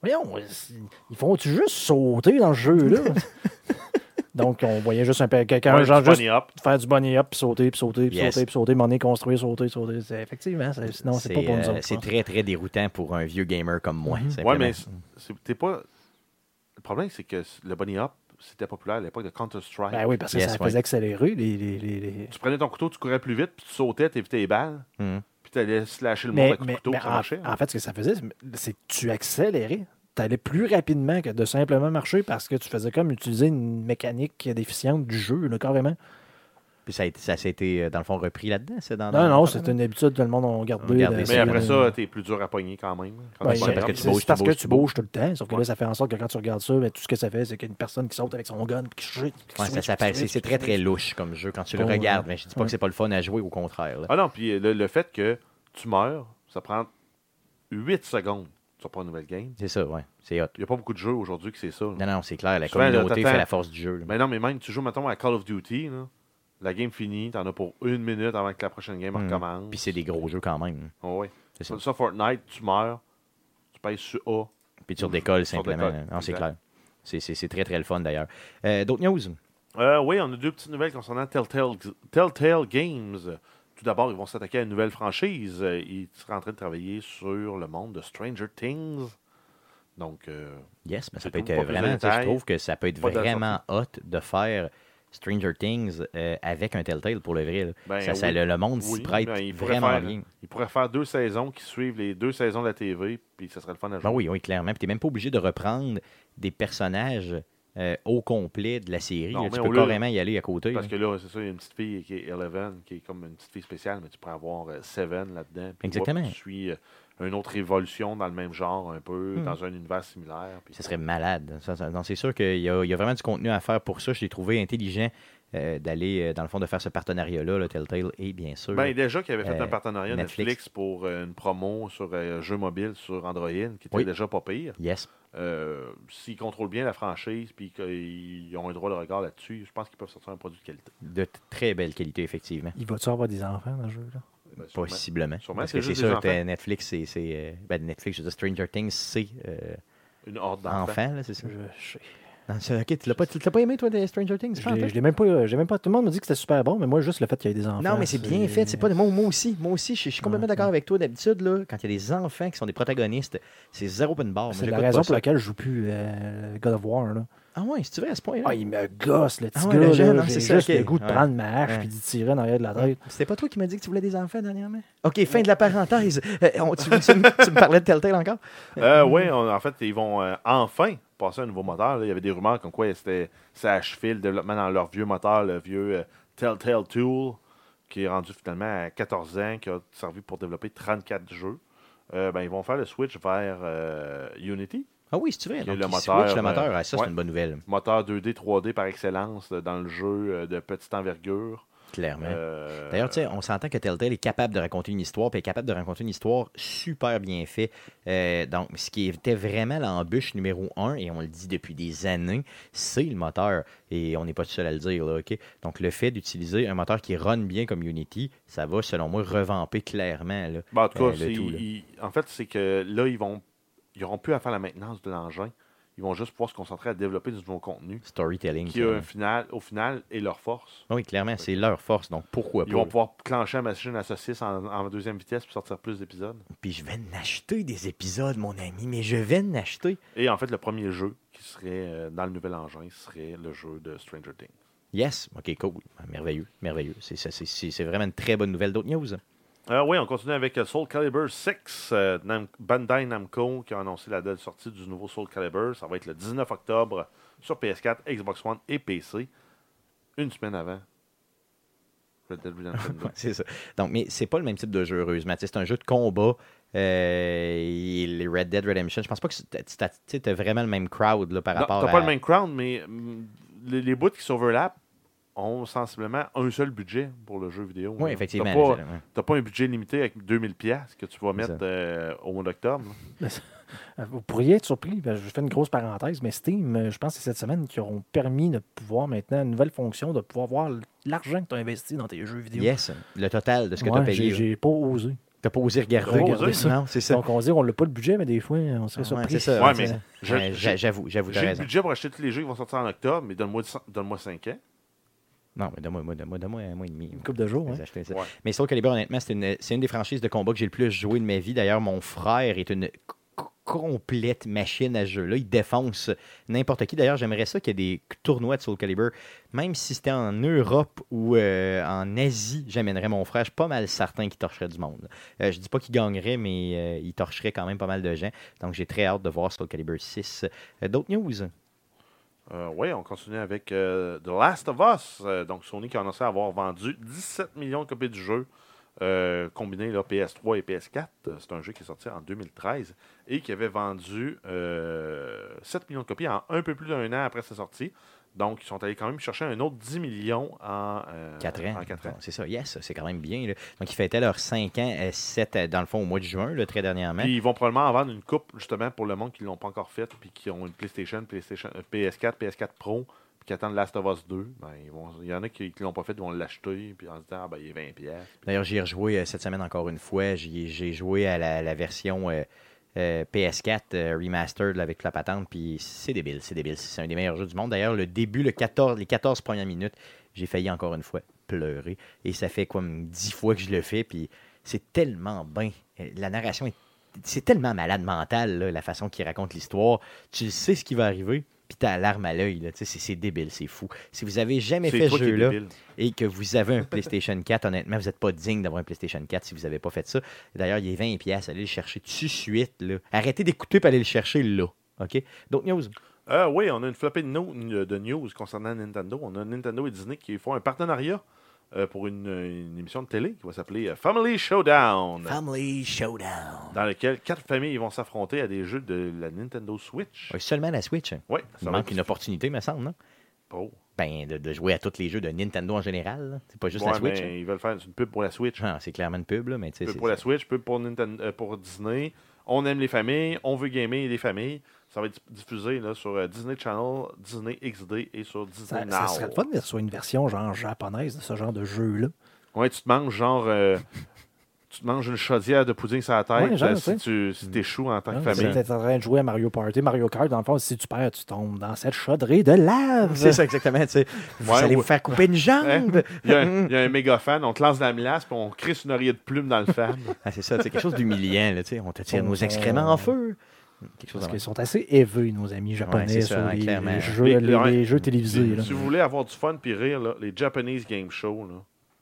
Speaker 2: Voyons, c'est- ils font-tu juste sauter dans le jeu-là Donc on voyait juste un peu- quelqu'un,
Speaker 3: Ouais,
Speaker 2: genre
Speaker 3: du
Speaker 2: juste
Speaker 3: bunny hop.
Speaker 2: faire du bunny up, puis sauter, puis sauter, puis
Speaker 1: Yes.
Speaker 2: sauter, puis sauter, m'en est construit, sauter, sauter. C'est- Effectivement, c'est- sinon c'est pas pour
Speaker 1: euh,
Speaker 2: nous autres. hein. Mm-hmm.
Speaker 1: c'est
Speaker 2: ça.
Speaker 1: très, très déroutant pour un vieux gamer comme moi.
Speaker 3: Ouais,
Speaker 1: simplement.
Speaker 3: mais c'est- c'est- t'es pas. Le problème, c'est que c- le bunny hop, c'était populaire à l'époque de Counter-Strike.
Speaker 2: Ben oui, parce que
Speaker 1: Yes,
Speaker 2: ça
Speaker 1: ouais.
Speaker 2: faisait accélérer les- les- les- les,
Speaker 3: Tu prenais ton couteau, tu courais plus vite, puis tu sautais, t'évitais les balles.
Speaker 1: Mhm.
Speaker 3: Puis t'allais slasher le monde
Speaker 2: Mais,
Speaker 3: avec le
Speaker 2: mais-
Speaker 3: couteau,
Speaker 2: mais
Speaker 3: ça
Speaker 2: en,
Speaker 3: marchait. hein.
Speaker 2: en fait, ce que ça faisait, c'est que tu accélérais. Tu allais plus rapidement que de simplement marcher parce que tu faisais comme utiliser une mécanique déficiente du jeu, là, carrément.
Speaker 1: Puis ça a été, ça s'est été, euh, dans le fond, repris là-dedans. c'est Dans, dans-
Speaker 2: Non, non, c'est une habitude que le monde a gardé.
Speaker 1: Ah, On gardait
Speaker 2: là,
Speaker 1: Mais
Speaker 3: mais
Speaker 2: c'est-
Speaker 3: après
Speaker 2: euh,
Speaker 3: ça, t'es plus dur à pogner quand même. hein, Quand
Speaker 2: ben,
Speaker 3: tu pognes
Speaker 1: parce
Speaker 3: un
Speaker 1: que
Speaker 3: homme,
Speaker 1: tu
Speaker 2: c'est
Speaker 1: bouges,
Speaker 2: parce que
Speaker 1: bouges,
Speaker 2: tu
Speaker 1: tu bouges.
Speaker 2: bouges tout le temps. Sauf que là, ça fait en sorte que quand tu regardes ça, ben, tout ce que ça fait, c'est qu'une personne qui saute avec son gun, puis qui chute, puis qui
Speaker 1: Ouais,
Speaker 2: switch,
Speaker 1: ça s'appelle-
Speaker 2: puis qui
Speaker 1: c'est c'est très
Speaker 2: switch,
Speaker 1: très louche comme jeu quand tu le
Speaker 2: Ouais.
Speaker 1: regardes, mais je dis pas
Speaker 2: Ouais.
Speaker 1: que c'est pas le fun à jouer, au contraire. là.
Speaker 3: Ah non, puis le, le fait que tu meurs, ça prend 8 secondes. Tu reprends une nouvelle game.
Speaker 1: C'est ça, ouais. C'est hot.
Speaker 3: Il n'y a pas beaucoup de jeux aujourd'hui que c'est ça. là.
Speaker 1: Non, non, c'est clair, la
Speaker 3: Souvent, là,
Speaker 1: communauté
Speaker 3: t'attends- Ben,
Speaker 1: fait la force du jeu. là.
Speaker 3: Mais non, mais même, tu joues, mettons, à Call of Duty, là, la game finie, t'en as pour une minute avant que la prochaine game
Speaker 1: Mhm.
Speaker 3: recommence.
Speaker 1: Puis c'est des gros jeux quand même.
Speaker 3: Oh, ouais.
Speaker 1: C'est ça.
Speaker 3: ça. Fortnite, tu meurs, tu pèses sur A.
Speaker 1: Puis tu redécolles
Speaker 3: Hmm. Sur
Speaker 1: simplement.
Speaker 3: décolle,
Speaker 1: là. Non, c'est
Speaker 3: exact.
Speaker 1: clair. C'est- C'est c'est très très le fun d'ailleurs. Euh, D'autres news?
Speaker 3: Euh, oui, on a deux petites nouvelles concernant Telltale, Telltale Games. Tout d'abord, ils vont s'attaquer à une nouvelle franchise. Euh, Ils sont en train de travailler sur le monde de Stranger Things. Donc, euh,
Speaker 1: Yes, mais ça
Speaker 3: C'est
Speaker 1: peut
Speaker 3: tout,
Speaker 1: être
Speaker 3: pas
Speaker 1: euh,
Speaker 3: plus de
Speaker 1: vraiment. tu sais, Je
Speaker 3: détails.
Speaker 1: trouve que ça peut être
Speaker 3: Pas de la
Speaker 1: vraiment hot de faire Stranger Things euh, avec un Telltale pour le vrai. là.
Speaker 3: Ben,
Speaker 1: ça, ça-
Speaker 3: oui.
Speaker 1: le, le monde s'y
Speaker 3: oui,
Speaker 1: prête
Speaker 3: ben, ils, pourraient
Speaker 1: vraiment
Speaker 3: faire,
Speaker 1: bien.
Speaker 3: ils pourraient faire deux saisons qui suivent les deux saisons de la TV, puis ça serait le fun à jouer.
Speaker 1: Ben oui, oui, clairement. Puis t'es même pas obligé de reprendre des personnages euh, au complet de la série.
Speaker 3: Non,
Speaker 1: là. Tu
Speaker 3: mais
Speaker 1: peux
Speaker 3: au lieu-
Speaker 1: carrément y aller à côté. là.
Speaker 3: Parce que là, c'est ça, il y a une petite fille qui est Eleven, qui est comme une petite fille spéciale, mais tu pourrais avoir euh, Seven là-dedans. puis
Speaker 1: Exactement.
Speaker 3: hop, Tu suis euh, une autre évolution dans le même genre, un peu,
Speaker 1: Hmm.
Speaker 3: dans un univers similaire. puis-
Speaker 1: Ce serait malade. Ça, ça- non, c'est sûr qu'il y, a- il y a vraiment du contenu à faire pour ça. Je l'ai trouvé intelligent euh, d'aller, euh, dans le fond, de faire ce partenariat-là, le Telltale et bien sûr.
Speaker 3: Ben, déjà qu'il avait fait
Speaker 1: Euh,
Speaker 3: un partenariat Netflix,
Speaker 1: Netflix
Speaker 3: pour euh, une promo sur euh, jeux mobiles sur Android, qui était
Speaker 1: Oui.
Speaker 3: déjà pas pire.
Speaker 1: yes.
Speaker 3: Euh, S'ils contrôlent bien la franchise puis qu'ils ont un droit de regard là-dessus, je pense qu'ils peuvent sortir un produit de qualité.
Speaker 1: De t- très belle qualité, effectivement.
Speaker 2: Il va-tu avoir des enfants dans le jeu? Là?
Speaker 3: Ben, sûrement.
Speaker 1: Possiblement.
Speaker 3: Sûrement,
Speaker 1: Parce
Speaker 3: c'est
Speaker 1: que c'est
Speaker 3: juste des
Speaker 1: sûr que
Speaker 3: enfants.
Speaker 1: Netflix, c'est. c'est, euh, ben, Netflix, je veux dire, Stranger Things, c'est euh,
Speaker 3: Une horde d'enfants.
Speaker 1: enfant, là, c'est ça.
Speaker 2: Je-
Speaker 1: Non, c'est- ok, tu l'as pas, tu l'as pas aimé, toi, des Stranger Things, je
Speaker 2: Je
Speaker 1: pense,
Speaker 2: l'ai-
Speaker 1: hein?
Speaker 2: je l'ai même pas. euh, J'ai même pas. Tout le monde me dit que c'était super bon, mais moi juste le fait qu'il y ait des enfants.
Speaker 1: Non, mais c'est bien fait. C'est pas de moi, moi aussi. Moi aussi, je, je suis complètement
Speaker 2: euh, Ouais,
Speaker 1: d'accord avec toi. D'habitude, là, quand il y a des enfants qui sont des protagonistes, c'est zéro open bar. Moi,
Speaker 2: C'est la
Speaker 1: j'écoute
Speaker 2: raison
Speaker 1: pas
Speaker 2: pour
Speaker 1: ça.
Speaker 2: laquelle je joue plus euh, God of War. Là.
Speaker 1: Ah ouais, si tu veux à ce point-là.
Speaker 2: Ah, il me gosse, le petit
Speaker 1: Ah ouais,
Speaker 2: gars.
Speaker 1: le
Speaker 2: là,
Speaker 1: jeune, hein,
Speaker 2: J'ai
Speaker 1: c'est
Speaker 2: juste
Speaker 1: ça, ok.
Speaker 2: le goût de
Speaker 1: Ouais.
Speaker 2: prendre ma hache
Speaker 1: Ouais.
Speaker 2: puis d'y tirer dans l'arrière de la tête.
Speaker 1: C'était pas toi qui m'as dit que tu voulais des enfants dernièrement? OK, fin de la parenthèse. Euh, on- tu, tu me- tu me parlais de Telltale encore?
Speaker 3: Euh, oui, en fait, ils vont euh, enfin passer à un nouveau moteur. là. Il y avait des rumeurs comme quoi c'était, ça achevait le développement dans leur vieux moteur, le vieux euh, Telltale Tool, qui est rendu finalement à 14 ans, qui a servi pour développer 34 jeux. Euh, ben, ils vont faire le switch vers euh, Unity,
Speaker 1: Ah oui, si tu veux.
Speaker 3: Le
Speaker 1: Donc, il
Speaker 3: moteur,
Speaker 1: switch le
Speaker 3: euh,
Speaker 1: moteur. Ah, ça, c'est
Speaker 3: ouais.
Speaker 1: une bonne nouvelle,
Speaker 3: moteur 2D, 3D par excellence euh, dans le jeu euh, de petite envergure.
Speaker 1: clairement.
Speaker 3: Euh,
Speaker 1: D'ailleurs, tu sais, on s'entend que Telltale est capable de raconter une histoire, puis est capable de raconter une histoire super bien faite. Euh, donc, ce qui était vraiment l'embûche numéro un, et on le dit depuis des années, c'est le moteur. Et on n'est pas tout seul à le dire, là, OK? Donc, le fait d'utiliser un moteur qui run bien comme Unity, ça va, selon moi, revamper clairement. là.
Speaker 3: Ben, en tout cas,
Speaker 1: Euh, le
Speaker 3: c'est-
Speaker 1: tout, là.
Speaker 3: ils- en fait, c'est que là, ils vont ils n'auront plus à faire la maintenance de l'engin. Ils vont juste pouvoir se concentrer à développer du nouveau contenu.
Speaker 1: Storytelling.
Speaker 3: qui
Speaker 1: clairement.
Speaker 3: au final, au final est leur force.
Speaker 1: Oui, clairement, c'est leur force, donc pourquoi
Speaker 3: Ils vont
Speaker 1: pas?
Speaker 3: pouvoir clencher la machine à saucisse en, en deuxième vitesse pour sortir plus d'épisodes.
Speaker 1: Puis je vais n'acheter des épisodes, mon ami, mais je vais n'acheter.
Speaker 3: Et en fait, le premier jeu qui serait euh, dans le nouvel engin serait le jeu de Stranger Things.
Speaker 1: Yes, ok, cool. Merveilleux, merveilleux. C'est- C'est c'est- c'est vraiment une très bonne nouvelle. D'autres news? hein.
Speaker 3: Euh, oui, on continue avec euh, Soul Calibur 6, euh, Nam- Bandai Namco qui a annoncé la date de sortie du nouveau Soul Calibur. Ça va être le 19 octobre sur PS4, Xbox One et PC. Une semaine avant. Red Dead Redemption 2.
Speaker 1: Ouais, c'est ça. Donc, mais c'est pas le même type de jeu, heureusement. Tu sais, C'est un jeu de combat. Euh, et les Red Dead Redemption, je pense pas que c'est- tu t'as- tu sais, t'as vraiment le même crowd là, par
Speaker 3: Non,
Speaker 1: rapport
Speaker 3: T'as
Speaker 1: à.
Speaker 3: pas le même crown, mais mm, les, les bouts qui s'overlappent ont sensiblement un seul budget pour le jeu vidéo.
Speaker 1: Oui,
Speaker 3: là.
Speaker 1: effectivement.
Speaker 3: T'as pas,
Speaker 1: les- ouais.
Speaker 3: t'as pas un budget limité avec 2000 pièces que tu vas mettre
Speaker 1: ça.
Speaker 3: euh, au mois d'octobre. là.
Speaker 2: Euh, Vous pourriez être surpris, ben, je fais une grosse parenthèse, mais Steam, euh, je pense que c'est cette semaine qui auront permis de pouvoir maintenant une nouvelle fonction, de pouvoir voir l'argent que tu as investi dans tes jeux vidéo.
Speaker 1: Yes, le total de ce que
Speaker 2: Ouais,
Speaker 1: t'as payé.
Speaker 2: j'ai-
Speaker 1: là.
Speaker 2: J'ai pas osé.
Speaker 1: T'as pas osé regarder.
Speaker 3: T'as pas osé,
Speaker 1: Non, c'est ça.
Speaker 2: Donc on dit on n'a pas le budget, mais des fois on serait
Speaker 1: Ah Ouais,
Speaker 2: surpris.
Speaker 1: c'est ça.
Speaker 3: Ouais,
Speaker 1: c'est
Speaker 3: mais
Speaker 1: ça.
Speaker 3: je-
Speaker 1: Ouais, j'a-
Speaker 3: j'ai-
Speaker 1: J'avoue, j'avoue, t'as
Speaker 3: J'ai le
Speaker 1: raison.
Speaker 3: budget pour acheter tous les jeux qui vont sortir en octobre, mais donne-moi donne 5 ans.
Speaker 1: Non, mais donne-moi, moi, donne-moi, donne-moi un mois et demi.
Speaker 2: Une couple de jours. hein.
Speaker 1: Les acheter, ça.
Speaker 3: Ouais.
Speaker 1: Mais Soul Calibur, honnêtement, c'est une, c'est une des franchises de combat que j'ai le plus joué de ma vie. D'ailleurs, mon frère est une c- complète machine à ce jeu-là. Il défonce n'importe qui. D'ailleurs, j'aimerais ça qu'il y ait des tournois de Soul Calibur. Même si c'était en Europe ou euh, en Asie, j'amènerais mon frère. Je suis pas mal certain qu'il torcherait du monde. Euh, je dis pas qu'il gagnerait, mais euh, il torcherait quand même pas mal de gens. Donc, j'ai très hâte de voir Soul Calibur 6. Euh, D'autres news?
Speaker 3: Euh, oui, on continue avec euh, The Last of Us. Euh, donc, Sony qui a annoncé avoir vendu 17 millions de copies du jeu, euh, combiné là, PS3 et PS4. Euh, C'est un jeu qui est sorti en 2013 et qui avait vendu euh, 7 millions de copies en un peu plus d'un an après sa sortie. Donc, ils sont allés quand même chercher un autre 10 millions en euh,
Speaker 1: 4 ans.
Speaker 3: En Ah, quatre ans.
Speaker 1: C'est ça, yes, c'est quand même bien. là. Donc, ils fêtaient leurs 5 ans, 7, dans le fond, au mois de juin, le très dernièrement.
Speaker 3: Puis ils vont probablement en vendre une coupe justement pour le monde qui ne l'ont pas encore faite, puis qui ont une PlayStation, PlayStation euh, PS4, PS4 Pro, puis qui attendent Last of Us 2. Ben, ils vont, il y en a qui ne l'ont pas fait, ils vont l'acheter, puis en se disant, ah, ben, il est 20$. piastres.
Speaker 1: D'ailleurs, j'y ai rejoué euh, cette semaine encore une fois. J'y ai- J'ai joué à la, la version euh, euh, PS4 euh, remastered là, avec la patente, puis c'est débile, c'est débile. C'est un des meilleurs jeux du monde. D'ailleurs, le début, le 14, les 14 premières minutes, j'ai failli encore une fois pleurer. Et ça fait comme 10 fois que je le fais, puis c'est tellement bien. Euh, La narration est c'est tellement malade mental, là, la façon qu'il raconte l'histoire. Tu sais ce qui va arriver, puis t'as l'arme à l'œil. là. Tu sais, C'est c'est débile, c'est fou. Si vous avez jamais fait
Speaker 3: C'est
Speaker 1: ce
Speaker 3: toi qui es
Speaker 1: jeu-là,
Speaker 3: débile.
Speaker 1: et que vous avez un PlayStation 4, honnêtement, vous n'êtes pas digne d'avoir un PlayStation 4 si vous n'avez pas fait ça. D'ailleurs, il est 20$, piastres. allez le chercher tout de suite. Là. Arrêtez d'écouter et allez le chercher là. OK? D'autres news?
Speaker 3: Euh, oui, on a une flopée de, no- euh, de news concernant Nintendo. On a Nintendo et Disney qui font un partenariat euh, pour une, une émission de télé qui va s'appeler euh, Family Showdown,
Speaker 1: Family Showdown.
Speaker 3: dans lequel quatre familles vont s'affronter à des jeux de la Nintendo Switch.
Speaker 1: seulement la Switch.
Speaker 3: Ouais,
Speaker 1: Il
Speaker 3: ça va
Speaker 1: manque
Speaker 3: être-
Speaker 1: une opportunité, me semble, non?
Speaker 3: Oh.
Speaker 1: Ben, de, de jouer à tous les jeux de Nintendo en général. là. C'est pas juste la
Speaker 3: Ouais,
Speaker 1: Switch. hein?
Speaker 3: mais ils veulent faire une pub pour la Switch.
Speaker 1: là. Ah, c'est clairement une pub, là, mais tu sais.
Speaker 3: Pub
Speaker 1: c'est-
Speaker 3: pour la Switch, pub pour, Ninten- euh, pour Disney. On aime les familles, on veut gamer les familles. Ça va être diffusé là, sur euh, Disney Channel, Disney XD et sur Disney
Speaker 2: Ça,
Speaker 3: Now.
Speaker 2: ça serait le fun que ce soit une version genre japonaise de ce genre de jeu-là.
Speaker 3: Ouais, tu te manges genre. euh, tu te manges une chaudière de pudding sur la tête
Speaker 2: Ouais, genre,
Speaker 3: euh,
Speaker 2: tu
Speaker 3: si
Speaker 2: sais.
Speaker 3: tu si t'échoues en tant que
Speaker 2: Hein, Si
Speaker 3: famille.
Speaker 2: t'es en train de jouer à Mario Party, Mario Kart, dans le fond, si tu perds, tu tombes dans cette chaudrée de lave.
Speaker 1: C'est ça, exactement. tu sais. Vous
Speaker 3: Ouais,
Speaker 1: allez
Speaker 3: ouais.
Speaker 1: vous faire couper une jambe.
Speaker 3: Hein? Il y, a un, il y a un méga fan, on te lance la mélasse puis on crisse une oreillette de plume dans le fan.
Speaker 1: Ah, c'est ça, c'est quelque chose d'humiliant. là, tu sais. On te tire
Speaker 2: On-
Speaker 1: nos excréments en feu. Quelque chose
Speaker 2: Parce
Speaker 1: de
Speaker 2: qu'ils sont assez éveux, nos amis japonais,
Speaker 1: Ouais, c'est
Speaker 2: sur
Speaker 1: ça, hein,
Speaker 2: les,
Speaker 1: clairement.
Speaker 2: les jeux,
Speaker 3: Les-
Speaker 2: les,
Speaker 3: les-
Speaker 2: les jeux télévisés. là.
Speaker 3: si vous voulez avoir du fun puis rire, là, les Japanese Game Show, là,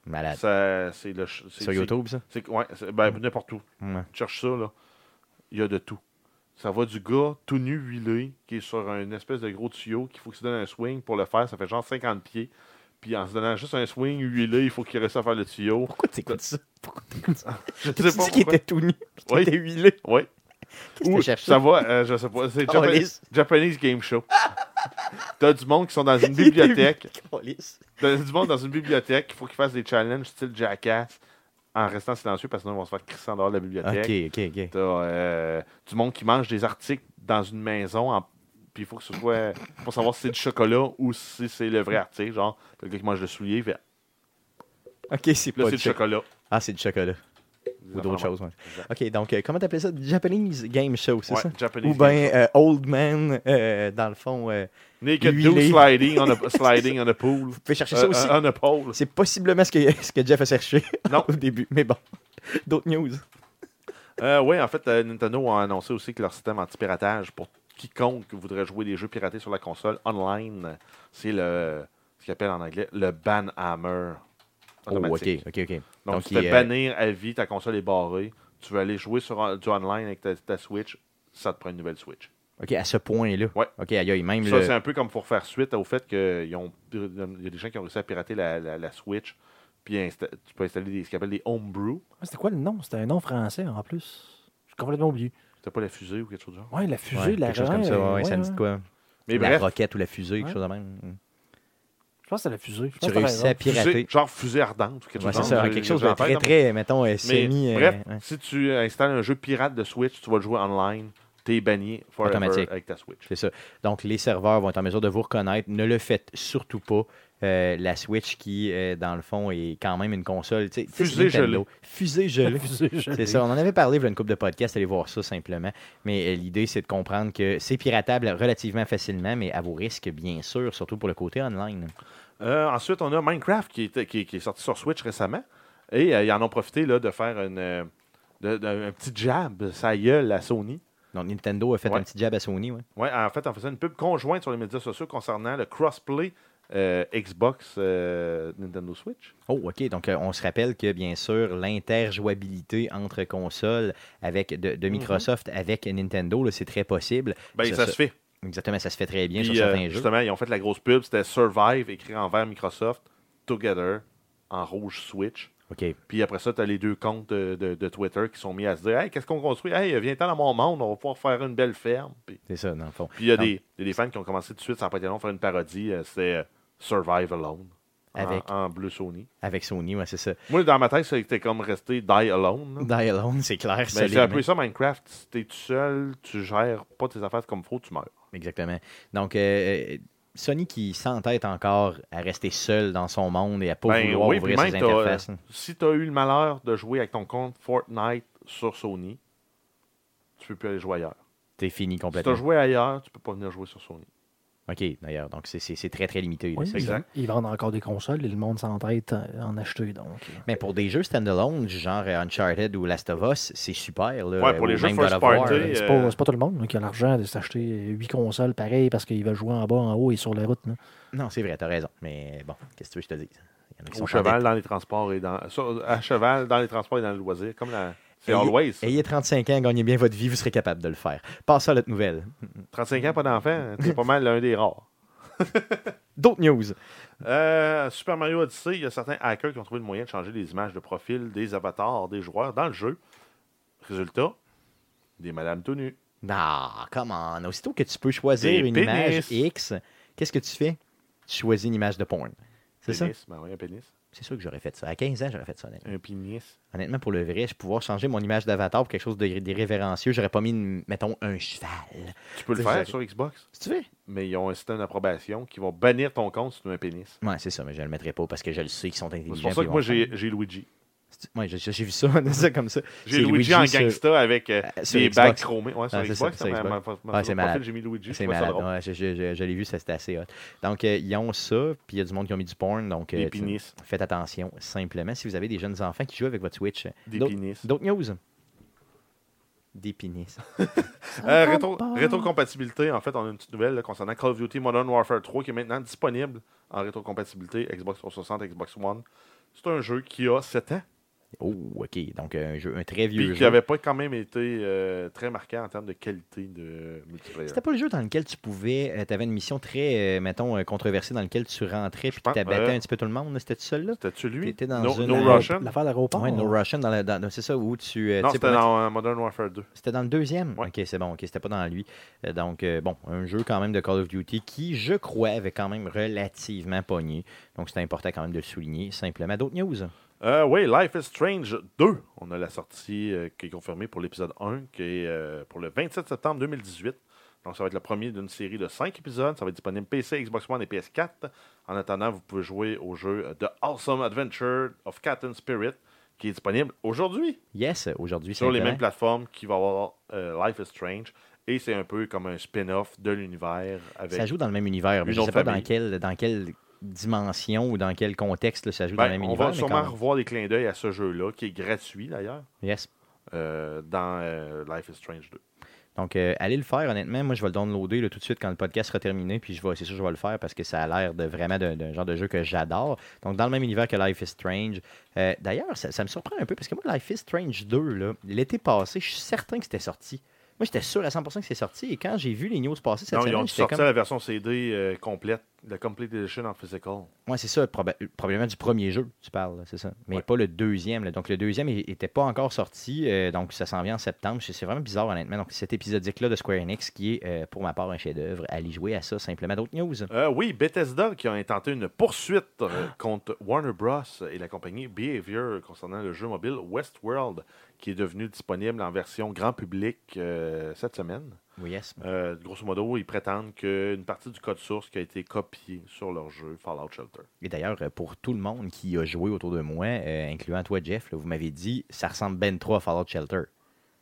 Speaker 1: malade.
Speaker 3: ça, c'est le. ch- c'est-
Speaker 1: Sur YouTube, ça?
Speaker 3: c'est- c'est- ouais, c'est- ben, n'importe où.
Speaker 1: Mm. Ouais.
Speaker 3: Tu cherches ça, là. Il y a de tout. Ça va du gars tout nu huilé qui est sur un espèce de gros tuyau qu'il faut qu'il se donne un swing pour le faire. Ça fait genre 50 pieds. Puis en se donnant juste un swing huilé, il faut qu'il reste à faire le tuyau.
Speaker 1: Pourquoi t'écoutes ça? Pourquoi t'écoutes ça?
Speaker 3: Je
Speaker 1: Tu
Speaker 3: sais
Speaker 1: dis
Speaker 3: pas
Speaker 1: qu'il
Speaker 3: pourquoi.
Speaker 1: était tout nu, puis qu'il
Speaker 3: Oui.
Speaker 1: était huilé.
Speaker 3: Ouais.
Speaker 1: Qu'est-ce que
Speaker 3: Ou
Speaker 1: tu cherches
Speaker 3: ça
Speaker 1: ça?
Speaker 3: va, euh, je sais pas. C'est
Speaker 1: Oh,
Speaker 3: Japan-
Speaker 1: lisse.
Speaker 3: Japanese Game Show. T'as du monde qui sont dans
Speaker 1: Il
Speaker 3: une
Speaker 1: était
Speaker 3: bibliothèque.
Speaker 1: Câlisse.
Speaker 3: T'as du monde dans une bibliothèque. Il faut qu'ils fassent des challenges style jackass en restant silencieux parce que sinon ils vont se faire crisser en dehors de la bibliothèque.
Speaker 1: Ok, ok, ok.
Speaker 3: T'as euh, du monde qui mange des articles dans une maison, en- puis il faut que ce soit pour savoir si c'est du chocolat ou si c'est le vrai article. Genre, le gars qui mange le soulier, fait,
Speaker 1: Ok, c'est
Speaker 3: là,
Speaker 1: pas
Speaker 3: c'est
Speaker 1: du chocolat.
Speaker 3: du chocolat.
Speaker 1: Ah, c'est du chocolat. Ou d'autres choses, ouais. Ok, donc, euh, comment t'appelles ça? Japanese Game Show, c'est
Speaker 3: Ouais,
Speaker 1: ça?
Speaker 3: Japanese
Speaker 1: Ou ben, bien Old Man, euh, dans le fond. euh,
Speaker 3: Naked
Speaker 1: huilé.
Speaker 3: dude sliding on a, sliding on a pool.
Speaker 1: vous pouvez chercher
Speaker 3: Euh,
Speaker 1: ça aussi.
Speaker 3: on a pole.
Speaker 1: C'est possiblement ce que, ce que Jeff a cherché
Speaker 3: Non. Oh,
Speaker 1: au début, mais bon. D'autres news.
Speaker 3: Euh, oui, en fait, euh, Nintendo a annoncé aussi que leur système anti-piratage pour quiconque voudrait jouer des jeux piratés sur la console online, c'est le ce qu'ils appellent en anglais le ban hammer.
Speaker 1: Oh, ok,
Speaker 3: automatique.
Speaker 1: ok, ok.
Speaker 3: Donc, tu
Speaker 1: il,
Speaker 3: te fais
Speaker 1: euh,
Speaker 3: bannir à vie, ta console est barrée, tu veux aller jouer sur un- du online avec ta, ta Switch, ça te prend une nouvelle Switch.
Speaker 1: Ok, à ce point-là.
Speaker 3: Ouais.
Speaker 1: Ok, aïe, aïe, même
Speaker 3: Ça,
Speaker 1: le-
Speaker 3: c'est un peu comme pour faire suite au fait qu'il y a des gens qui ont réussi à pirater la, la- la Switch, puis insta- tu peux installer des, ce qu'on appelle des homebrew.
Speaker 2: Ah, C'était quoi le nom C'était un nom français en plus. J'ai complètement oublié.
Speaker 3: C'était pas la fusée ou quelque chose du genre.
Speaker 2: Ouais, la fusée,
Speaker 1: ouais,
Speaker 2: la
Speaker 1: quelque chose comme ça, ouais,
Speaker 2: ouais,
Speaker 1: ça me dit
Speaker 2: ouais.
Speaker 1: de quoi?
Speaker 3: Mais
Speaker 1: la
Speaker 3: bref,
Speaker 1: roquette ou la fusée, quelque
Speaker 2: Ouais.
Speaker 1: chose de même.
Speaker 2: Je pense que c'est la fusée. Je pense
Speaker 1: Tu
Speaker 2: que t'as
Speaker 1: réussis
Speaker 2: raison.
Speaker 1: à pirater.
Speaker 3: fusée- genre fusée ardente ou quelque
Speaker 1: Ouais, c'est
Speaker 3: chose du
Speaker 1: ça,
Speaker 3: genre.
Speaker 1: quelque
Speaker 3: Je-
Speaker 1: chose
Speaker 3: je-
Speaker 1: de
Speaker 3: j'en
Speaker 1: très,
Speaker 3: parle,
Speaker 1: très, mettons, euh,
Speaker 3: Mais
Speaker 1: semi. euh,
Speaker 3: bref,
Speaker 1: ouais.
Speaker 3: si tu euh, installes un jeu pirate de Switch, tu vas le jouer online, t'es banni forever
Speaker 1: Automatique.
Speaker 3: avec ta Switch.
Speaker 1: C'est ça. Donc, les serveurs vont être en mesure de vous reconnaître. Ne le faites surtout pas. Euh, la Switch qui, euh, dans le fond, est quand même une console. tu sais- tu sais,
Speaker 3: Fusée
Speaker 1: c'est Nintendo. Fusée gelée.
Speaker 2: Fusée, je l'ai.
Speaker 1: C'est ça, on en avait parlé il y a une couple de podcasts, allez voir ça simplement. Mais euh, l'idée, c'est de comprendre que c'est piratable relativement facilement, mais à vos risques, bien sûr, surtout pour le côté online.
Speaker 3: Euh, ensuite, on a Minecraft qui, était- qui- qui est sorti sur Switch récemment. Et euh, ils en ont profité là, de faire une, euh, de- de- un petit jab, ça gueule, à Sony.
Speaker 1: Donc, Nintendo a fait
Speaker 3: Ouais.
Speaker 1: un petit jab à Sony. Ouais.
Speaker 3: Ouais, en fait, en faisant une pub conjointe sur les médias sociaux concernant le crossplay euh, Xbox euh, Nintendo Switch.
Speaker 1: Oh, OK. Donc, euh, on se rappelle que, bien sûr, l'interjouabilité entre consoles avec de, de Microsoft avec Nintendo, là, c'est très possible.
Speaker 3: Mhm. Ben, ça, se fait.
Speaker 1: Exactement, ça se fait très bien
Speaker 3: Puis,
Speaker 1: sur
Speaker 3: euh,
Speaker 1: certains jeux.
Speaker 3: justement, ils ont fait la grosse pub, c'était Survive, écrit en vert Microsoft, Together, en rouge Switch.
Speaker 1: OK.
Speaker 3: Puis après ça, tu as les deux comptes de, de- de Twitter qui sont mis à se dire Hey, qu'est-ce qu'on construit Hey, viens-t'en dans mon monde, on va pouvoir faire une belle ferme. Puis
Speaker 1: C'est ça, dans le fond.
Speaker 3: Puis il y a
Speaker 1: Donc,
Speaker 3: des, il y a des fans qui ont commencé tout de suite, sans pas être long, à faire une parodie. euh, C'était euh, Survive Alone. en-
Speaker 1: Avec-
Speaker 3: En, bleu Sony.
Speaker 1: Avec Sony, ouais, c'est ça.
Speaker 3: Moi, dans ma tête, c'était comme rester Die Alone. là.
Speaker 1: Die Alone, c'est clair.
Speaker 3: Mais Mmh. Ben, c'est un
Speaker 1: solidement.
Speaker 3: peu ça, Minecraft. Si t'es tout seul, tu gères pas tes affaires comme faut, tu meurs.
Speaker 1: Exactement. Donc, euh, euh, Sony qui s'entête encore à rester seul dans son monde et à pas
Speaker 3: Ben
Speaker 1: vouloir
Speaker 3: oui, puis
Speaker 1: ouvrir
Speaker 3: même,
Speaker 1: ses
Speaker 3: t'as, euh,
Speaker 1: interfaces. hein.
Speaker 3: si t'as eu le malheur de jouer avec ton compte Fortnite sur Sony, tu peux plus aller jouer ailleurs.
Speaker 1: T'es fini
Speaker 3: Si t'as
Speaker 1: complètement.
Speaker 3: joué ailleurs, tu peux pas venir jouer sur Sony.
Speaker 1: OK, d'ailleurs. Donc, c'est- c'est c'est très, très limité. là,
Speaker 2: Oui,
Speaker 1: ça.
Speaker 2: ils,
Speaker 3: exact.
Speaker 2: ils vendent encore des consoles et le monde s'entête à en acheter. Donc. euh,
Speaker 1: Mais pour des jeux standalone, du genre euh, Uncharted ou Last of Us, c'est super. Là,
Speaker 3: Ouais, pour
Speaker 1: Ou
Speaker 3: les jeux
Speaker 1: même
Speaker 3: first
Speaker 1: God of War,
Speaker 3: party,
Speaker 1: là.
Speaker 2: Ben, C'est
Speaker 3: euh,
Speaker 2: pas, c'est pas tout le monde là, qui a l'argent de s'acheter huit consoles pareilles parce qu'ils veulent jouer en bas, en haut et sur la route. là.
Speaker 1: Non, c'est vrai, t'as raison. Mais bon, qu'est-ce que tu veux que je te dise? Il y en a qui
Speaker 3: Au
Speaker 1: sont pas
Speaker 3: cheval, dans les transports et dans. sur- à cheval, dans les transports et dans le loisir. Comme la. C'est
Speaker 1: Ayez-
Speaker 3: Always. ça.
Speaker 1: Ayez 35 ans, gagnez bien votre vie, vous serez capable de le faire. Passons à notre nouvelle.
Speaker 3: 35 ans, pas d'enfant, t'es pas mal l'un des rares.
Speaker 1: D'autres news.
Speaker 3: Euh, Super Mario Odyssey, il y a certains hackers qui ont trouvé le moyen de changer les images de profil des avatars des joueurs dans le jeu. Résultat, des madames tout nues.
Speaker 1: Non, come on. Ah, Aussitôt que tu peux choisir
Speaker 3: Des
Speaker 1: une
Speaker 3: pénis.
Speaker 1: image X, qu'est-ce que tu fais? tu choisis une image de porn. C'est ça?
Speaker 3: Pénis, ben oui, un pénis.
Speaker 1: C'est sûr que j'aurais fait ça. À 15 ans, j'aurais fait ça. honnêtement.
Speaker 3: Un pénis.
Speaker 1: Honnêtement, pour le vrai, je pouvoir changer mon image d'avatar pour quelque chose de d'irrévérencieux. J'aurais pas mis, une- mettons, un cheval.
Speaker 3: Tu peux le
Speaker 1: C'est
Speaker 3: faire
Speaker 1: vrai.
Speaker 3: sur Xbox,
Speaker 1: Si tu veux.
Speaker 3: mais ils ont un système d'approbation qui vont bannir ton compte si tu mets un pénis.
Speaker 1: Ouais, c'est ça, mais je le mettrais pas parce que je le sais qu'ils sont intelligents.
Speaker 3: C'est pour ça
Speaker 1: puis
Speaker 3: que
Speaker 1: ils
Speaker 3: moi,
Speaker 1: vont le
Speaker 3: j'ai j'ai Luigi.
Speaker 1: faire. Ouais, j'ai j'ai vu ça, on a ça comme ça.
Speaker 3: J'ai
Speaker 1: C'est
Speaker 3: Luigi, en
Speaker 1: sur-
Speaker 3: gangsta avec euh,
Speaker 1: euh, sur
Speaker 3: des
Speaker 1: Xbox.
Speaker 3: bagues chromées. Ouais, sur
Speaker 1: Ah, c'est ça,
Speaker 3: Xbox,
Speaker 1: sur
Speaker 3: ça m'a-
Speaker 1: Xbox.
Speaker 3: m'a- m'a- m'a-
Speaker 1: c'est
Speaker 3: m'a-
Speaker 1: malade.
Speaker 3: profil, J'ai mis Luigi. je
Speaker 1: C'est
Speaker 3: trouvais ça
Speaker 1: malade.
Speaker 3: drôle.
Speaker 1: Ouais, je, je- je- je l'ai vu, ça, c'était assez hot. Donc, euh, ils ont ça, puis il y a du monde qui ont mis du porn. Donc,
Speaker 3: Des
Speaker 1: euh, tu-
Speaker 3: pénis.
Speaker 1: faites attention, simplement, si vous avez des jeunes enfants qui jouent avec votre Switch. euh,
Speaker 3: Des
Speaker 1: D'autres-
Speaker 3: pénis.
Speaker 1: D'autres news? Des pénis.
Speaker 3: Euh, rétro- rétrocompatibilité, en fait, on a une petite nouvelle là, concernant Call of Duty Modern Warfare 3 qui est maintenant disponible en rétrocompatibilité Xbox 360, Xbox One. C'est un jeu qui a 7 ans,
Speaker 1: Oh, OK. Donc, un, jeu, un très vieux
Speaker 3: puis qui
Speaker 1: jeu.
Speaker 3: n'avait pas quand même été euh, très marquant en termes de qualité de multiplayer.
Speaker 1: C'était pas le jeu dans lequel tu pouvais. Tu avais une mission très, euh, mettons, euh, controversée dans laquelle tu rentrais puis
Speaker 3: pense,
Speaker 1: tu abattais
Speaker 3: euh,
Speaker 1: un petit peu tout le monde. C'était celui là
Speaker 3: C'était-tu lui
Speaker 1: T'étais dans
Speaker 3: No,
Speaker 1: une-
Speaker 3: No
Speaker 1: euh,
Speaker 3: Russian
Speaker 2: L'affaire de l'aéroport.
Speaker 1: Ouais, No Russian, dans la- dans- c'est ça, où tu. euh,
Speaker 3: Non,
Speaker 1: tu sais,
Speaker 3: c'était
Speaker 1: pour-
Speaker 3: dans euh, Modern Warfare 2.
Speaker 1: C'était dans le deuxième.
Speaker 3: Ouais.
Speaker 1: Ok, c'est bon. Ok, c'était pas dans lui. Euh, Donc, euh, bon, un jeu quand même de Call of Duty qui, je crois, avait quand même relativement pogné. Donc, c'était important quand même de le souligner. Simplement, d'autres news.
Speaker 3: Euh, oui, Life is Strange 2. On a la sortie euh, qui est confirmée pour l'épisode 1, qui est euh, pour le 27 septembre 2018. Donc, ça va être le premier d'une série de 5 épisodes. Ça va être disponible PC, Xbox One et PS4. En attendant, vous pouvez jouer au jeu euh, The Awesome Adventure of Cat and Spirit, qui est disponible aujourd'hui
Speaker 1: Yes, aujourd'hui,
Speaker 3: sur les
Speaker 1: simplement.
Speaker 3: mêmes plateformes qu'il va y avoir euh, Life is Strange. Et c'est un peu comme un spin-off de l'univers avec
Speaker 1: Ça joue dans le même univers. mais
Speaker 3: Une
Speaker 1: Je ne sais
Speaker 3: autre
Speaker 1: pas dans
Speaker 3: famille.
Speaker 1: quelle, dans quelle dimension ou dans quel contexte là, ça joue dans
Speaker 3: Ben,
Speaker 1: le même
Speaker 3: on
Speaker 1: univers.
Speaker 3: va
Speaker 1: mais
Speaker 3: sûrement
Speaker 1: quand-
Speaker 3: revoir des clins d'œil à ce jeu-là, qui est gratuit d'ailleurs,
Speaker 1: Yes.
Speaker 3: euh, dans euh, Life is Strange 2.
Speaker 1: Donc, euh, allez le faire, honnêtement. Moi, je vais le downloader là, tout de suite quand le podcast sera terminé. Puis, je vais, c'est sûr, je vais le faire parce que ça a l'air de vraiment d'un, d'un genre de jeu que j'adore. Donc, dans le même univers que Life is Strange. Euh, d'ailleurs, ça, ça me surprend un peu parce que moi, Life is Strange 2, là, l'été passé, je suis certain que c'était sorti. Moi, j'étais sûr à 100% que c'est sorti. Et quand j'ai vu les news passer cette
Speaker 3: non, ils
Speaker 1: semaine,
Speaker 3: ont
Speaker 1: j'étais
Speaker 3: sorti
Speaker 1: comme.
Speaker 3: la version CD euh, complète, la Complete Edition en physical.
Speaker 1: Moi, c'est ça, proba- probablement du premier jeu, tu parles, là, c'est ça. Mais
Speaker 3: Ouais.
Speaker 1: pas le deuxième. là. Donc, le deuxième n'était pas encore sorti. euh, donc, ça s'en vient en septembre. C'est c'est vraiment bizarre, honnêtement. Donc, cet épisodique-là de Square Enix, qui est, euh, pour ma part, un chef-d'œuvre, allez jouer à ça simplement. D'autres news.
Speaker 3: Euh, oui, Bethesda qui a intenté une poursuite euh,
Speaker 1: Ah.
Speaker 3: contre Warner Bros. et la compagnie Behavior concernant le jeu mobile Westworld qui est devenu disponible en version grand public euh, cette semaine.
Speaker 1: Oui, yes.
Speaker 3: Euh, grosso modo, ils prétendent qu'une partie du code source qui a été copiée sur leur jeu Fallout Shelter.
Speaker 1: Et d'ailleurs, euh, pour tout le monde qui a joué autour de moi, euh, incluant toi, Jeff, là, vous m'avez dit, ça ressemble ben trop à Fallout Shelter.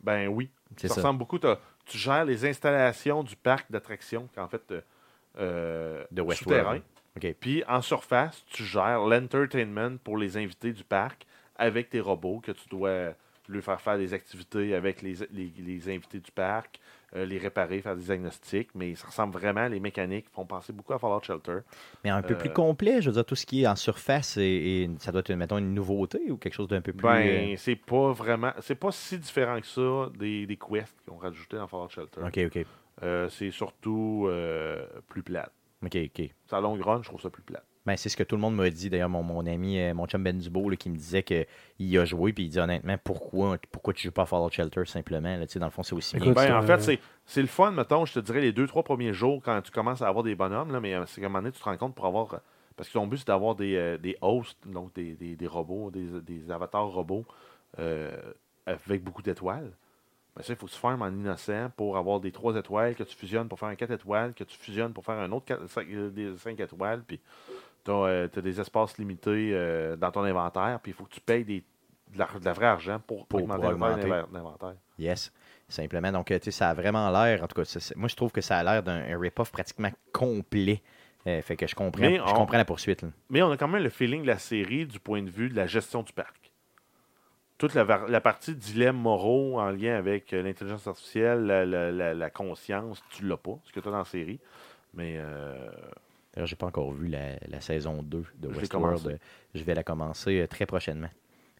Speaker 3: Ben oui,
Speaker 1: C'est
Speaker 3: ça,
Speaker 1: ça.
Speaker 3: ressemble beaucoup. t'as- Tu gères les installations du parc d'attractions qu'en fait euh, euh,
Speaker 1: De Westworld.
Speaker 3: souterrain.
Speaker 1: OK.
Speaker 3: Puis en surface, tu gères l'entertainment pour les invités du parc avec tes robots que tu dois lui faire faire des activités avec les, les- les invités du parc, euh, les réparer, faire des diagnostics. Mais ça ressemble vraiment, les mécaniques font penser beaucoup à Fallout Shelter.
Speaker 1: Mais un peu
Speaker 3: Euh,
Speaker 1: plus complet, je veux dire, tout ce qui est en surface, et, et ça doit être, mettons, une nouveauté ou quelque chose d'un peu plus.
Speaker 3: Ben, c'est pas vraiment, c'est pas si différent que ça des, des quests qu'ils ont rajouté dans Fallout Shelter.
Speaker 1: euh, OK, OK.
Speaker 3: Euh, c'est surtout euh, plus plate.
Speaker 1: OK, OK.
Speaker 3: Ça longue run, je trouve ça plus plate.
Speaker 1: Ben, c'est ce que tout le monde m'a dit. D'ailleurs, mon, mon ami, euh, mon chum Ben Dubo, là, qui me disait qu'il y a joué, puis il dit honnêtement, pourquoi, pourquoi tu joues pas à Fallout Shelter simplement là, tu sais, Dans le fond, c'est aussi bien.
Speaker 2: Écoute,
Speaker 3: Ben,
Speaker 2: ça,
Speaker 3: en fait,
Speaker 2: euh,
Speaker 3: c'est- c'est le fun, mettons, je te dirais les deux, trois premiers jours quand tu commences à avoir des bonhommes, là, mais euh, c'est qu'à un moment donné, tu te rends compte pour avoir. euh, Parce que ton but, c'est d'avoir des, euh, des hosts, donc des, des- des robots, des, des avatars robots euh, avec beaucoup d'étoiles. Mais ça, il faut se faire en innocent pour avoir des trois étoiles que tu fusionnes pour faire un 4 étoiles, que tu fusionnes pour faire un autre 5, des cinq étoiles. Puis tu as, des espaces limités euh, dans ton inventaire. Puis il faut que tu payes des, de, la, de la vraie argent pour,
Speaker 1: Pour-
Speaker 3: augmenter
Speaker 1: pour
Speaker 3: le valeur
Speaker 1: augmenter.
Speaker 3: d'inventaire- d'inventaire.
Speaker 1: Yes. Simplement. Donc, euh, tu sais, ça a vraiment l'air. En tout cas, c'est- c'est- moi, je trouve que ça a l'air d'un un rip-off pratiquement complet. Euh, fait que je comprends,
Speaker 3: Mais
Speaker 1: je
Speaker 3: on-
Speaker 1: comprends la poursuite. là.
Speaker 3: Mais on a quand même le feeling de la série du point de vue de la gestion du parc. Toute la, var- la partie dilemme moraux en lien avec euh, l'intelligence artificielle, la, la- la- la conscience, tu l'as pas, ce que tu as dans la série. Mais euh,
Speaker 1: D'ailleurs, j'ai pas encore vu la, la saison 2 de
Speaker 3: Je l'ai
Speaker 1: Westworld.
Speaker 3: commencé.
Speaker 1: Euh, Je vais la commencer euh, très prochainement.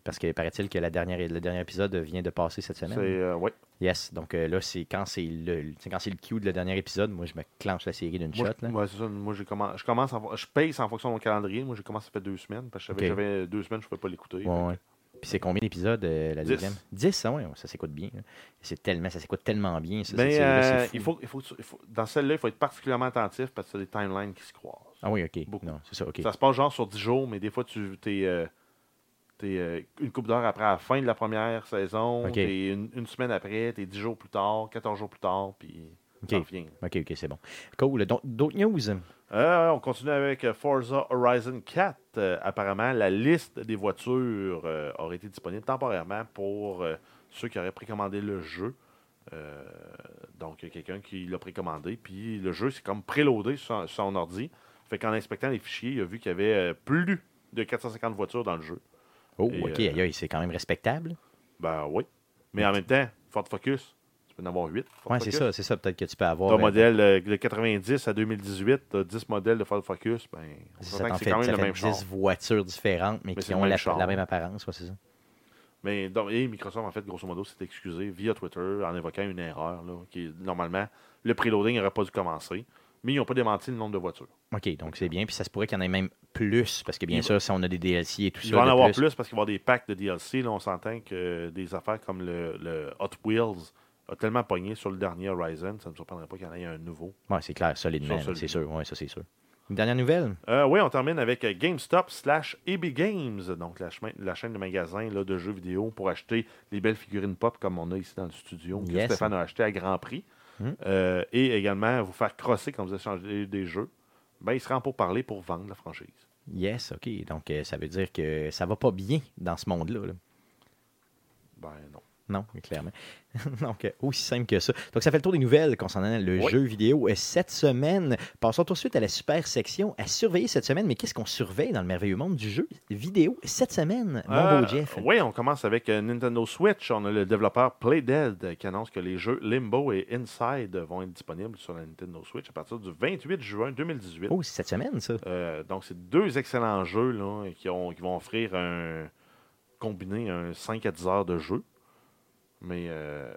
Speaker 1: Parce que paraît-il que la dernière, le dernier épisode vient de passer cette
Speaker 3: c'est.
Speaker 1: semaine.
Speaker 3: euh, ouais.
Speaker 1: Yes. Donc euh, là, c'est quand c'est le, c'est quand c'est le cue de le dernier épisode, moi, je me clenche la série d'une
Speaker 3: Moi,
Speaker 1: shot.
Speaker 3: je,
Speaker 1: là.
Speaker 3: ouais, c'est ça. Moi, j'ai commen- je commence en fo- je paye en fonction de mon calendrier. Moi, j'ai commencé ça fait deux semaines. Parce que je savais
Speaker 1: Ok.
Speaker 3: que j'avais deux semaines, je ne pouvais pas l'écouter.
Speaker 1: Ouais, ouais. Puis c'est combien d'épisodes euh, la
Speaker 3: Dix.
Speaker 1: deuxième 10, ouais, ça s'écoute bien. là. C'est tellement, ça s'écoute tellement bien. Ça, cette
Speaker 3: Mais
Speaker 1: série-là,
Speaker 3: euh,
Speaker 1: c'est fou.
Speaker 3: il faut, il faut, que tu- il faut- dans celle-là, il faut être particulièrement attentif parce que c'est des timelines qui se croisent.
Speaker 1: Ah oui, ok.
Speaker 3: Beaucoup.
Speaker 1: Non, c'est ça, ok.
Speaker 3: Ça se passe genre sur 10 jours, mais des fois, tu es, euh, une coupe d'heure après la fin de la première saison,
Speaker 1: Ok.
Speaker 3: t'es une, une semaine après, tu es 10 jours plus tard, 14 jours plus tard, puis
Speaker 1: Ok.
Speaker 3: t'en reviens.
Speaker 1: Ok, ok, c'est bon. Cool. Donc, d'autres news
Speaker 3: Euh, on continue avec euh, Forza Horizon 4. Euh, apparemment, la liste des voitures euh, aurait été disponible temporairement pour euh, ceux qui auraient précommandé le jeu. Euh, donc, il y a quelqu'un qui l'a précommandé. Puis le jeu, c'est comme préloadé sur, son- sur son ordi. Fait qu'en inspectant les fichiers, il a vu qu'il y avait euh, plus de 450 voitures dans le jeu.
Speaker 1: Oh,
Speaker 3: Et,
Speaker 1: ok,
Speaker 3: euh,
Speaker 1: aïe, aïe, c'est quand même respectable.
Speaker 3: Ben oui. Mais en même temps, Ford Focus, tu peux en avoir 8.
Speaker 1: Ouais, c'est ça, c'est ça. Peut-être que tu peux avoir.
Speaker 3: Ton
Speaker 1: euh,
Speaker 3: modèle euh, de 90 à 2018, t'as 10 modèles de Ford Focus, ben, on
Speaker 1: Ça
Speaker 3: s'entend
Speaker 1: t'en
Speaker 3: que c'est
Speaker 1: fait,
Speaker 3: quand même
Speaker 1: ça
Speaker 3: le
Speaker 1: fait
Speaker 3: même
Speaker 1: 10
Speaker 3: char.
Speaker 1: voitures différentes, mais,
Speaker 3: Mais c'est
Speaker 1: qui
Speaker 3: le
Speaker 1: ont
Speaker 3: même
Speaker 1: la,
Speaker 3: char.
Speaker 1: la même apparence, ouais, c'est ça.
Speaker 3: Mais donc, et Microsoft, en fait, grosso modo, s'est excusé via Twitter en évoquant une erreur. Là, qui, est- normalement, le preloading n'aurait pas dû commencer, mais ils n'ont pas démenti le nombre de voitures.
Speaker 1: OK, donc c'est bien. Puis ça se pourrait qu'il y en ait même plus, parce que bien
Speaker 3: Il va-
Speaker 1: sûr, si on a des DLC et tout
Speaker 3: Ils
Speaker 1: ça.
Speaker 3: vont en
Speaker 1: de
Speaker 3: avoir plus, parce qu'il va y avoir des packs de DLC. Là, on s'entend que euh, des affaires comme le, le Hot Wheels a tellement pogné sur le dernier Horizon, ça ne me surprendrait pas qu'il y en ait un nouveau.
Speaker 1: Ouais, c'est clair, solidement.
Speaker 3: Ça,
Speaker 1: là, C'est sûr, ouais, ça, c'est sûr. Une dernière nouvelle
Speaker 3: Euh, oui, on termine avec euh, GameStop slash EB Games, donc la, chemin- la chaîne de magasins là, de jeux vidéo pour acheter les belles figurines pop comme on a ici dans le studio, que
Speaker 1: Yes.
Speaker 3: Stéphane a acheté à grand prix.
Speaker 1: Mhm.
Speaker 3: Euh, et également vous faire crosser quand vous échangez des jeux. Ben, il se rend pour parler pour vendre la franchise.
Speaker 1: Yes, OK. Donc euh, ça veut dire que ça va pas bien dans ce monde-là. là.
Speaker 3: Ben non.
Speaker 1: Non, mais clairement. Donc, euh, aussi simple que ça. Donc, ça fait le tour des nouvelles concernant le
Speaker 3: Oui.
Speaker 1: jeu vidéo euh, cette semaine. Passons tout de suite à la super section à surveiller cette semaine. Mais qu'est-ce qu'on surveille dans le merveilleux monde du jeu vidéo cette semaine, mon
Speaker 3: Euh,
Speaker 1: beau Jeff?
Speaker 3: Oui, on commence avec euh, Nintendo Switch. On a le développeur Playdead euh, qui annonce que les jeux Limbo et Inside vont être disponibles sur la Nintendo Switch à partir du 28 juin 2018.
Speaker 1: Oh, c'est cette semaine, ça.
Speaker 3: Euh, donc, c'est deux excellents jeux là, qui, ont- qui vont offrir un combiné un 5 à 10 heures de jeu, mais euh,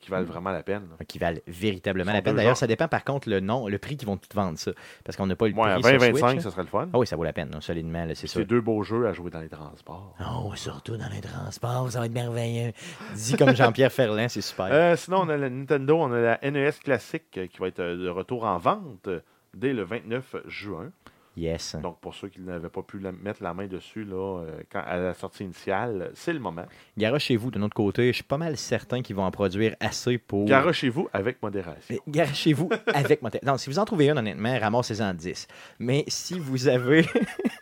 Speaker 3: qui
Speaker 1: Hmm.
Speaker 3: valent vraiment la peine. là.
Speaker 1: qui valent véritablement
Speaker 3: Sont
Speaker 1: la peine.
Speaker 3: deux
Speaker 1: D'ailleurs,
Speaker 3: genres.
Speaker 1: ça dépend par contre le nom, le prix qu'ils vont tout vendre ça. Parce qu'on n'a pas eu le
Speaker 3: Ouais, à
Speaker 1: prix. 20,
Speaker 3: 20-25, ça serait le fun.
Speaker 1: Ah oui, ça vaut la peine, non, solidement, là, c'est sûr.
Speaker 3: c'est deux beaux jeux à jouer dans les transports.
Speaker 1: Oh, surtout dans les transports, ça va être merveilleux. Dit comme Jean-Pierre Ferland, c'est super.
Speaker 3: Euh, sinon, on a la Nintendo, on a la NES classique euh, qui va être euh, de retour en vente euh, dès le 29 juin.
Speaker 1: yes.
Speaker 3: Donc, pour ceux qui n'avaient pas pu la- mettre la main dessus là, euh, quand, à la sortie initiale, c'est le moment.
Speaker 1: Garage chez vous, de notre côté, je suis pas mal certain qu'ils vont en produire assez pour. Euh,
Speaker 3: Garochez-vous avec modération.
Speaker 1: Mais Garochez-vous avec mon téléphone. Non, si vous en trouvez une, honnêtement, ramassez-en 10. Mais si vous avez.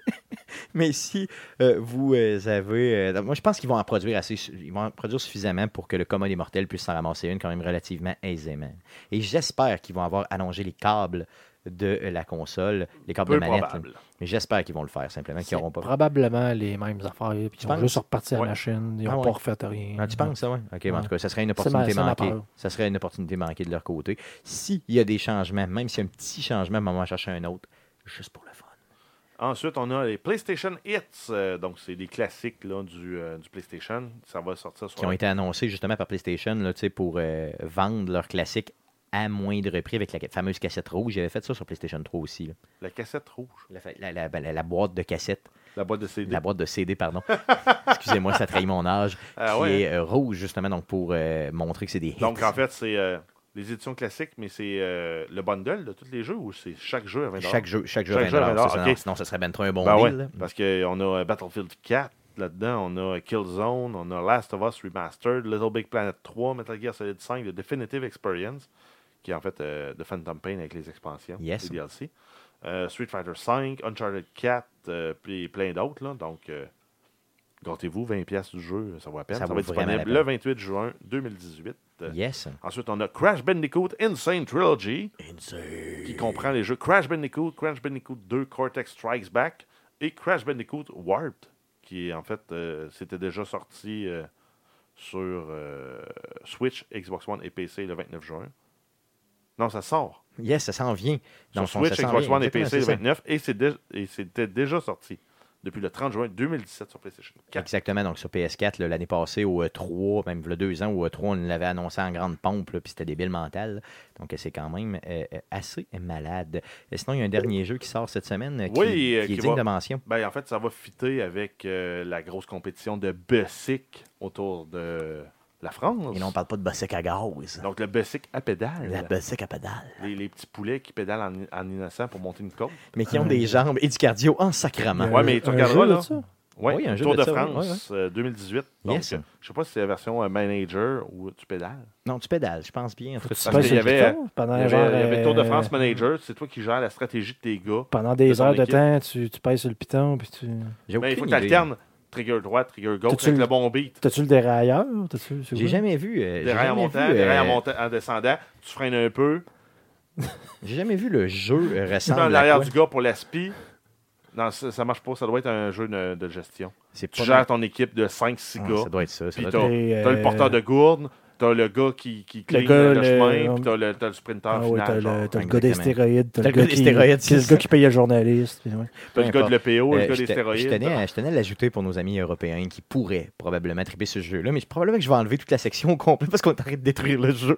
Speaker 1: Mais si euh, vous euh, avez. euh, moi, je pense qu'ils vont en produire assez. su- Ils vont en produire suffisamment pour que le commun des mortels puisse s'en ramasser une quand même relativement aisément. Et j'espère qu'ils vont avoir allongé les câbles de euh, la console, les câbles
Speaker 3: Peu
Speaker 1: de Ah, ben, manette.
Speaker 3: probable.
Speaker 1: là. Mais j'espère qu'ils vont le faire simplement, qu'ils n'auront pas.
Speaker 2: Probablement les mêmes affaires. Puis ils ont
Speaker 1: penses?
Speaker 2: juste reparti à la
Speaker 3: Ouais.
Speaker 2: machine. Ils
Speaker 1: Ah
Speaker 2: n'ont
Speaker 1: ouais.
Speaker 2: pas refait rien.
Speaker 1: Ah, tu penses ça, ouais? OK, mais en
Speaker 2: Ouais.
Speaker 1: tout cas, ça serait une
Speaker 2: C'est
Speaker 1: opportunité
Speaker 2: ma- c'est ma
Speaker 1: manquée.
Speaker 2: peur.
Speaker 1: Ça serait une opportunité manquée de leur côté. S'il y a des changements, même s'il y a un petit changement, maman va chercher un autre, juste pour le fun.
Speaker 3: Ensuite, on a les PlayStation Hits. euh, donc, c'est des classiques là, du, euh, du PlayStation. Ça va sortir sur.
Speaker 1: Qui ont été annoncés justement par PlayStation là, tu sais, pour euh, vendre leurs classiques à moindre prix avec la ca- fameuse cassette rouge. J'avais fait ça sur PlayStation 3 aussi. là.
Speaker 3: La cassette rouge.
Speaker 1: La, fa- la- la- ben, la- la boîte de cassette,
Speaker 3: La boîte de CD.
Speaker 1: la boîte de CD, pardon. Excusez-moi, ça trahit mon âge.
Speaker 3: Ah
Speaker 1: qui
Speaker 3: ouais,
Speaker 1: est euh, rouge justement, donc pour euh, montrer que c'est des hits.
Speaker 3: Donc, en fait, c'est euh, les éditions classiques, mais c'est euh, le bundle de tous les jeux ou c'est chaque jeu à 20
Speaker 1: chaque jeu, chaque jeu,
Speaker 3: Chaque
Speaker 1: à
Speaker 3: jeu à
Speaker 1: 20
Speaker 3: 20,
Speaker 1: c'est ça,
Speaker 3: ok.
Speaker 1: non, sinon ça serait ben trop un bon
Speaker 3: Ben
Speaker 1: deal.
Speaker 3: ouais,
Speaker 1: là.
Speaker 3: parce qu'on a euh, Battlefield 4 là-dedans, on a Killzone, on a Last of Us Remastered, Little Big Planet 3, Metal Gear Solid 5, The Definitive Experience, qui est en fait euh, The Phantom Pain avec les expansions,
Speaker 1: Yes.
Speaker 3: les DLC, euh, Street Fighter 5, Uncharted 4, euh, puis plein d'autres. là. Donc, euh, gâtez-vous, 20$ du jeu, ça vaut la peine.
Speaker 1: Ça
Speaker 3: Ça,
Speaker 1: vaut
Speaker 3: va être
Speaker 1: vraiment la
Speaker 3: disponible le 28 juin 2018. Euh,
Speaker 1: Yes.
Speaker 3: Ensuite, on a Crash Bandicoot Insane Trilogy, qui comprend les jeux Crash Bandicoot, Crash Bandicoot 2, Cortex Strikes Back et Crash Bandicoot Warped, qui est en fait, euh, c'était déjà sorti euh, sur euh, Switch, Xbox One et PC le 29 juin. Non, ça sort.
Speaker 1: Yes, ça s'en vient. Dans le
Speaker 3: Sur
Speaker 1: fond,
Speaker 3: Switch,
Speaker 1: ça s'en
Speaker 3: Xbox
Speaker 1: vient,
Speaker 3: One et ben,
Speaker 1: exactement,
Speaker 3: PC le
Speaker 1: c'est ça.
Speaker 3: 29 et c'est dé- et c'était déjà sorti. depuis le 30 juin 2017 sur PlayStation 4.
Speaker 1: Exactement, donc sur PS4, là, l'année passée, au euh, 3, même le deux ans, au euh, 3, on l'avait annoncé en grande pompe, là, puis c'était débile mental. Donc euh, c'est quand même euh, euh, assez malade. Et sinon, il y a un dernier jeu qui sort cette semaine euh, qui,
Speaker 3: Oui, euh,
Speaker 1: qui est
Speaker 3: qui
Speaker 1: digne
Speaker 3: va-
Speaker 1: de mention.
Speaker 3: Ben, en fait, ça va fitter avec euh, la grosse compétition de Bessic autour de la France.
Speaker 1: Et là, on parle pas de Bossec à gaz.
Speaker 3: Donc, le Bessic à pédale.
Speaker 1: La Bossec à pédale.
Speaker 3: les, les petits poulets qui pédalent en, en innocent pour monter une côte.
Speaker 1: Mais qui ont des jambes et du cardio en sacrement.
Speaker 2: Il y a
Speaker 3: Ouais,
Speaker 2: un-
Speaker 3: mais tu
Speaker 2: un
Speaker 3: regarderas,
Speaker 2: jeu de
Speaker 3: là.
Speaker 2: ça?
Speaker 3: Ouais,
Speaker 1: Oui, un jeu
Speaker 3: Tour
Speaker 1: de
Speaker 3: de,
Speaker 1: ça, oui.
Speaker 3: France euh, 2018. Donc,
Speaker 1: Yes.
Speaker 3: euh, je sais pas si c'est la version euh, manager ou tu pédales.
Speaker 1: Non, tu pédales, je pense bien. en tout cas.
Speaker 2: Tu
Speaker 3: Parce
Speaker 2: passes
Speaker 3: qu'il y
Speaker 2: sur le
Speaker 3: avait,
Speaker 2: piton, pendant
Speaker 3: Il y avait,
Speaker 2: genre,
Speaker 3: il y avait Tour de
Speaker 2: euh,
Speaker 3: France manager, c'est toi qui gères la stratégie de tes gars.
Speaker 2: Pendant
Speaker 3: de
Speaker 2: des
Speaker 3: ton
Speaker 2: heures de
Speaker 3: équipe.
Speaker 2: temps, tu, tu pèses sur le piton, puis tu.
Speaker 1: J'ai
Speaker 3: Mais ben, il
Speaker 1: aucune
Speaker 3: faut que tu
Speaker 1: idée.
Speaker 3: alternes trigger droit, trigger gauche
Speaker 2: T'as-tu
Speaker 3: avec
Speaker 2: le-
Speaker 3: le bon beat.
Speaker 2: T'as-tu le dérailleur T'as-tu- c'est
Speaker 1: J'ai
Speaker 2: quoi?
Speaker 1: jamais vu. euh, j'ai
Speaker 3: Derrière en
Speaker 1: jamais
Speaker 3: montant,
Speaker 1: vu, euh,
Speaker 3: derrière en, montant, en descendant, tu freines un peu,
Speaker 1: J'ai jamais vu le jeu euh,
Speaker 3: tu prends
Speaker 1: ressemble à
Speaker 3: l'arrière
Speaker 1: quoi.
Speaker 3: du gars pour l'aspi. Non, ça, ça marche pas, ça doit être un jeu de, de gestion.
Speaker 1: C'est
Speaker 3: Tu
Speaker 1: pas
Speaker 3: gères ton équipe de 5-6
Speaker 1: mal. Ah,
Speaker 3: gars.
Speaker 1: Ça doit être ça. ça
Speaker 3: Puis
Speaker 1: doit
Speaker 3: t'as
Speaker 1: être-
Speaker 2: Et,
Speaker 3: t'as
Speaker 2: euh,
Speaker 3: le porteur de gourde, t'as le gars qui, qui cligne
Speaker 2: gars,
Speaker 3: le,
Speaker 2: le-
Speaker 3: chemin, puis t'as le, t'as le sprinteur
Speaker 2: Ah ouais,
Speaker 3: final.
Speaker 2: t'as
Speaker 3: genre.
Speaker 2: le, t'as le gars des
Speaker 1: Exactement.
Speaker 2: stéroïdes, t'as le, gars qui,
Speaker 1: stéroïdes,
Speaker 2: c'est le
Speaker 1: c'est
Speaker 2: gars qui paye le journaliste. puis ouais.
Speaker 3: T'as le
Speaker 1: peu
Speaker 3: gars de l'EPO, le
Speaker 1: Euh,
Speaker 3: gars
Speaker 1: je
Speaker 3: des
Speaker 1: te-
Speaker 3: stéroïdes. hein.
Speaker 1: Je tenais, à- je tenais à l'ajouter pour nos amis européens qui pourraient probablement triper ce jeu-là, mais je- probablement que je vais enlever toute la section au complet parce qu'on est en train de détruire le jeu.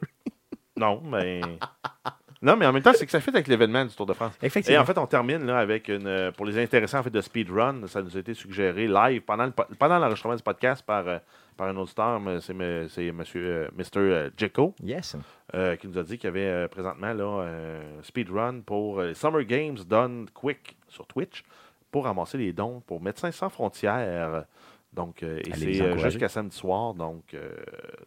Speaker 3: Non, mais. non, mais en même temps, c'est que ça fait avec l'événement du Tour de France. Et
Speaker 1: Effectivement.
Speaker 3: en fait, on termine là, avec une. euh, Pour les intéressants en fait, de speedrun, ça nous a été suggéré live pendant, le po- pendant l'enregistrement du podcast par, euh, par un auditeur, mais c'est, me- c'est monsieur, euh, Mr. euh, Jekyll,
Speaker 1: yes.
Speaker 3: euh, qui nous a dit qu'il y avait euh, présentement là, un speedrun pour euh, Summer Games Done Quick sur Twitch pour ramasser les dons pour Médecins Sans Frontières. Donc, euh, et
Speaker 1: Allez les
Speaker 3: c'est euh,
Speaker 1: encourager.
Speaker 3: jusqu'à samedi soir, donc euh,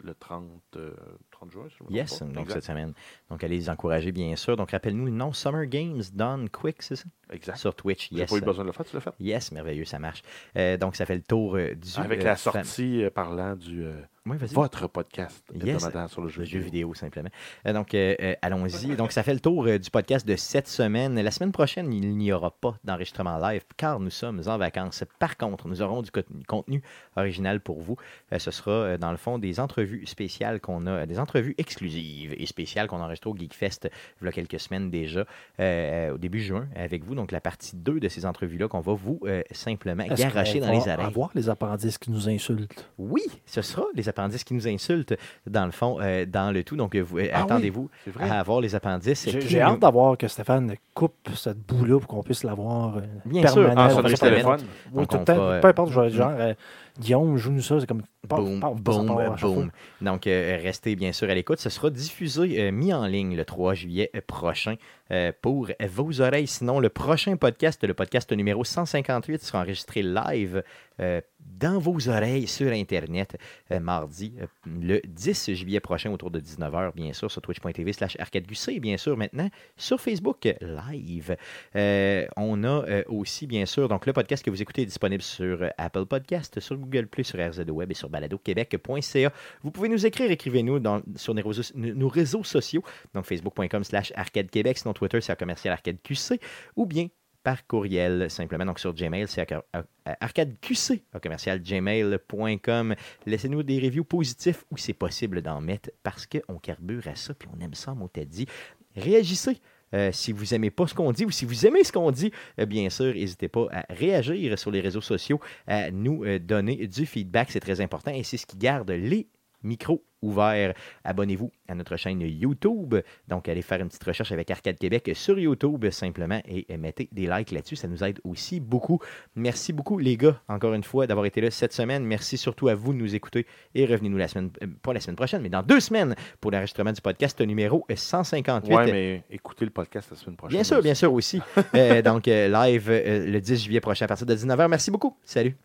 Speaker 3: le 30, euh, 30 juin, si je me trompe
Speaker 1: Yes,
Speaker 3: pas.
Speaker 1: donc
Speaker 3: Oh, Exact.
Speaker 1: cette semaine. Donc, allez les encourager, bien sûr. Donc, rappelle-nous le nom Summer Games Done Quick, c'est ça?
Speaker 3: Exact.
Speaker 1: Sur Twitch,
Speaker 3: J'ai
Speaker 1: yes.
Speaker 3: pas eu besoin de le faire, tu l'as fait.
Speaker 1: Yes, merveilleux, ça marche. Euh, donc, ça fait le tour euh, du.
Speaker 3: Avec
Speaker 1: euh,
Speaker 3: la
Speaker 1: fam-
Speaker 3: sortie euh, parlant du euh,
Speaker 1: Oui, vas-y.
Speaker 3: votre podcast
Speaker 1: Yes.
Speaker 3: hebdomadaire sur le jeu
Speaker 1: Le jeu
Speaker 3: vidéo.
Speaker 1: vidéo, simplement. Euh, donc, euh, euh, allons-y. Donc, ça fait le tour euh, du podcast de cette semaine. La semaine prochaine, il n'y aura pas d'enregistrement live car nous sommes en vacances. Par contre, nous aurons du co- contenu original pour vous. Euh, ce sera, euh, dans le fond, des entrevues spéciales qu'on a, des entrevues exclusives et spéciales qu'on a enregistrées au GeekFest il y a quelques semaines déjà, euh, au début juin, avec vous. Donc, la partie 2 de ces entrevues-là qu'on va vous euh, simplement
Speaker 2: Est-ce
Speaker 1: garracher
Speaker 2: qu'on
Speaker 1: dans
Speaker 2: va
Speaker 1: les oreilles.
Speaker 2: avoir les appendices qui nous insultent.
Speaker 1: Oui, ce sera les appendices qui nous insultent, dans le fond, euh, dans le tout. Donc, vous- euh,
Speaker 3: Ah oui,
Speaker 1: attendez-vous
Speaker 3: C'est vrai.
Speaker 1: à avoir les appendices.
Speaker 2: J'ai
Speaker 1: qui
Speaker 2: j'ai
Speaker 1: nous-
Speaker 2: hâte d'avoir que Stéphane coupe cette boue-là pour qu'on puisse l'avoir euh,
Speaker 1: Bien sûr,
Speaker 2: permanent.
Speaker 3: Ah,
Speaker 1: on
Speaker 3: sur
Speaker 1: va
Speaker 3: le
Speaker 1: se permettre.
Speaker 3: téléphone.
Speaker 2: Oui,
Speaker 1: Donc,
Speaker 2: tout le
Speaker 1: on
Speaker 2: temps,
Speaker 1: va, euh,
Speaker 2: peu importe, genre, genre, euh, Guillaume, joue-nous ça, c'est comme... paf,
Speaker 1: Boom,
Speaker 2: paf, ça
Speaker 1: boom,
Speaker 2: part à chaque fois.
Speaker 1: boom. Donc, euh, restez bien sûr à l'écoute. Ce sera diffusé, euh, mis en ligne le 3 juillet prochain euh, pour vos oreilles. Sinon, le prochain podcast, le podcast numéro 158, sera enregistré live euh, dans vos oreilles sur Internet euh, mardi, euh, le 10 juillet prochain, autour de 19h, bien sûr, sur twitch.tv slash arcadeqc, et bien sûr, maintenant, sur Facebook euh, live. Euh, on a euh, aussi, bien sûr, donc le podcast que vous écoutez est disponible sur euh, Apple Podcast, sur Google Play, sur RZO Web et sur baladoquebec.ca. Vous pouvez nous écrire, écrivez-nous dans- sur nos réseaux, nos- nos réseaux sociaux, donc facebook.com slash arcade québec, sinon Twitter, c'est à commercial arcade QC, ou bien par courriel simplement, donc sur Gmail, c'est arca- ar- arcadeqc, à commercial gmail.com. Laissez-nous des reviews positifs où c'est possible d'en mettre parce qu'on carbure à ça, puis on aime ça, mon t'a dit. Réagissez. Euh, si vous aimez pas ce qu'on dit ou si vous aimez ce qu'on dit, euh, bien sûr, n'hésitez pas à réagir sur les réseaux sociaux, à nous euh, donner du feedback, c'est très important et c'est ce qui garde les micros ouverts. Abonnez-vous à notre chaîne YouTube. Donc, allez faire une petite recherche avec Arcade Québec sur YouTube simplement et euh, mettez des likes là-dessus. Ça nous aide aussi beaucoup. Merci beaucoup, les gars, encore une fois, d'avoir été là cette semaine. Merci surtout à vous de nous écouter et revenez-nous la semaine, euh, pas la semaine prochaine, mais dans deux semaines pour l'enregistrement du podcast numéro 158.
Speaker 3: Ouais, mais écoutez le podcast la semaine prochaine.
Speaker 1: Bien sûr,
Speaker 3: aussi.
Speaker 1: bien sûr aussi. Euh, donc, euh, live euh, le 10 juillet prochain à partir de 19h. Merci beaucoup. Salut.